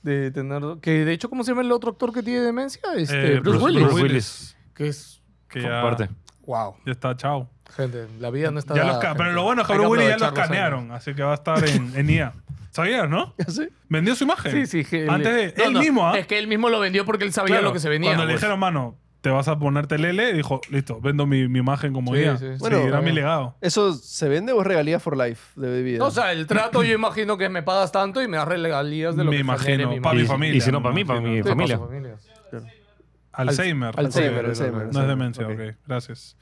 [SPEAKER 2] de tener que de hecho cómo se llama el otro actor que tiene demencia este,
[SPEAKER 1] Eh,
[SPEAKER 2] Bruce, Willis
[SPEAKER 3] Bruce Willis.
[SPEAKER 2] que es
[SPEAKER 1] Que ya,
[SPEAKER 3] Fuerte.
[SPEAKER 2] wow
[SPEAKER 1] ya está, chao.
[SPEAKER 2] gente la vida no está
[SPEAKER 1] Ya los
[SPEAKER 2] dada,
[SPEAKER 1] ca-
[SPEAKER 2] gente.
[SPEAKER 1] pero lo bueno es que
[SPEAKER 2] Ah, Hay
[SPEAKER 1] Bruce Willis ya los
[SPEAKER 2] aprovechar años.
[SPEAKER 1] canearon, así que va a estar en, en IA. ¿Sabías, no?
[SPEAKER 4] ¿Sí?
[SPEAKER 1] Vendió su imagen.
[SPEAKER 2] Sí, sí. que-
[SPEAKER 1] Antes de,
[SPEAKER 2] No,
[SPEAKER 1] él
[SPEAKER 2] no,
[SPEAKER 1] mismo, ¿ah?
[SPEAKER 2] Es que él mismo lo vendió porque él sabía
[SPEAKER 1] Claro,
[SPEAKER 2] lo que se venía.
[SPEAKER 1] Cuando le
[SPEAKER 2] pues.
[SPEAKER 1] dijeron, mano, te vas a ponerte Lele, dijo, listo, vendo mi, mi imagen como
[SPEAKER 2] Sí,
[SPEAKER 1] IA.
[SPEAKER 2] sí, sí.
[SPEAKER 1] Sí,
[SPEAKER 4] Bueno,
[SPEAKER 1] era mi
[SPEAKER 2] también.
[SPEAKER 1] legado.
[SPEAKER 4] ¿Eso se vende o es regalía for life de bebida?
[SPEAKER 2] No, o sea, el trato yo imagino que me pagas tanto y me das regalías de lo
[SPEAKER 1] Me
[SPEAKER 2] que genere
[SPEAKER 1] imagino,
[SPEAKER 2] mi
[SPEAKER 1] pa' mi
[SPEAKER 2] imagen.
[SPEAKER 1] familia.
[SPEAKER 3] y si no, pa' mí, pa'
[SPEAKER 1] imagino.
[SPEAKER 3] mi
[SPEAKER 1] Sí.
[SPEAKER 2] Sí, pa'
[SPEAKER 3] familia.
[SPEAKER 2] su familia.
[SPEAKER 1] Alzheimer.
[SPEAKER 4] Alzheimer,
[SPEAKER 1] Sí,
[SPEAKER 4] Alzheimer,
[SPEAKER 1] No es
[SPEAKER 4] Alzheimer.
[SPEAKER 1] demencia,
[SPEAKER 4] Ok.
[SPEAKER 1] ok. Gracias.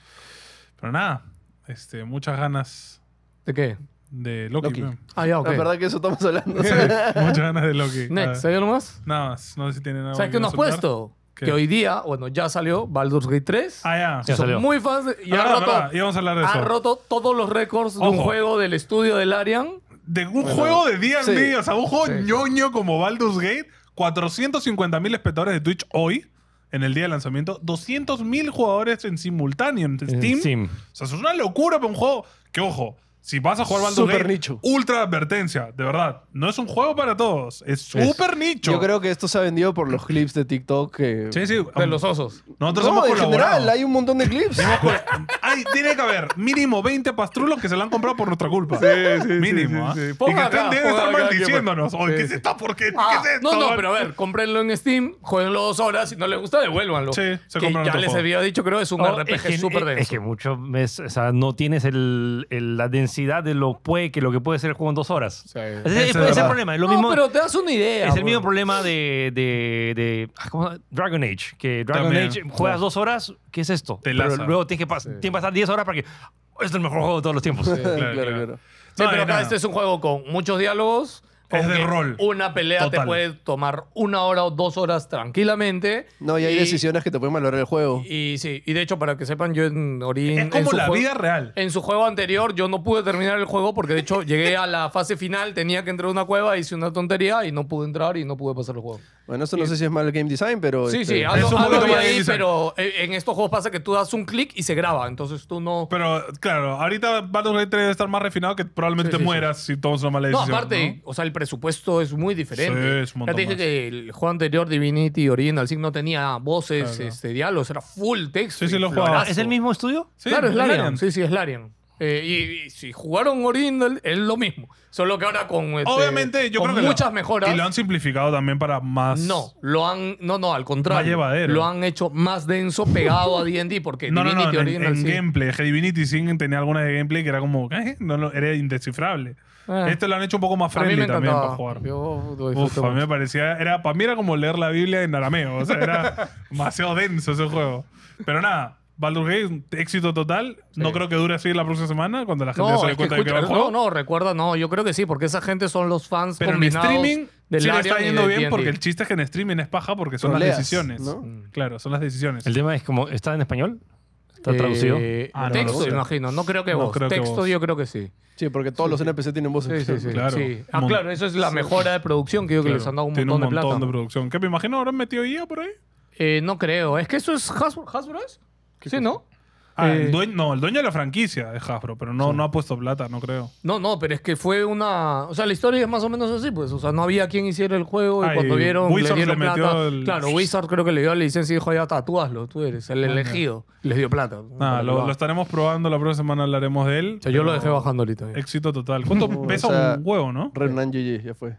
[SPEAKER 1] Pero nada, este, muchas ganas
[SPEAKER 2] ¿De qué?
[SPEAKER 1] de Loki.
[SPEAKER 4] Loki.
[SPEAKER 1] weón.
[SPEAKER 2] Ah, ya, ok.
[SPEAKER 4] La verdad que eso estamos hablando.
[SPEAKER 1] Sí, muchas ganas de Loki.
[SPEAKER 2] Next,
[SPEAKER 1] A ver,
[SPEAKER 2] ¿sabes nomás?
[SPEAKER 1] Nada más, Ah. no sé si tienen algo.
[SPEAKER 2] ¿Sabes qué
[SPEAKER 1] quieran
[SPEAKER 2] nos has
[SPEAKER 1] soltar.
[SPEAKER 2] puesto?
[SPEAKER 1] ¿Qué?
[SPEAKER 2] Que hoy día, bueno, ya salió Baldur's Gate 3.
[SPEAKER 1] Ah, ya.
[SPEAKER 3] Ya
[SPEAKER 2] Son
[SPEAKER 3] salió.
[SPEAKER 2] muy fans de- y
[SPEAKER 1] Ah,
[SPEAKER 2] ha
[SPEAKER 1] verdad,
[SPEAKER 2] roto,
[SPEAKER 1] verdad, íbamos a hablar de
[SPEAKER 2] ha
[SPEAKER 1] eso.
[SPEAKER 2] roto todos los récords de un
[SPEAKER 1] Ojo.
[SPEAKER 2] juego del estudio del Arian.
[SPEAKER 1] De un juego de D&D,
[SPEAKER 4] sí.
[SPEAKER 1] o sea, un juego
[SPEAKER 2] Sí.
[SPEAKER 1] ñoño como Baldur's Gate, 450.000 espectadores de Twitch hoy, en el día del lanzamiento, 200.000 jugadores en simultáneo en
[SPEAKER 4] Eh,
[SPEAKER 1] Steam.
[SPEAKER 3] Steam.
[SPEAKER 1] O sea, eso es una locura para un juego que, ojo, si vas a jugar Baldur's
[SPEAKER 4] Súper
[SPEAKER 1] Gate,
[SPEAKER 4] nicho.
[SPEAKER 1] ultra advertencia, de verdad. No es un juego para todos, es súper nicho.
[SPEAKER 4] Yo creo que esto se ha vendido por los clips de TikTok que.
[SPEAKER 1] Sí, sí.
[SPEAKER 2] De los osos.
[SPEAKER 1] Nosotros
[SPEAKER 4] No,
[SPEAKER 1] hemos
[SPEAKER 4] en
[SPEAKER 1] colaborado.
[SPEAKER 4] general, hay un montón de clips.
[SPEAKER 1] Hemos col- Ay, tiene que haber mínimo 20 pastrulos que se la han comprado por nuestra culpa. mínimo.
[SPEAKER 2] sí,
[SPEAKER 1] ¿ah?
[SPEAKER 2] sí.
[SPEAKER 1] Y que
[SPEAKER 2] Ponga
[SPEAKER 1] están,
[SPEAKER 2] acá,
[SPEAKER 1] deben estar
[SPEAKER 2] ponga acá,
[SPEAKER 1] maldiciéndonos. Oye, ¿qué
[SPEAKER 2] Sí,
[SPEAKER 1] es
[SPEAKER 2] sí.
[SPEAKER 1] esta porquería?
[SPEAKER 2] Ah,
[SPEAKER 1] ¿Qué es esto?
[SPEAKER 2] no, no,
[SPEAKER 1] man?
[SPEAKER 2] pero a ver, comprenlo en Steam, jueguenlo dos horas, si no les gusta, devuélvanlo.
[SPEAKER 1] Sí, se
[SPEAKER 2] que
[SPEAKER 1] compran
[SPEAKER 2] ya
[SPEAKER 1] otro
[SPEAKER 2] les
[SPEAKER 1] juego.
[SPEAKER 2] había dicho, creo, es un
[SPEAKER 3] No,
[SPEAKER 2] RPG
[SPEAKER 3] es que-
[SPEAKER 2] súper
[SPEAKER 3] es-
[SPEAKER 2] denso.
[SPEAKER 3] Es que mucho mes- o sea, no tienes el, el- la densidad de lo, puede, que lo que puede ser el juego en dos horas.
[SPEAKER 2] Sí. Ese
[SPEAKER 3] Ese- ese
[SPEAKER 1] es
[SPEAKER 3] es, el
[SPEAKER 1] verdad.
[SPEAKER 3] problema. Es, lo
[SPEAKER 2] no,
[SPEAKER 3] mismo,
[SPEAKER 2] pero te das una idea.
[SPEAKER 3] es el mismo
[SPEAKER 2] bro.
[SPEAKER 3] problema de, de, de- ah, ¿cómo se llama? Dragon Age. Que Dragon
[SPEAKER 1] También.
[SPEAKER 3] Age juegas dos horas, ¿qué es esto?
[SPEAKER 1] Te
[SPEAKER 3] pero
[SPEAKER 1] laza.
[SPEAKER 3] luego tienes que, pas- tienes que pasar 10 horas para que "Oh, es el mejor juego de todos los tiempos.
[SPEAKER 4] claro,
[SPEAKER 1] claro.
[SPEAKER 4] claro.
[SPEAKER 2] Sí,
[SPEAKER 1] No,
[SPEAKER 2] pero
[SPEAKER 1] de
[SPEAKER 2] acá
[SPEAKER 1] nada.
[SPEAKER 2] este es un juego con muchos diálogos.
[SPEAKER 1] Es
[SPEAKER 2] con
[SPEAKER 1] de
[SPEAKER 2] que
[SPEAKER 1] rol.
[SPEAKER 2] Una pelea
[SPEAKER 1] Total.
[SPEAKER 2] te puede tomar una hora o dos horas tranquilamente.
[SPEAKER 4] No, y hay decisiones que te pueden valorar el juego.
[SPEAKER 2] Y sí, y de hecho, para que sepan, yo en Orin.
[SPEAKER 1] Es
[SPEAKER 2] en
[SPEAKER 1] como
[SPEAKER 2] su
[SPEAKER 1] la
[SPEAKER 2] juego-
[SPEAKER 1] vida real.
[SPEAKER 2] En su juego anterior, yo no pude terminar el juego porque de hecho llegué a la fase final, tenía que entrar a una cueva, hice una tontería y no pude entrar y no pude pasar el juego.
[SPEAKER 4] Bueno, eso no sé si es mal game design, pero.
[SPEAKER 2] Sí,
[SPEAKER 4] este,
[SPEAKER 2] sí, algo,
[SPEAKER 1] un
[SPEAKER 2] algo
[SPEAKER 1] poquito
[SPEAKER 2] había
[SPEAKER 1] más de
[SPEAKER 2] ahí,
[SPEAKER 1] design.
[SPEAKER 2] pero eh, en estos juegos pasa que tú das un clic y se graba, entonces tú no.
[SPEAKER 1] Pero claro, ahorita Baldur's Gate 3 debe estar más refinado que probablemente
[SPEAKER 2] Sí, sí,
[SPEAKER 1] te
[SPEAKER 2] sí.
[SPEAKER 1] mueras si tomas una mala
[SPEAKER 2] No,
[SPEAKER 1] decisión.
[SPEAKER 2] aparte, o sea, el presupuesto es muy diferente.
[SPEAKER 1] Sí, es un
[SPEAKER 2] ya
[SPEAKER 1] montón
[SPEAKER 2] te dije
[SPEAKER 1] más.
[SPEAKER 2] que el juego anterior, Divinity Original Sin, no tenía voces,
[SPEAKER 1] Claro.
[SPEAKER 2] este, diálogos, era full texto.
[SPEAKER 1] Sí, sí,
[SPEAKER 2] y
[SPEAKER 1] lo he jugado.
[SPEAKER 3] Ah,
[SPEAKER 2] florazo.
[SPEAKER 3] ¿Es el mismo estudio?
[SPEAKER 1] Sí,
[SPEAKER 2] claro, es Larian.
[SPEAKER 1] Larian.
[SPEAKER 2] Sí, sí, es Larian. Eh, y, y si jugaron Original, es lo mismo. Solo que ahora con, este,
[SPEAKER 1] Obviamente, yo
[SPEAKER 2] con
[SPEAKER 1] creo que. lo-
[SPEAKER 2] muchas mejoras.
[SPEAKER 1] Y lo han simplificado también para más.
[SPEAKER 2] No, lo han. No, no, al contrario.
[SPEAKER 1] Más llevadero.
[SPEAKER 2] Lo han hecho más denso pegado a DD porque
[SPEAKER 1] No, no, no,
[SPEAKER 2] Divinity
[SPEAKER 1] en,
[SPEAKER 2] Original
[SPEAKER 1] en
[SPEAKER 2] sí.
[SPEAKER 1] gameplay. Es que Divinity Sin tenía algunas de gameplay que era como, ¿eh? No, lo- era indescifrable.
[SPEAKER 2] Ah.
[SPEAKER 1] Este lo han hecho un poco más
[SPEAKER 2] a mí me
[SPEAKER 1] friendly también
[SPEAKER 2] encantaba.
[SPEAKER 1] para jugar.
[SPEAKER 2] Yo lo
[SPEAKER 1] Uf,
[SPEAKER 2] disfruto
[SPEAKER 1] a mí me
[SPEAKER 2] mucho.
[SPEAKER 1] parecía, era, para mí era como leer la Biblia en arameo, o sea, era demasiado denso ese juego. Pero nada, Baldur's Gate, éxito total. No creo que dure así la próxima semana cuando la gente
[SPEAKER 2] No,
[SPEAKER 1] se dé
[SPEAKER 2] es que
[SPEAKER 1] cuenta de que va
[SPEAKER 2] escucha,
[SPEAKER 1] el
[SPEAKER 2] no,
[SPEAKER 1] juego.
[SPEAKER 2] no, recuerda, no, yo creo que sí, porque esa gente son los fans
[SPEAKER 1] Pero en
[SPEAKER 2] combinados
[SPEAKER 1] streaming
[SPEAKER 2] Del
[SPEAKER 1] sí, le
[SPEAKER 2] Lion
[SPEAKER 1] está
[SPEAKER 2] y
[SPEAKER 1] yendo
[SPEAKER 2] del
[SPEAKER 1] bien
[SPEAKER 2] D&D.
[SPEAKER 1] porque el chiste es que en streaming es paja porque son
[SPEAKER 4] Troleas,
[SPEAKER 1] las decisiones.
[SPEAKER 2] Mm.
[SPEAKER 4] ¿no?
[SPEAKER 1] Claro, son las decisiones.
[SPEAKER 3] El tema es como, ¿está en español? ¿Está traducido?
[SPEAKER 2] Eh,
[SPEAKER 1] Ah, no,
[SPEAKER 2] texto,
[SPEAKER 1] no sé.
[SPEAKER 2] imagino. No creo que
[SPEAKER 1] No
[SPEAKER 2] vos.
[SPEAKER 1] creo que
[SPEAKER 2] texto,
[SPEAKER 1] vos.
[SPEAKER 2] yo creo que sí.
[SPEAKER 4] Sí, porque todos los NPC tienen
[SPEAKER 2] Sí,
[SPEAKER 4] voces.
[SPEAKER 2] sí, sí.
[SPEAKER 1] Claro.
[SPEAKER 2] sí. Ah,
[SPEAKER 1] Mon-
[SPEAKER 2] claro, eso es la mejora de producción que yo creo que les han dado un
[SPEAKER 1] Tiene
[SPEAKER 2] montón,
[SPEAKER 1] un montón de,
[SPEAKER 2] de plata.
[SPEAKER 1] producción. ¿Qué me imagino habrán metido IA por ahí?
[SPEAKER 2] Eh, no creo. Es que eso es Hasbro. ¿Hasbro es? Sí, ¿no?
[SPEAKER 1] Ah,
[SPEAKER 2] Eh,
[SPEAKER 1] el dueño, no, el dueño de la franquicia es Hasbro, pero no, no ha puesto plata, no creo.
[SPEAKER 2] No, no, pero es que fue una. O sea, la historia es más o menos así, pues. O sea, no había quien hiciera el juego y
[SPEAKER 1] Ah, y
[SPEAKER 2] cuando vieron.
[SPEAKER 1] Wizards
[SPEAKER 2] le dieron
[SPEAKER 1] le metió
[SPEAKER 2] plata.
[SPEAKER 1] el-
[SPEAKER 2] Claro, Wizard creo que le dio la licencia y dijo, ya tatúaslo, tú eres el elegido. Les dio plata.
[SPEAKER 1] Nada,
[SPEAKER 2] Para
[SPEAKER 1] Ah, lo,
[SPEAKER 2] que
[SPEAKER 1] lo estaremos probando, la próxima semana hablaremos de él.
[SPEAKER 2] O sea, yo lo
[SPEAKER 1] pero
[SPEAKER 2] dejé bajando ahorita. ya.
[SPEAKER 1] Éxito total. ¿Cuánto
[SPEAKER 4] o
[SPEAKER 1] pesa
[SPEAKER 4] sea,
[SPEAKER 1] un huevo, no?
[SPEAKER 4] Renan GG, ya fue.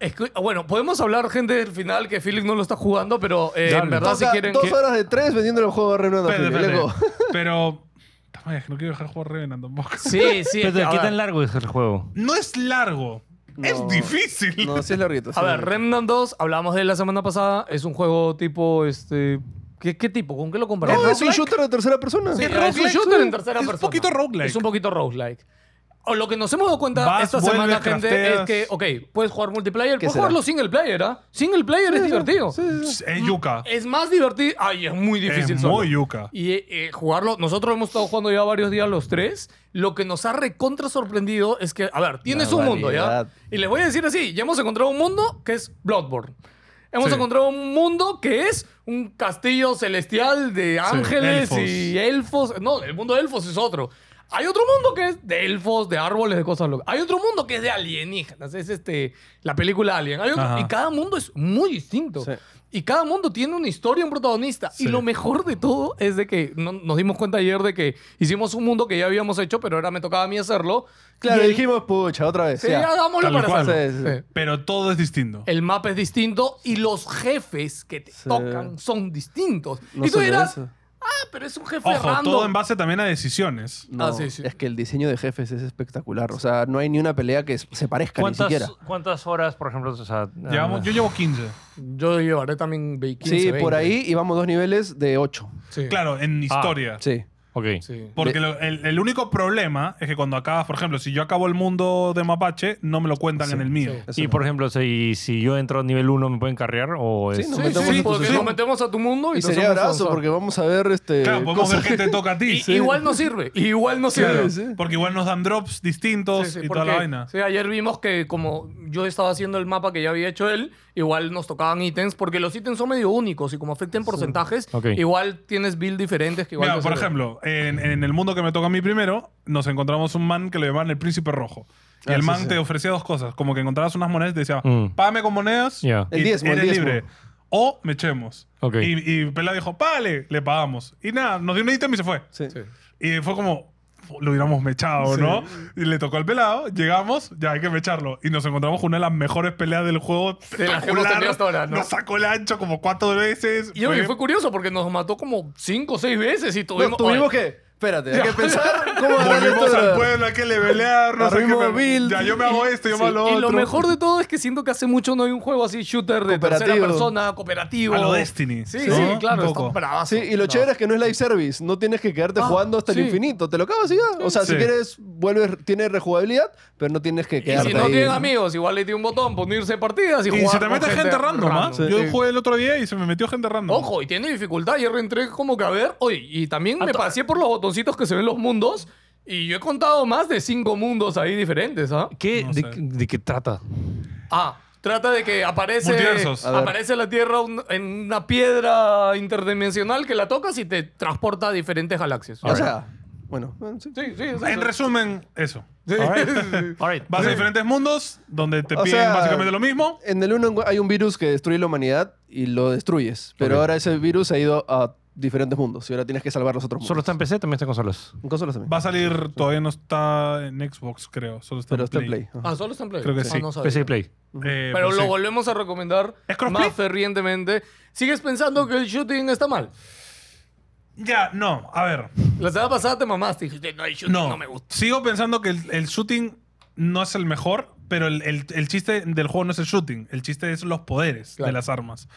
[SPEAKER 2] Es que- bueno, podemos hablar, gente, del final que Felix no lo está jugando, pero eh, en
[SPEAKER 3] Dale.
[SPEAKER 2] verdad,
[SPEAKER 4] Dos,
[SPEAKER 2] si
[SPEAKER 4] a-
[SPEAKER 2] quieren.
[SPEAKER 4] dos
[SPEAKER 2] que-
[SPEAKER 4] horas de tres vendiendo el juego a Renan.
[SPEAKER 1] Espérate,
[SPEAKER 4] Afili,
[SPEAKER 1] espérate.
[SPEAKER 4] loco.
[SPEAKER 1] Pero. Tamaño, es que no quiero dejar jugar Revenant tampoco.
[SPEAKER 2] Sí, sí. es
[SPEAKER 3] Espérate,
[SPEAKER 2] que, a
[SPEAKER 3] ¿Qué
[SPEAKER 2] ver.
[SPEAKER 3] tan largo es el juego?
[SPEAKER 1] No es largo.
[SPEAKER 4] No.
[SPEAKER 1] Es difícil.
[SPEAKER 4] No, sí es larguito. sí
[SPEAKER 2] A
[SPEAKER 4] es
[SPEAKER 2] ver,
[SPEAKER 4] larguito.
[SPEAKER 2] Remnant 2, hablamos de él la semana pasada, es un juego tipo, este... ¿Qué, qué tipo? ¿Con qué lo comparamos?
[SPEAKER 4] No, es un
[SPEAKER 1] roguelike.
[SPEAKER 4] shooter de tercera persona.
[SPEAKER 2] Sí,
[SPEAKER 1] es
[SPEAKER 2] es, un
[SPEAKER 1] roguelike,
[SPEAKER 2] shooter
[SPEAKER 1] sí.
[SPEAKER 2] en tercera
[SPEAKER 1] Es un
[SPEAKER 2] persona.
[SPEAKER 1] poquito roguelike.
[SPEAKER 2] Es un poquito roguelike. O lo que nos hemos dado cuenta
[SPEAKER 1] Vas,
[SPEAKER 2] esta
[SPEAKER 1] vuelves,
[SPEAKER 2] semana, gente,
[SPEAKER 1] crafteas.
[SPEAKER 2] es que, ok, puedes jugar multiplayer, puedes
[SPEAKER 4] será?
[SPEAKER 2] jugarlo single player, ¿ah? Single player es divertido.
[SPEAKER 1] Es yuca.
[SPEAKER 2] Es más divertido. Ay, es muy difícil.
[SPEAKER 1] Es
[SPEAKER 2] solo.
[SPEAKER 1] muy yuca.
[SPEAKER 2] Y eh, eh, jugarlo, nosotros hemos estado jugando ya varios días los tres. Lo que nos ha recontra sorprendido es que, a ver, tienes
[SPEAKER 4] La
[SPEAKER 2] un mundo, ¿ya?
[SPEAKER 4] variedad.
[SPEAKER 2] Y les voy a decir así, ya hemos encontrado un mundo que es Bloodborne. Hemos
[SPEAKER 1] Sí.
[SPEAKER 2] encontrado un mundo que es un castillo celestial de ángeles y elfos. No, el mundo de elfos es otro. Hay otro mundo que es de elfos, de árboles, de cosas locas. Hay otro mundo que es de alienígenas. Es este, la película Alien. Hay otro-
[SPEAKER 1] Ajá.
[SPEAKER 2] y cada mundo es muy distinto.
[SPEAKER 4] Sí.
[SPEAKER 2] Y cada mundo tiene una historia, un protagonista. Y
[SPEAKER 1] Sí.
[SPEAKER 2] lo mejor de todo es de que no- nos dimos cuenta ayer de que hicimos un mundo que ya habíamos hecho, pero ahora me tocaba a mí hacerlo.
[SPEAKER 4] Claro,
[SPEAKER 2] Y el-
[SPEAKER 4] dijimos, pucha, otra vez.
[SPEAKER 2] Sí,
[SPEAKER 4] ya.
[SPEAKER 2] ya dámoslo
[SPEAKER 1] Tal
[SPEAKER 2] para
[SPEAKER 1] cual.
[SPEAKER 2] hacerlo.
[SPEAKER 4] Sí, sí, sí.
[SPEAKER 2] Sí.
[SPEAKER 1] Pero todo es distinto.
[SPEAKER 2] El mapa es distinto y los jefes que te
[SPEAKER 4] Sí.
[SPEAKER 2] tocan son distintos.
[SPEAKER 4] No
[SPEAKER 2] y tú
[SPEAKER 4] solo
[SPEAKER 2] dirás,
[SPEAKER 4] eso.
[SPEAKER 2] ah, pero es un jefe
[SPEAKER 1] Ojo,
[SPEAKER 2] random.
[SPEAKER 1] todo en base también a decisiones.
[SPEAKER 4] No,
[SPEAKER 2] Ah, sí, sí.
[SPEAKER 4] Es que el diseño de jefes es espectacular. O sea, no hay ni una pelea que se parezca ni
[SPEAKER 3] ¿Cuántas,
[SPEAKER 4] siquiera.
[SPEAKER 3] cuántas horas, por ejemplo? o sea,
[SPEAKER 1] Llevamos-
[SPEAKER 3] ah,
[SPEAKER 1] yo llevo 15.
[SPEAKER 2] Yo llevaré también 15,
[SPEAKER 4] sí,
[SPEAKER 2] 20.
[SPEAKER 4] por ahí y vamos dos niveles de 8.
[SPEAKER 2] Sí.
[SPEAKER 1] Claro, en historia.
[SPEAKER 4] Sí.
[SPEAKER 3] ok.
[SPEAKER 2] Sí.
[SPEAKER 1] Porque lo- el, el único problema es que cuando acabas, por ejemplo, si yo acabo el mundo de Mapache, no me lo cuentan en el mío.
[SPEAKER 2] sí.
[SPEAKER 4] Eso
[SPEAKER 3] Y
[SPEAKER 4] no.
[SPEAKER 3] por ejemplo, si, si yo entro a nivel 1, ¿me pueden carrear? O
[SPEAKER 4] Sí,
[SPEAKER 3] es-
[SPEAKER 4] nos
[SPEAKER 2] Sí,
[SPEAKER 4] metemos
[SPEAKER 2] sí,
[SPEAKER 4] en tu
[SPEAKER 2] porque
[SPEAKER 4] sesión.
[SPEAKER 2] nos metemos a tu mundo y,
[SPEAKER 4] Y
[SPEAKER 2] te
[SPEAKER 4] sería
[SPEAKER 2] hacemos
[SPEAKER 4] brazo
[SPEAKER 2] avanzar.
[SPEAKER 4] porque vamos a ver este.
[SPEAKER 1] Claro, podemos
[SPEAKER 4] cosas.
[SPEAKER 1] ver qué te toca a ti.
[SPEAKER 2] Y- Igual no sirve, igual no sirve.
[SPEAKER 1] Claro.
[SPEAKER 4] sí.
[SPEAKER 1] Porque igual nos dan drops distintos
[SPEAKER 2] Sí, sí,
[SPEAKER 1] y toda la
[SPEAKER 2] porque,
[SPEAKER 1] vaina.
[SPEAKER 2] sí, ayer vimos que como yo estaba haciendo el mapa que ya había hecho él, igual nos tocaban ítems, porque los ítems son medio únicos y como afecten porcentajes,
[SPEAKER 3] Ok.
[SPEAKER 2] igual tienes build diferentes que igual...
[SPEAKER 1] Mira,
[SPEAKER 2] no
[SPEAKER 1] por
[SPEAKER 2] sirven.
[SPEAKER 1] ejemplo, en, en el mundo que me toca a mí primero, nos encontramos un man que lo llamaban el príncipe rojo. Y
[SPEAKER 4] Ah,
[SPEAKER 1] el
[SPEAKER 4] sí,
[SPEAKER 1] man
[SPEAKER 4] sí.
[SPEAKER 1] te ofrecía dos cosas. Como que encontrabas unas monedas y te decía,
[SPEAKER 3] Mm.
[SPEAKER 1] págame con monedas
[SPEAKER 3] Ya.
[SPEAKER 1] y
[SPEAKER 4] El diezmo, el
[SPEAKER 1] eres
[SPEAKER 4] diezmo.
[SPEAKER 1] libre. O me echemos.
[SPEAKER 3] Ok.
[SPEAKER 1] Y, y Pelá dijo, págale, le pagamos. Y nada, nos dio un ítem y se fue.
[SPEAKER 4] Sí.
[SPEAKER 2] Sí.
[SPEAKER 1] Y fue como, lo hubiéramos mechado, ¿no? Y le tocó al pelado, llegamos, ya hay que mecharlo. Y nos encontramos con una de las mejores peleas del juego.
[SPEAKER 2] De las que hemos
[SPEAKER 1] espectacular.
[SPEAKER 2] tenido hasta ahora, ¿no?
[SPEAKER 1] Nos sacó el ancho como cuatro veces.
[SPEAKER 2] Y oye, fue curioso porque nos mató como 5 o 6 veces y tuvimos...
[SPEAKER 4] No, tuvimos
[SPEAKER 2] oye,
[SPEAKER 4] que. Espérate, hay que pensar cómo agarrar
[SPEAKER 1] Volvimos
[SPEAKER 4] esto,
[SPEAKER 1] al
[SPEAKER 4] bro.
[SPEAKER 1] pueblo, hay que levelear, no sé qué.
[SPEAKER 4] Arrimo
[SPEAKER 1] pero-
[SPEAKER 4] build.
[SPEAKER 1] Ya, yo me hago esto, yo me hago lo
[SPEAKER 2] y
[SPEAKER 1] otro.
[SPEAKER 2] lo mejor de todo es que siento que hace mucho no hay un juego así shooter de tercera
[SPEAKER 4] Cooperativo.
[SPEAKER 2] persona, cooperativo.
[SPEAKER 1] A lo Destiny,
[SPEAKER 2] Sí,
[SPEAKER 1] ¿no?
[SPEAKER 2] sí,
[SPEAKER 1] Un
[SPEAKER 2] claro,
[SPEAKER 1] poco.
[SPEAKER 2] está bravazo.
[SPEAKER 4] Sí, y lo
[SPEAKER 2] No.
[SPEAKER 4] chévere es que no es live service. No tienes que quedarte
[SPEAKER 2] Ah,
[SPEAKER 4] jugando hasta
[SPEAKER 2] sí.
[SPEAKER 4] el infinito. Te lo acabas y ya. O sea,
[SPEAKER 1] Sí.
[SPEAKER 4] si quieres, vuelves, tiene rejugabilidad, pero no tienes que
[SPEAKER 2] Y
[SPEAKER 4] quedarte.
[SPEAKER 2] si no
[SPEAKER 4] ahí.
[SPEAKER 2] tienen amigos, igual le tiene un botón, unirse partidas y,
[SPEAKER 1] Y
[SPEAKER 2] jugar
[SPEAKER 1] se te
[SPEAKER 2] con
[SPEAKER 1] mete gente, random, ¿ah?
[SPEAKER 2] random.
[SPEAKER 1] Yo
[SPEAKER 2] Sí.
[SPEAKER 1] jugué el otro día y se me metió gente random.
[SPEAKER 2] Ojo, y tiene dificultad. Ayer entré como que a ver. Oye, y también me
[SPEAKER 3] to-
[SPEAKER 2] pasé por los botoncitos que se ven los mundos. Y yo he contado más de cinco mundos ahí diferentes, ¿ah?
[SPEAKER 3] ¿Qué-
[SPEAKER 1] No
[SPEAKER 3] de,
[SPEAKER 1] sé.
[SPEAKER 3] de qué trata?
[SPEAKER 2] Ah, trata de que aparece.
[SPEAKER 1] Multiversos.
[SPEAKER 4] A ver.
[SPEAKER 2] Aparece la Tierra un- en una piedra interdimensional que la tocas y te transporta a diferentes galaxias.
[SPEAKER 4] O sea, bueno. bueno, sí.
[SPEAKER 2] sí, sí, es
[SPEAKER 1] En
[SPEAKER 2] eso.
[SPEAKER 1] resumen, eso.
[SPEAKER 2] Sí.
[SPEAKER 3] All right.
[SPEAKER 1] Vas a diferentes mundos donde te
[SPEAKER 4] O
[SPEAKER 1] piden
[SPEAKER 4] sea,
[SPEAKER 1] básicamente lo mismo.
[SPEAKER 4] En el 1 hay un virus que destruye la humanidad y lo destruyes. Pero
[SPEAKER 3] Ok.
[SPEAKER 4] ahora ese virus ha ido a diferentes mundos y ahora tienes que salvar los otros mundos.
[SPEAKER 3] ¿Solo está en PC? También está en consolas.
[SPEAKER 4] En consolas también.
[SPEAKER 1] Va a salir, todavía no está en Xbox, creo. Solo está
[SPEAKER 4] Pero
[SPEAKER 1] en
[SPEAKER 4] está en
[SPEAKER 1] Play.
[SPEAKER 4] Play. ajá.
[SPEAKER 2] Ah, solo está en Play.
[SPEAKER 1] Creo que
[SPEAKER 2] Ah,
[SPEAKER 1] sí.
[SPEAKER 2] no sabía.
[SPEAKER 3] PC y Play.
[SPEAKER 1] Eh,
[SPEAKER 2] Pero
[SPEAKER 1] pues
[SPEAKER 2] lo
[SPEAKER 1] sí.
[SPEAKER 2] volvemos a recomendar
[SPEAKER 1] ¿Es crossplay?
[SPEAKER 2] más fervientemente. ¿Sigues pensando que el shooting está mal?
[SPEAKER 1] Ya, no, a ver.
[SPEAKER 2] La semana pasada te mamaste y dijiste, no, el shooting no,
[SPEAKER 1] No,
[SPEAKER 2] me gusta.
[SPEAKER 1] Sigo pensando que el, el shooting no es el mejor, pero el, el- el chiste del juego no es el shooting. El chiste es los poderes
[SPEAKER 2] Claro.
[SPEAKER 1] de las armas.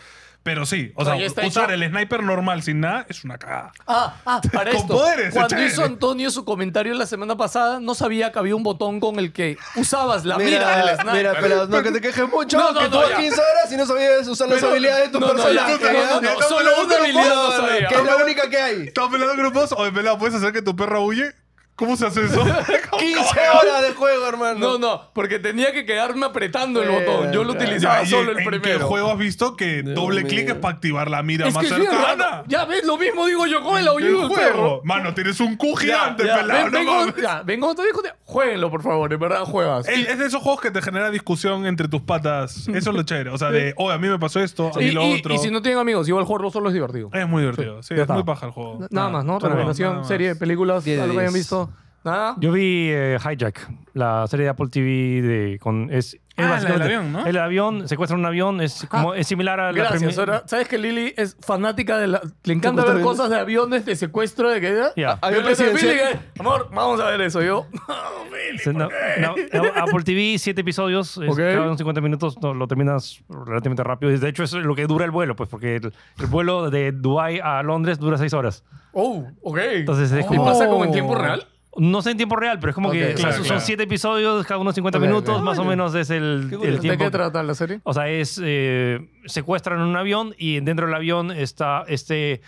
[SPEAKER 1] Pero sí, o
[SPEAKER 2] sea,
[SPEAKER 1] sea,
[SPEAKER 2] ya está
[SPEAKER 1] usar
[SPEAKER 2] hecho-
[SPEAKER 1] el sniper normal sin nada es una cagada.
[SPEAKER 2] Ah, ah, para
[SPEAKER 1] Con
[SPEAKER 2] esto.
[SPEAKER 1] poderes,
[SPEAKER 2] cuando
[SPEAKER 1] chévere.
[SPEAKER 2] hizo Antonio su comentario la semana pasada, no sabía que había un botón con el que usabas la Ah, mira, del
[SPEAKER 4] Mira,
[SPEAKER 2] sniper.
[SPEAKER 4] mira, pero no que te quejes mucho,
[SPEAKER 2] No, no,
[SPEAKER 4] que
[SPEAKER 2] no,
[SPEAKER 4] tú
[SPEAKER 2] ya.
[SPEAKER 4] a 15 horas y no sabías usar las
[SPEAKER 2] Pero-
[SPEAKER 4] habilidades de tu
[SPEAKER 2] no, no, ya,
[SPEAKER 4] personaje.
[SPEAKER 2] no,
[SPEAKER 4] ¿ya?
[SPEAKER 2] no, no, solo una habilidad no sabía.
[SPEAKER 4] Que es la única que hay.
[SPEAKER 1] ¿Estás pelando grupos? Oye, pelado, ¿puedes hacer que tu perra huye? ¿Cómo se hace eso?
[SPEAKER 4] 15 horas de juego, hermano.
[SPEAKER 2] No, no, porque tenía que quedarme apretando el
[SPEAKER 4] Eh,
[SPEAKER 2] botón. Yo lo
[SPEAKER 4] claro.
[SPEAKER 2] utilizaba
[SPEAKER 1] Ya,
[SPEAKER 2] solo
[SPEAKER 1] ¿y
[SPEAKER 2] el
[SPEAKER 1] en
[SPEAKER 2] primero.
[SPEAKER 1] ¿Qué juego has visto que doble
[SPEAKER 4] mío.
[SPEAKER 1] clic es para activar la mira
[SPEAKER 2] Es
[SPEAKER 1] más
[SPEAKER 2] que sí, hermano,
[SPEAKER 1] cercana?
[SPEAKER 2] ya ves, lo mismo digo yo con el
[SPEAKER 1] del
[SPEAKER 2] aullido del
[SPEAKER 1] juego.
[SPEAKER 2] perro.
[SPEAKER 1] Mano, tienes un Q
[SPEAKER 2] Ya,
[SPEAKER 1] gigante,
[SPEAKER 2] ya,
[SPEAKER 1] pelado.
[SPEAKER 2] ven-
[SPEAKER 1] no
[SPEAKER 2] vengo,
[SPEAKER 1] mames.
[SPEAKER 2] ya, vengo otra vez con- Jueguenlo, por favor, en verdad juegas.
[SPEAKER 1] Ey, es de esos juegos que te genera discusión entre tus patas. Eso es lo chévere. O sea, de, oh, a mí me pasó esto, a mí
[SPEAKER 2] y,
[SPEAKER 1] lo
[SPEAKER 2] y-
[SPEAKER 1] otro.
[SPEAKER 2] y si no tienen amigos, igual jugarlo solo es divertido.
[SPEAKER 1] Es muy divertido. Sí,
[SPEAKER 2] ya
[SPEAKER 1] es
[SPEAKER 2] está.
[SPEAKER 1] muy paja el juego.
[SPEAKER 2] Ah, Nada más,
[SPEAKER 1] Nada
[SPEAKER 2] ¿no?
[SPEAKER 1] más,
[SPEAKER 2] Recomendación,
[SPEAKER 1] nada más.
[SPEAKER 2] serie, películas,
[SPEAKER 4] Diez de
[SPEAKER 2] algo que hayan
[SPEAKER 4] diez.
[SPEAKER 2] visto. Nada.
[SPEAKER 3] Yo vi eh, Hijack, la serie de Apple TV de, con... Es, es
[SPEAKER 1] Ah, la del
[SPEAKER 3] básicamente-
[SPEAKER 1] avión, ¿no?
[SPEAKER 3] El avión, secuestran un avión, es, como, es similar a la
[SPEAKER 2] Ah, Gracias.
[SPEAKER 3] primi-
[SPEAKER 2] ahora, ¿Sabes que Lili es fanática de la. Le encanta ver
[SPEAKER 4] aviones.
[SPEAKER 2] cosas de aviones, de secuestro, de que.
[SPEAKER 3] Ya.
[SPEAKER 2] Yo le decía,
[SPEAKER 4] presidencial.
[SPEAKER 2] "Lili, eh, amor, vamos a ver eso. Yo. "Oh, "No, Lili,
[SPEAKER 3] Sí, no, no, Apple TV, siete episodios, es
[SPEAKER 2] Ok.
[SPEAKER 3] cada unos 50 minutos, no, lo terminas relativamente rápido. Y De hecho, eso es lo que dura el vuelo, pues, porque el, el vuelo de Dubái a Londres dura seis horas.
[SPEAKER 2] Oh, ok.
[SPEAKER 3] Entonces es
[SPEAKER 2] Oh.
[SPEAKER 3] como-
[SPEAKER 2] ¿Y pasa como en tiempo real?
[SPEAKER 3] No sé en tiempo real, pero es como
[SPEAKER 2] Ok,
[SPEAKER 3] que o sea,
[SPEAKER 1] claro,
[SPEAKER 3] son
[SPEAKER 1] claro.
[SPEAKER 3] siete episodios, cada uno 50
[SPEAKER 4] Ok,
[SPEAKER 3] minutos,
[SPEAKER 4] ok.
[SPEAKER 3] más o
[SPEAKER 4] Bueno.
[SPEAKER 3] menos es el, el
[SPEAKER 4] curioso.
[SPEAKER 2] ¿De
[SPEAKER 3] tiempo.
[SPEAKER 2] qué trata la serie?
[SPEAKER 3] O sea, es eh, secuestran un avión y dentro del avión está este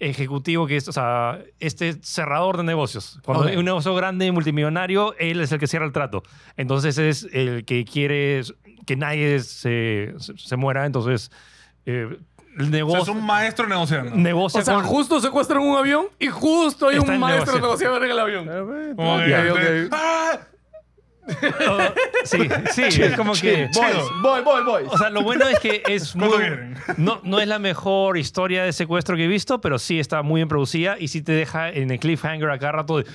[SPEAKER 3] ejecutivo que es, o sea, este cerrador de negocios. Cuando
[SPEAKER 2] Ok.
[SPEAKER 3] hay un negocio grande, multimillonario, él es el que cierra el trato. Entonces es el que quiere que nadie se, se- se muera, entonces eh,
[SPEAKER 1] O
[SPEAKER 3] el
[SPEAKER 1] sea, es
[SPEAKER 3] negocio...
[SPEAKER 1] un maestro negociando.
[SPEAKER 3] negocia
[SPEAKER 2] O sea,
[SPEAKER 3] con-
[SPEAKER 2] justo secuestran un avión y justo hay
[SPEAKER 3] Está
[SPEAKER 2] un
[SPEAKER 3] en
[SPEAKER 2] maestro
[SPEAKER 3] negocio.
[SPEAKER 2] negociador en el avión.
[SPEAKER 1] Como que-
[SPEAKER 2] Ya, ok.
[SPEAKER 1] de- ¡Ah!
[SPEAKER 3] Sí, sí, es como que...
[SPEAKER 1] Chill.
[SPEAKER 4] Voy, voy, voy.
[SPEAKER 3] O sea, lo bueno es que es muy,
[SPEAKER 1] ¿Cuánto quieren?
[SPEAKER 3] no, no es la mejor historia de secuestro que he visto, pero sí está muy bien producida y sí te deja en el cliffhanger acá rato de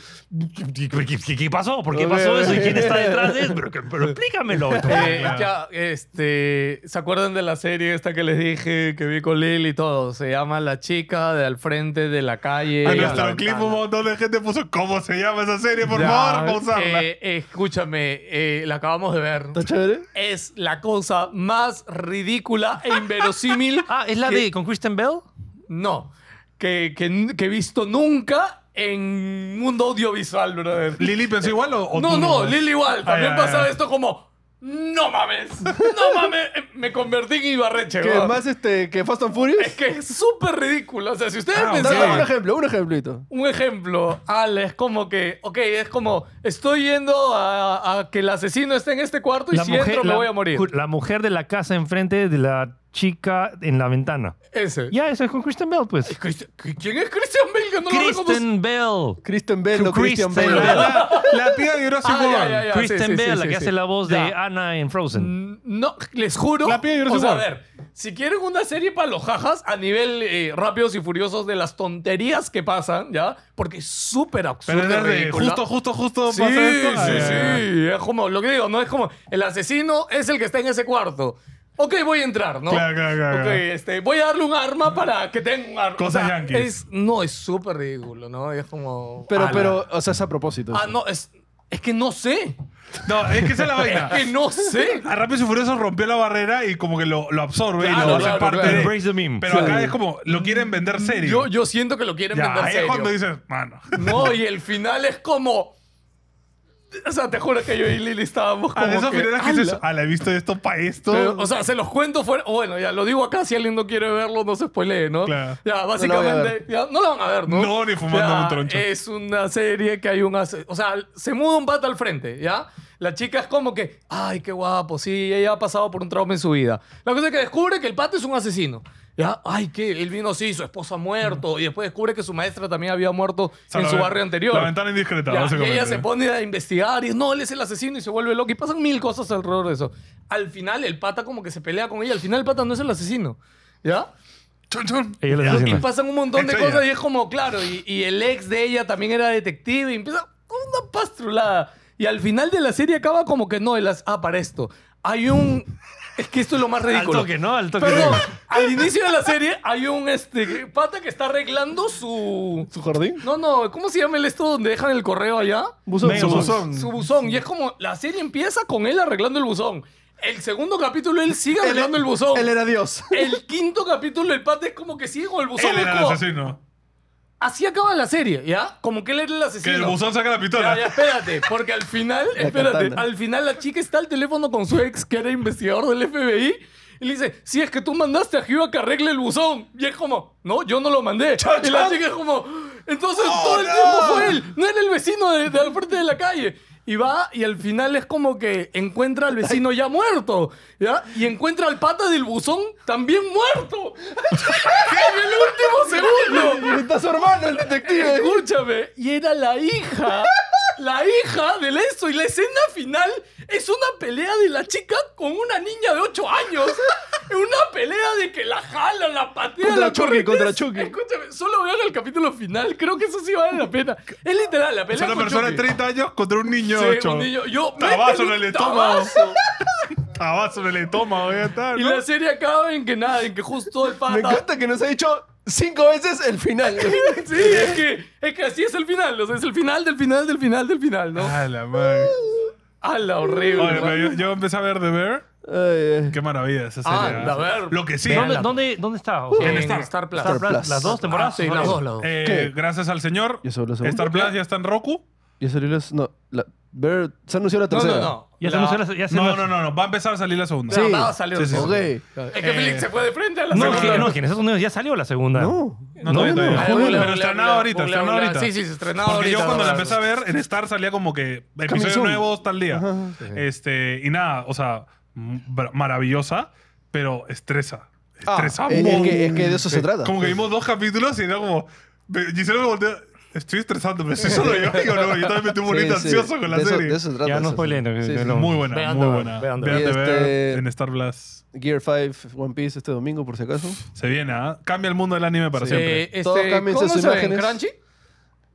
[SPEAKER 3] ¿qué, qué- qué pasó? ¿Por qué pasó eso? ¿Y quién está detrás de él? Pero, que- pero explícamelo.
[SPEAKER 2] Eh, ya, este, ¿se acuerdan de la serie esta que les dije que vi con Lil y todo? Se llama La chica de al frente de la calle.
[SPEAKER 1] A
[SPEAKER 2] y a
[SPEAKER 1] "Ah, nuestro
[SPEAKER 2] la
[SPEAKER 1] clip
[SPEAKER 2] ventana.
[SPEAKER 1] un montón de gente puso ¿Cómo se llama esa serie? Por
[SPEAKER 2] Ya,
[SPEAKER 1] favor, pausarla.
[SPEAKER 2] eh, escúchame, eh, la acabamos de ver.
[SPEAKER 4] ¿Está chévere?
[SPEAKER 2] Es la cosa más ridícula e inverosímil.
[SPEAKER 3] Ah, ¿es la
[SPEAKER 2] Eh,
[SPEAKER 3] de con Kristen Bell?
[SPEAKER 2] No, que, que- que he visto nunca en mundo audiovisual, brother.
[SPEAKER 1] ¿Lili pensó igual o, o
[SPEAKER 2] No,
[SPEAKER 1] tú
[SPEAKER 2] no,
[SPEAKER 1] nomás?
[SPEAKER 2] Lili igual. También
[SPEAKER 1] ya,
[SPEAKER 2] pasaba
[SPEAKER 1] ya.
[SPEAKER 2] esto como. No mames, no mames, me convertí en Ibarreche.
[SPEAKER 4] Que
[SPEAKER 2] weón.
[SPEAKER 4] más este, que Fast and Furious.
[SPEAKER 2] Es que es súper ridículo. O sea, si ustedes
[SPEAKER 1] Ah, ok.
[SPEAKER 4] Dame un
[SPEAKER 2] pensaban,
[SPEAKER 4] ejemplo, un ejemplito.
[SPEAKER 2] un ejemplo, Al, es como que, ok, es como, estoy yendo a, a que el asesino esté en este cuarto y si entro me
[SPEAKER 3] la-
[SPEAKER 2] voy a morir.
[SPEAKER 3] ju- La mujer de la casa enfrente de la chica en la ventana.
[SPEAKER 2] Ese.
[SPEAKER 3] Ya, eso es con Kristen Bell, pues.
[SPEAKER 2] Cristi- ¿Quién es Christian Bale? Que no lo reconozco.
[SPEAKER 3] Kristen Bell.
[SPEAKER 4] Kristen Bell o Christian
[SPEAKER 3] Kristen
[SPEAKER 4] Bell.
[SPEAKER 3] Bell.
[SPEAKER 1] La, la tía de Jurassic
[SPEAKER 2] Ah, ya,
[SPEAKER 1] World.
[SPEAKER 2] ya, ya. sí,
[SPEAKER 3] Kristen
[SPEAKER 2] sí,
[SPEAKER 3] Bell,
[SPEAKER 2] sí,
[SPEAKER 3] la
[SPEAKER 2] sí,
[SPEAKER 3] que
[SPEAKER 2] sí.
[SPEAKER 3] hace la voz de
[SPEAKER 2] Ya.
[SPEAKER 3] Anna en Frozen.
[SPEAKER 2] Mm, No, les juro.
[SPEAKER 1] La pide Jurassic
[SPEAKER 2] o sea, a
[SPEAKER 1] World.
[SPEAKER 2] ver, si quieren una serie para los jajas a nivel eh, rápidos y furiosos de las tonterías que pasan, ¿ya? Porque es súper
[SPEAKER 1] Pero
[SPEAKER 2] absurdo.
[SPEAKER 1] es de justo, justo, justo
[SPEAKER 2] Sí,
[SPEAKER 1] pasa esto. Ah,
[SPEAKER 2] sí,
[SPEAKER 1] ya, ya.
[SPEAKER 2] sí. Es como lo que digo, no es como el asesino es el que está en ese cuarto. Ok, voy a entrar, ¿no?
[SPEAKER 1] Claro, claro, claro,
[SPEAKER 2] Ok,
[SPEAKER 1] claro.
[SPEAKER 2] este, voy a darle un arma para que tenga un arma.
[SPEAKER 1] Cosas yankees.
[SPEAKER 2] es- no, es súper ridículo, ¿no? Es como.
[SPEAKER 4] Pero,
[SPEAKER 2] ala.
[SPEAKER 4] pero, o sea, es a propósito.
[SPEAKER 2] Ah, no, es, es que no sé.
[SPEAKER 1] No, es que esa es la vaina.
[SPEAKER 2] Que no sé.
[SPEAKER 1] A Rápidos y Furiosos rompió la barrera y como que lo, lo absorbe y
[SPEAKER 2] Claro,
[SPEAKER 1] lo hace
[SPEAKER 2] claro,
[SPEAKER 1] parte
[SPEAKER 2] claro.
[SPEAKER 1] de...
[SPEAKER 3] Embrace the meme.
[SPEAKER 1] Pero acá es como, lo quieren vender serio.
[SPEAKER 2] Mm, Yo, yo siento que lo quieren
[SPEAKER 1] ya,
[SPEAKER 2] vender
[SPEAKER 1] ahí es
[SPEAKER 2] serio.
[SPEAKER 1] cuando dices, mano.
[SPEAKER 2] No, y el final es como. O sea, te juro que yo y Lili estábamos como.
[SPEAKER 1] A Ah, esos
[SPEAKER 2] que,
[SPEAKER 1] finales que dices,
[SPEAKER 2] "Ala".
[SPEAKER 1] ah, la he visto esto para esto.
[SPEAKER 2] Pero, o sea, se los cuento fuera. o Bueno, ya lo digo acá. Si alguien no quiere verlo, no se spoilee, ¿no?
[SPEAKER 1] Claro.
[SPEAKER 2] Ya,
[SPEAKER 4] No lo voy a
[SPEAKER 2] básicamente.
[SPEAKER 4] ver.
[SPEAKER 2] ya, No lo, van a ver, ¿no?
[SPEAKER 1] No, ni fumando
[SPEAKER 2] Ya,
[SPEAKER 1] un troncho.
[SPEAKER 2] Es una serie que hay un. ase- O sea, se muda un pato al frente, ¿ya? La chica es como que, ay, qué guapo, sí, ella ha pasado por un trauma en su vida. La cosa es que descubre que el pato es un asesino. ¿Ya? Ay, que él vino, sí, su esposa ha muerto. Y después descubre que su maestra también había muerto
[SPEAKER 1] O sea,
[SPEAKER 2] en
[SPEAKER 1] la
[SPEAKER 2] su
[SPEAKER 1] ve-
[SPEAKER 2] barrio anterior.
[SPEAKER 1] La ventana indiscreta,
[SPEAKER 2] Ya, y
[SPEAKER 1] básicamente.
[SPEAKER 2] ella se pone a investigar y no, él es el asesino y se vuelve loco y pasan mil cosas alrededor de eso. Al final el pata como que se pelea con ella, al final el pata no es el asesino, ¿ya?
[SPEAKER 1] Chon, chon.
[SPEAKER 3] Ella es la
[SPEAKER 2] Y
[SPEAKER 3] asesina.
[SPEAKER 2] pasan un montón de
[SPEAKER 1] Esto ya.
[SPEAKER 2] cosas y es como, claro, y, y el ex de ella también era detective y empieza una pastrulada. Y al final de la serie acaba como que no, el as- ah, para esto. Hay un... Es que esto es lo más ridículo.
[SPEAKER 3] Al toque, ¿no? Al toque.
[SPEAKER 2] Perdón, al inicio de la serie hay un este, pata que está arreglando su...
[SPEAKER 4] ¿Su jardín?
[SPEAKER 2] No, no, ¿cómo se llama el esto donde dejan el correo allá?
[SPEAKER 4] Buzón.
[SPEAKER 1] Venga,
[SPEAKER 4] Su
[SPEAKER 1] buzón.
[SPEAKER 2] Su buzón. Y es como, la serie empieza con él arreglando el buzón. El segundo capítulo él sigue arreglando el buzón.
[SPEAKER 4] Él
[SPEAKER 2] El,
[SPEAKER 4] era Dios.
[SPEAKER 2] quinto capítulo el pata es como que sigue con el buzón.
[SPEAKER 1] Él
[SPEAKER 2] es
[SPEAKER 1] era el
[SPEAKER 2] como-
[SPEAKER 1] asesino.
[SPEAKER 2] Así acaba la serie, ¿ya? Como que él era el
[SPEAKER 1] Que
[SPEAKER 2] asesino.
[SPEAKER 1] el buzón saca la pistola.
[SPEAKER 2] Ya, ya, espérate, porque al final, espérate,
[SPEAKER 4] katana.
[SPEAKER 2] al final la chica está al teléfono con su ex, que era investigador del FBI, y le dice, si es que tú mandaste a Hugh a que arregle el buzón. Y es como, no, yo no lo mandé. Y la chica es como, entonces todo el tiempo fue él, no era el vecino de, de al frente de la calle. Y va, y al final es como que encuentra al vecino ya muerto, ¿ya? Y encuentra al pata del buzón también muerto. en el último segundo.
[SPEAKER 4] Y Está su hermano, el detective.
[SPEAKER 2] Escúchame, y era la hija, la hija del eso. Y la escena final es una pelea de la chica con una niña de 8 años. Una pelea de que la jala, la patea.
[SPEAKER 4] Contra
[SPEAKER 2] la
[SPEAKER 4] Chucky,
[SPEAKER 2] corretea.
[SPEAKER 4] contra Chucky.
[SPEAKER 2] Escúchame, solo vean el capítulo final. Creo que eso sí vale la pena. Es literal, la
[SPEAKER 1] O
[SPEAKER 2] pelea
[SPEAKER 1] sea, una
[SPEAKER 2] con
[SPEAKER 1] persona de
[SPEAKER 2] Chucky.
[SPEAKER 1] 30 años contra un niño
[SPEAKER 2] Sí,
[SPEAKER 1] de 8.
[SPEAKER 2] un niño- yo-
[SPEAKER 1] Tabazo en
[SPEAKER 2] métele
[SPEAKER 1] el
[SPEAKER 2] un
[SPEAKER 1] estómago.
[SPEAKER 2] tabazo.
[SPEAKER 1] Tabazo en el estómago, ya está.
[SPEAKER 2] Y
[SPEAKER 1] ¿no?
[SPEAKER 2] la serie acaba en que nada, en que justo el
[SPEAKER 4] Me
[SPEAKER 2] pata
[SPEAKER 4] encanta que nos ha dicho cinco veces el final.
[SPEAKER 2] Sí, es que, es que así es el final. O sea, es el final del final del final del final, ¿no?
[SPEAKER 1] A Ah, la madre.
[SPEAKER 2] Uh, ¡Hala, horrible!
[SPEAKER 1] Oye,
[SPEAKER 2] man.
[SPEAKER 1] pero yo, yo empecé a ver The Bear.
[SPEAKER 4] Ay,
[SPEAKER 1] Qué maravilla esa serie.
[SPEAKER 2] Ah,
[SPEAKER 1] ¿eh?
[SPEAKER 2] a ver.
[SPEAKER 1] Lo que sí.
[SPEAKER 3] ¿Dónde,
[SPEAKER 2] Veanla.
[SPEAKER 3] dónde, dónde está? O sea,
[SPEAKER 2] en
[SPEAKER 1] Star.
[SPEAKER 2] Star, Plus. Ah,
[SPEAKER 4] Star Plus.
[SPEAKER 3] Las dos temporadas.
[SPEAKER 2] sí,
[SPEAKER 3] ¿no?
[SPEAKER 2] las dos, las dos.
[SPEAKER 1] eh,
[SPEAKER 4] ¿Qué?
[SPEAKER 1] gracias al señor.
[SPEAKER 4] ¿Ya salió la segunda?
[SPEAKER 1] Star Plus ya está en Roku.
[SPEAKER 4] Ya salió los. No, la, ver, se anunció la
[SPEAKER 2] No,
[SPEAKER 4] tercera.
[SPEAKER 2] no, no.
[SPEAKER 3] Ya se
[SPEAKER 2] La-
[SPEAKER 3] anunció las- ya se
[SPEAKER 1] No,
[SPEAKER 3] anunció-
[SPEAKER 1] no, no, no. Va a empezar a salir la segunda.
[SPEAKER 4] Sí.
[SPEAKER 2] la- salió.
[SPEAKER 1] Sí, sí, sí.
[SPEAKER 4] Ok.
[SPEAKER 2] Es que
[SPEAKER 1] Eh,
[SPEAKER 2] Félix se fue de frente a la
[SPEAKER 3] No,
[SPEAKER 2] segunda.
[SPEAKER 3] que, no, que en Estados Unidos ya salió la segunda.
[SPEAKER 4] No.
[SPEAKER 1] No, todavía, todavía.
[SPEAKER 2] Ah,
[SPEAKER 1] Pero
[SPEAKER 2] bula, bula,
[SPEAKER 1] estrenado
[SPEAKER 2] bula,
[SPEAKER 1] ahorita,
[SPEAKER 2] bula,
[SPEAKER 1] estrenado
[SPEAKER 2] bula.
[SPEAKER 1] ahorita.
[SPEAKER 2] Sí, sí, se estrenaba
[SPEAKER 1] Porque
[SPEAKER 2] ahorita.
[SPEAKER 1] yo cuando la
[SPEAKER 2] bla,
[SPEAKER 1] empecé a
[SPEAKER 2] bla,
[SPEAKER 1] ver, en Star salía como que episodios
[SPEAKER 4] soon.
[SPEAKER 1] nuevos tal día.
[SPEAKER 4] Ajá. Sí.
[SPEAKER 1] Este, y nada, o sea, m- bra- maravillosa, pero estresa.
[SPEAKER 4] Ah,
[SPEAKER 1] Estresa
[SPEAKER 4] es, es que, es que de eso se
[SPEAKER 1] Sí.
[SPEAKER 4] trata.
[SPEAKER 1] Como que vimos dos capítulos y era como. me- Gisela me volteó. Estoy estresándome, soy solo yo. Digo, no, yo también me estoy
[SPEAKER 4] Sí,
[SPEAKER 1] bonito
[SPEAKER 4] sí.
[SPEAKER 1] ansioso con la
[SPEAKER 4] de
[SPEAKER 1] serie.
[SPEAKER 4] Eso, de eso se trata.
[SPEAKER 3] Ya no
[SPEAKER 4] eso.
[SPEAKER 3] spoileen, que-
[SPEAKER 4] Sí,
[SPEAKER 3] que
[SPEAKER 4] sí.
[SPEAKER 3] no.
[SPEAKER 1] Muy buena,
[SPEAKER 2] Vean
[SPEAKER 1] muy
[SPEAKER 2] The Bear,
[SPEAKER 1] buena.
[SPEAKER 2] vean The
[SPEAKER 1] Vean
[SPEAKER 4] Bear.
[SPEAKER 1] The Bear
[SPEAKER 4] Este-
[SPEAKER 1] en Star Blast.
[SPEAKER 4] Gear 5, One Piece este domingo, por si acaso.
[SPEAKER 1] Se viene, ¿ah? Cambia el mundo del anime para
[SPEAKER 4] Sí.
[SPEAKER 2] bla.
[SPEAKER 1] siempre.
[SPEAKER 2] Eh,
[SPEAKER 4] Todos
[SPEAKER 2] este,
[SPEAKER 4] cámbiense
[SPEAKER 2] ¿Cómo
[SPEAKER 4] sus
[SPEAKER 2] se ve? ¿En
[SPEAKER 4] imágenes.
[SPEAKER 2] Crunchy?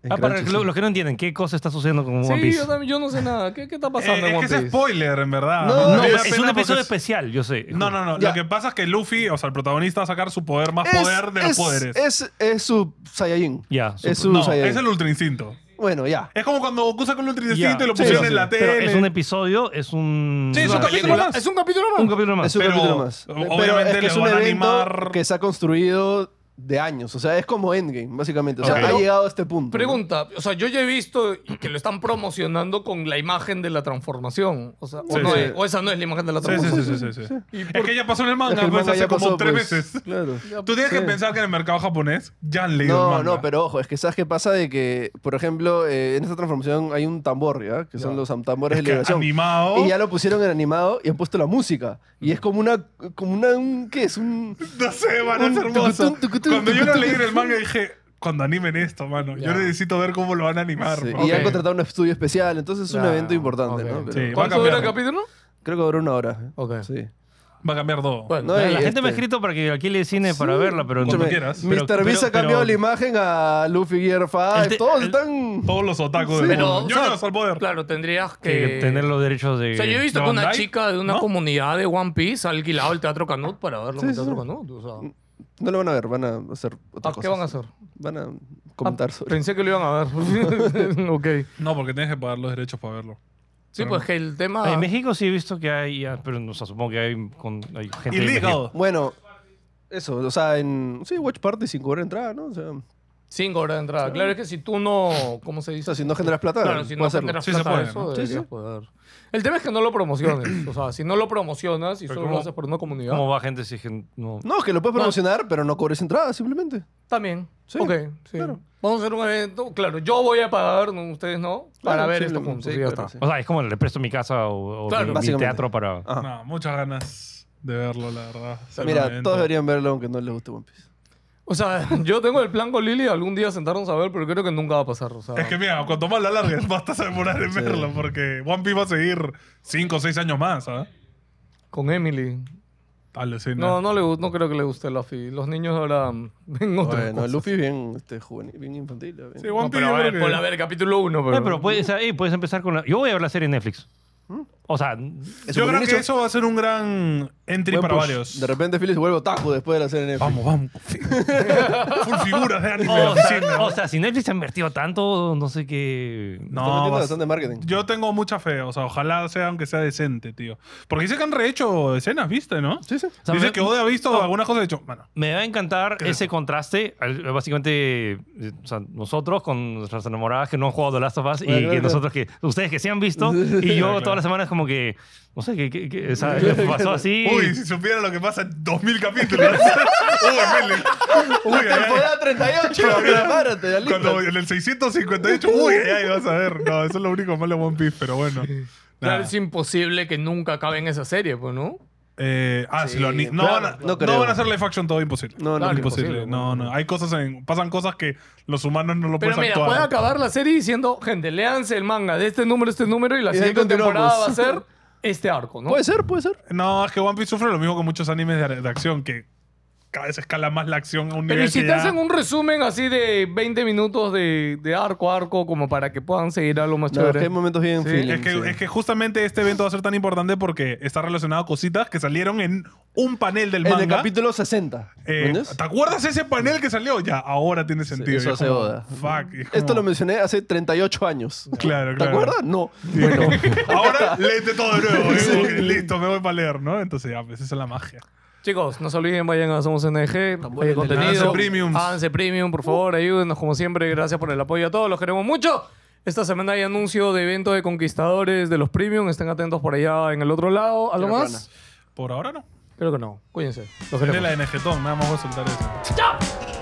[SPEAKER 4] En
[SPEAKER 3] Ah, para
[SPEAKER 4] Crunchy,
[SPEAKER 3] lo-
[SPEAKER 4] sí.
[SPEAKER 3] los que no entienden, ¿qué cosa está sucediendo con One
[SPEAKER 2] Sí,
[SPEAKER 3] Piece?
[SPEAKER 2] yo, también, yo no sé nada. ¿Qué, qué está pasando
[SPEAKER 1] Eh,
[SPEAKER 2] en
[SPEAKER 1] es
[SPEAKER 2] One
[SPEAKER 1] que es
[SPEAKER 2] Piece?
[SPEAKER 1] spoiler, en verdad.
[SPEAKER 4] No,
[SPEAKER 1] Me
[SPEAKER 4] no,
[SPEAKER 1] da
[SPEAKER 3] No, es
[SPEAKER 1] pena
[SPEAKER 3] un
[SPEAKER 1] porque
[SPEAKER 3] episodio
[SPEAKER 1] es-
[SPEAKER 3] especial, yo sé.
[SPEAKER 1] No, no, no.
[SPEAKER 4] Ya.
[SPEAKER 1] Lo que pasa es que Luffy, o sea, el protagonista, va a sacar su poder más
[SPEAKER 4] Es-
[SPEAKER 1] poder de los
[SPEAKER 4] es-
[SPEAKER 1] poderes.
[SPEAKER 4] Es, es su Saiyajin.
[SPEAKER 3] Ya,
[SPEAKER 4] es su
[SPEAKER 1] no,
[SPEAKER 4] Saiyajin.
[SPEAKER 1] es el ultra instinto.
[SPEAKER 4] Bueno, ya.
[SPEAKER 1] Es como cuando Goku sacó el ultra
[SPEAKER 3] Ya.
[SPEAKER 1] instinto y lo
[SPEAKER 4] Sí,
[SPEAKER 1] pusieron
[SPEAKER 4] sí,
[SPEAKER 1] en la
[SPEAKER 3] Pero
[SPEAKER 1] tele.
[SPEAKER 3] es un episodio, es un.
[SPEAKER 1] Sí, es un
[SPEAKER 3] una-
[SPEAKER 1] capítulo
[SPEAKER 2] película.
[SPEAKER 1] más.
[SPEAKER 2] Es un capítulo más.
[SPEAKER 3] un capítulo más.
[SPEAKER 4] Es un
[SPEAKER 1] Pero,
[SPEAKER 4] capítulo más.
[SPEAKER 1] obviamente,
[SPEAKER 4] Pero es que
[SPEAKER 1] le
[SPEAKER 4] es un
[SPEAKER 1] van a
[SPEAKER 4] evento
[SPEAKER 1] animar-
[SPEAKER 4] que se ha construido de años. O sea, es como Endgame, básicamente. O sea,
[SPEAKER 1] Ok.
[SPEAKER 4] ha
[SPEAKER 1] Pero-
[SPEAKER 4] llegado a este punto. ¿no?
[SPEAKER 2] Pregunta, o sea, yo ya he visto y que lo están promocionando con la imagen de la transformación. O sea, o,
[SPEAKER 1] Sí,
[SPEAKER 2] no
[SPEAKER 1] sí.
[SPEAKER 2] Es, o esa no es la imagen de la
[SPEAKER 1] Sí, sí,
[SPEAKER 2] transformación.
[SPEAKER 1] sí, sí, sí, sí. Es que ya pasó en el
[SPEAKER 4] Es
[SPEAKER 1] manga,
[SPEAKER 4] que el
[SPEAKER 1] pues,
[SPEAKER 4] manga
[SPEAKER 1] hace
[SPEAKER 4] ya
[SPEAKER 1] como
[SPEAKER 4] pasó,
[SPEAKER 1] tres
[SPEAKER 4] pues,
[SPEAKER 1] meses.
[SPEAKER 4] Claro.
[SPEAKER 1] Tú tienes que
[SPEAKER 4] Sí.
[SPEAKER 1] pensar que en el mercado japonés ya han leído el
[SPEAKER 4] No,
[SPEAKER 1] manga.
[SPEAKER 4] no, pero ojo, es que sabes qué pasa de que, por ejemplo, eh, en esta transformación hay un tambor, ¿ya? Que son los am- tambores
[SPEAKER 1] Es
[SPEAKER 4] de
[SPEAKER 1] que
[SPEAKER 4] liberación.
[SPEAKER 1] animado.
[SPEAKER 4] Y ya lo pusieron en animado y han puesto la música. Y
[SPEAKER 1] Mm.
[SPEAKER 4] es como una, como una, un, ¿qué es? Un...
[SPEAKER 1] No sé, mano, es
[SPEAKER 4] Un
[SPEAKER 1] hermoso.
[SPEAKER 4] tucutún, tucutún,
[SPEAKER 1] Cuando yo lo
[SPEAKER 4] tucutún.
[SPEAKER 1] leí en el manga dije, cuando animen esto, mano, yo
[SPEAKER 2] Ya.
[SPEAKER 1] necesito ver cómo lo van a animar.
[SPEAKER 4] Sí,
[SPEAKER 1] bro.
[SPEAKER 4] Y han
[SPEAKER 2] Ok.
[SPEAKER 4] contratado un estudio especial, entonces es un
[SPEAKER 2] Ya,
[SPEAKER 4] evento importante,
[SPEAKER 2] ok.
[SPEAKER 4] ¿no? Pero
[SPEAKER 1] Ah, Sí. va
[SPEAKER 2] ¿Cuánto dura el
[SPEAKER 1] cambiando.
[SPEAKER 2] capítulo?
[SPEAKER 4] Creo que duró una hora. ¿eh?
[SPEAKER 2] Ok.
[SPEAKER 4] Sí.
[SPEAKER 1] Va a cambiar todo.
[SPEAKER 2] Bueno,
[SPEAKER 4] No,
[SPEAKER 3] La,
[SPEAKER 4] y
[SPEAKER 3] gente
[SPEAKER 4] este-
[SPEAKER 3] me ha escrito para que alquile cine para verla, pero
[SPEAKER 1] Cuando
[SPEAKER 3] no.
[SPEAKER 1] quieras.
[SPEAKER 3] Pero-
[SPEAKER 4] Mr. Beast
[SPEAKER 3] pero-
[SPEAKER 4] ha cambiado
[SPEAKER 3] pero-
[SPEAKER 4] la imagen a Luffy Gear 5.
[SPEAKER 3] El te-
[SPEAKER 4] Todos
[SPEAKER 3] el-
[SPEAKER 4] están...
[SPEAKER 1] Todos los otakus del
[SPEAKER 2] Pero,
[SPEAKER 1] mundo.
[SPEAKER 2] o
[SPEAKER 1] Yo
[SPEAKER 2] sea,
[SPEAKER 1] no al poder.
[SPEAKER 2] Claro, tendrías
[SPEAKER 3] que
[SPEAKER 2] que...
[SPEAKER 3] tener los derechos de.
[SPEAKER 2] O sea, yo he visto
[SPEAKER 1] ¿De
[SPEAKER 2] que una
[SPEAKER 1] Bandai?
[SPEAKER 2] chica de una
[SPEAKER 1] ¿No?
[SPEAKER 2] comunidad de One Piece ha alquilado el Teatro Canut para verlo en
[SPEAKER 4] Sí,
[SPEAKER 2] el Teatro
[SPEAKER 4] sí. Mm,
[SPEAKER 2] Canut. O sea,
[SPEAKER 4] No lo van a ver, van a hacer otra
[SPEAKER 2] ¿Ah,
[SPEAKER 4] cosa.
[SPEAKER 2] ¿qué van a hacer?
[SPEAKER 4] Van a comentar
[SPEAKER 2] Ah,
[SPEAKER 4] sobre...
[SPEAKER 2] Pensé que lo iban a ver. ok.
[SPEAKER 1] No, porque tienes que pagar los derechos para verlo.
[SPEAKER 2] Sí,
[SPEAKER 1] Pero
[SPEAKER 2] pues
[SPEAKER 1] no.
[SPEAKER 2] que el tema...
[SPEAKER 3] Ah, En México sí he visto que hay. ah, Pero no, o sea, supongo que hay, con, hay gente. de México.
[SPEAKER 1] Illegal.
[SPEAKER 4] Bueno, eso, o sea, en... Sí, Watch Party sin cobrar entrada, ¿no? O sea, o
[SPEAKER 2] Cinco horas de entrada. Claro, es que si tú no... ¿Cómo se dice?
[SPEAKER 4] sea, si no generas plata,
[SPEAKER 2] Claro, si no
[SPEAKER 4] puedes hacerlo.
[SPEAKER 2] generas
[SPEAKER 1] Sí se
[SPEAKER 2] plata
[SPEAKER 1] puede,
[SPEAKER 2] de eso,
[SPEAKER 1] ¿no?
[SPEAKER 4] Sí, sí.
[SPEAKER 2] deberías poder. El tema es que no lo promociones. O sea, si no lo promocionas y
[SPEAKER 1] Pero
[SPEAKER 2] solo
[SPEAKER 1] ¿cómo-
[SPEAKER 2] lo haces por una comunidad,
[SPEAKER 3] ¿Cómo va gente si es que no?
[SPEAKER 4] No, que lo puedes
[SPEAKER 2] No.
[SPEAKER 4] promocionar, pero no cobres entrada, simplemente.
[SPEAKER 2] también.
[SPEAKER 4] Sí,
[SPEAKER 2] ok, sí. Vamos a hacer un evento. Claro, yo voy a pagar, no, ustedes no, para
[SPEAKER 4] Claro,
[SPEAKER 2] ver
[SPEAKER 4] sí,
[SPEAKER 2] esto
[SPEAKER 4] lo-
[SPEAKER 2] juntos.
[SPEAKER 4] sí,
[SPEAKER 2] y ya
[SPEAKER 4] claro,
[SPEAKER 2] está.
[SPEAKER 4] sí.
[SPEAKER 3] O sea, es como le presto mi casa o, o
[SPEAKER 2] Claro,
[SPEAKER 3] mi- mi,
[SPEAKER 4] básicamente.
[SPEAKER 3] teatro para. Eh,
[SPEAKER 4] Ah.
[SPEAKER 1] No, muchas ganas de verlo, la verdad. Ser un
[SPEAKER 4] Mira,
[SPEAKER 1] evento.
[SPEAKER 4] todos deberían verlo aunque no les guste One Piece.
[SPEAKER 2] O sea, yo tengo el plan con Lili algún día sentarnos a ver, pero creo que nunca va a pasar. O sea,
[SPEAKER 1] Es que mira, cuanto más la largues, más te vas a demorar en verlo, porque One Piece va a seguir 5 o 6 años más, ¿ah?
[SPEAKER 2] con Emily.
[SPEAKER 1] Alucina.
[SPEAKER 2] No, no, le, gu- no creo que le guste Luffy. Los niños ahora mm, ven otra
[SPEAKER 4] Bueno,
[SPEAKER 2] cosa.
[SPEAKER 4] Luffy es bien este, juvenil, bien infantil. bien-
[SPEAKER 1] Sí, One Piece
[SPEAKER 2] No, pero a
[SPEAKER 1] yo
[SPEAKER 2] ver,
[SPEAKER 1] creo que-
[SPEAKER 2] ponla a ver capítulo 1. Eh, Pero...
[SPEAKER 3] eh, Ay, pero puedes, ahí puedes empezar con la. Yo voy a ver la serie en Netflix. O sea,
[SPEAKER 4] Eso
[SPEAKER 1] Yo
[SPEAKER 4] porque
[SPEAKER 1] creo
[SPEAKER 4] han
[SPEAKER 1] que
[SPEAKER 4] hecho.
[SPEAKER 1] eso va a ser un gran entry
[SPEAKER 4] Buen
[SPEAKER 1] para
[SPEAKER 4] push.
[SPEAKER 1] varios.
[SPEAKER 4] De repente Philly se vuelve otaku después de la serie Netflix.
[SPEAKER 1] Vamos, vamos. Full figuras de anime.
[SPEAKER 2] Oh,
[SPEAKER 1] de
[SPEAKER 3] o
[SPEAKER 1] oficina.
[SPEAKER 3] sea, o sea, si Netflix ha invertido tanto, no sé qué.
[SPEAKER 4] Está metiendo
[SPEAKER 1] no, vas-
[SPEAKER 4] bastante marketing.
[SPEAKER 1] yo tengo mucha fe. O sea, ojalá sea, aunque sea decente, tío. Porque dice que han rehecho escenas, ¿viste, no?
[SPEAKER 4] Sí, sí.
[SPEAKER 3] sea,
[SPEAKER 1] dice
[SPEAKER 3] me-
[SPEAKER 1] que Ode ha visto algunas cosas. De hecho, bueno,
[SPEAKER 3] Me va a encantar
[SPEAKER 1] ¿Qué es
[SPEAKER 3] ese contraste. al- Básicamente, eh, o sea, nosotros con nuestras enamoradas que no han jugado The Last of Us y
[SPEAKER 4] Claro,
[SPEAKER 3] que
[SPEAKER 4] claro.
[SPEAKER 3] nosotros que, ustedes que se han visto, y yo
[SPEAKER 1] Claro, claro.
[SPEAKER 3] todas las semanas como que, no sé, que, que- que- o sea, que pasó así.
[SPEAKER 1] Uy, si supiera lo que pasa en 2000 capítulos. uy, Meli. Uy, ay, ay.
[SPEAKER 4] Temporada 38, prepárate, ya listo.
[SPEAKER 1] Cuando en el 658, uy, ay, ay, vas a ver. No, eso es lo único malo de One Piece, pero bueno. Nada.
[SPEAKER 2] Claro, es imposible que nunca acaben esa serie, pues, ¿no?
[SPEAKER 1] Eh, ah, si lo ni- no,
[SPEAKER 4] claro,
[SPEAKER 1] van a,
[SPEAKER 4] no
[SPEAKER 1] no,
[SPEAKER 4] creo.
[SPEAKER 1] van a hacer live action todo imposible.
[SPEAKER 4] No, no,
[SPEAKER 2] Claro,
[SPEAKER 1] imposible.
[SPEAKER 2] imposible,
[SPEAKER 1] No, no. Hay cosas en, pasan cosas que los humanos no lo
[SPEAKER 2] Pero
[SPEAKER 1] pueden
[SPEAKER 2] mira,
[SPEAKER 1] actuar.
[SPEAKER 2] puede acabar la serie diciendo, gente, léanse el manga de este número, este número, y la
[SPEAKER 4] Y ahí
[SPEAKER 2] siguiente
[SPEAKER 4] continuamos.
[SPEAKER 2] temporada va a ser este arco, ¿no?
[SPEAKER 4] Puede ser, puede ser.
[SPEAKER 1] No, es que One Piece sufre lo mismo que muchos animes de, de acción, que cada vez escala más la acción a un nivel
[SPEAKER 2] Pero ¿y si
[SPEAKER 1] que
[SPEAKER 2] te
[SPEAKER 1] ya-
[SPEAKER 2] hacen un resumen así de 20 minutos de, de arco a arco, como para que puedan seguir algo más
[SPEAKER 4] No, es
[SPEAKER 2] chévere.
[SPEAKER 4] que hay momentos bien
[SPEAKER 2] Sí,
[SPEAKER 4] feeling,
[SPEAKER 1] Es que,
[SPEAKER 4] sí.
[SPEAKER 1] es que justamente este evento va a ser tan importante porque está relacionado a cositas que salieron en un panel del
[SPEAKER 4] En
[SPEAKER 1] manga.
[SPEAKER 4] el capítulo 60.
[SPEAKER 1] Eh,
[SPEAKER 4] ¿entiendes?
[SPEAKER 1] ¿Te acuerdas ese panel que salió? Ya, ahora tiene sentido.
[SPEAKER 4] eso
[SPEAKER 1] Y es
[SPEAKER 4] hace
[SPEAKER 1] como,
[SPEAKER 4] Oda.
[SPEAKER 1] Fuck. y es
[SPEAKER 4] Esto
[SPEAKER 1] como-
[SPEAKER 4] lo mencioné hace 38 años.
[SPEAKER 1] Claro, claro.
[SPEAKER 4] ¿Te acuerdas? No.
[SPEAKER 1] Sí.
[SPEAKER 4] Bueno,
[SPEAKER 1] ahora léete todo de nuevo. ¿eh? Como que, Listo, me voy para leer, ¿no? Entonces ya, pues esa es la magia.
[SPEAKER 2] Chicos, no se olviden, vayan a Somos NG,
[SPEAKER 4] Apoyen
[SPEAKER 2] apoyen
[SPEAKER 4] el Uh.
[SPEAKER 2] contenido.
[SPEAKER 1] Avance Premiums.
[SPEAKER 2] Avance Premium, por favor, ayúdenos como siempre. Gracias por el apoyo a todos, los queremos mucho. Esta semana hay anuncio de evento de conquistadores de los Premium. Estén atentos por allá en el otro lado. ¿Algo
[SPEAKER 4] Quiero
[SPEAKER 2] más?
[SPEAKER 1] Por ahora no.
[SPEAKER 2] Creo que no. Cuídense. Los
[SPEAKER 1] Es
[SPEAKER 2] queremos.
[SPEAKER 1] la de Negetón, nada más voy a soltar eso.
[SPEAKER 2] ¡Chao!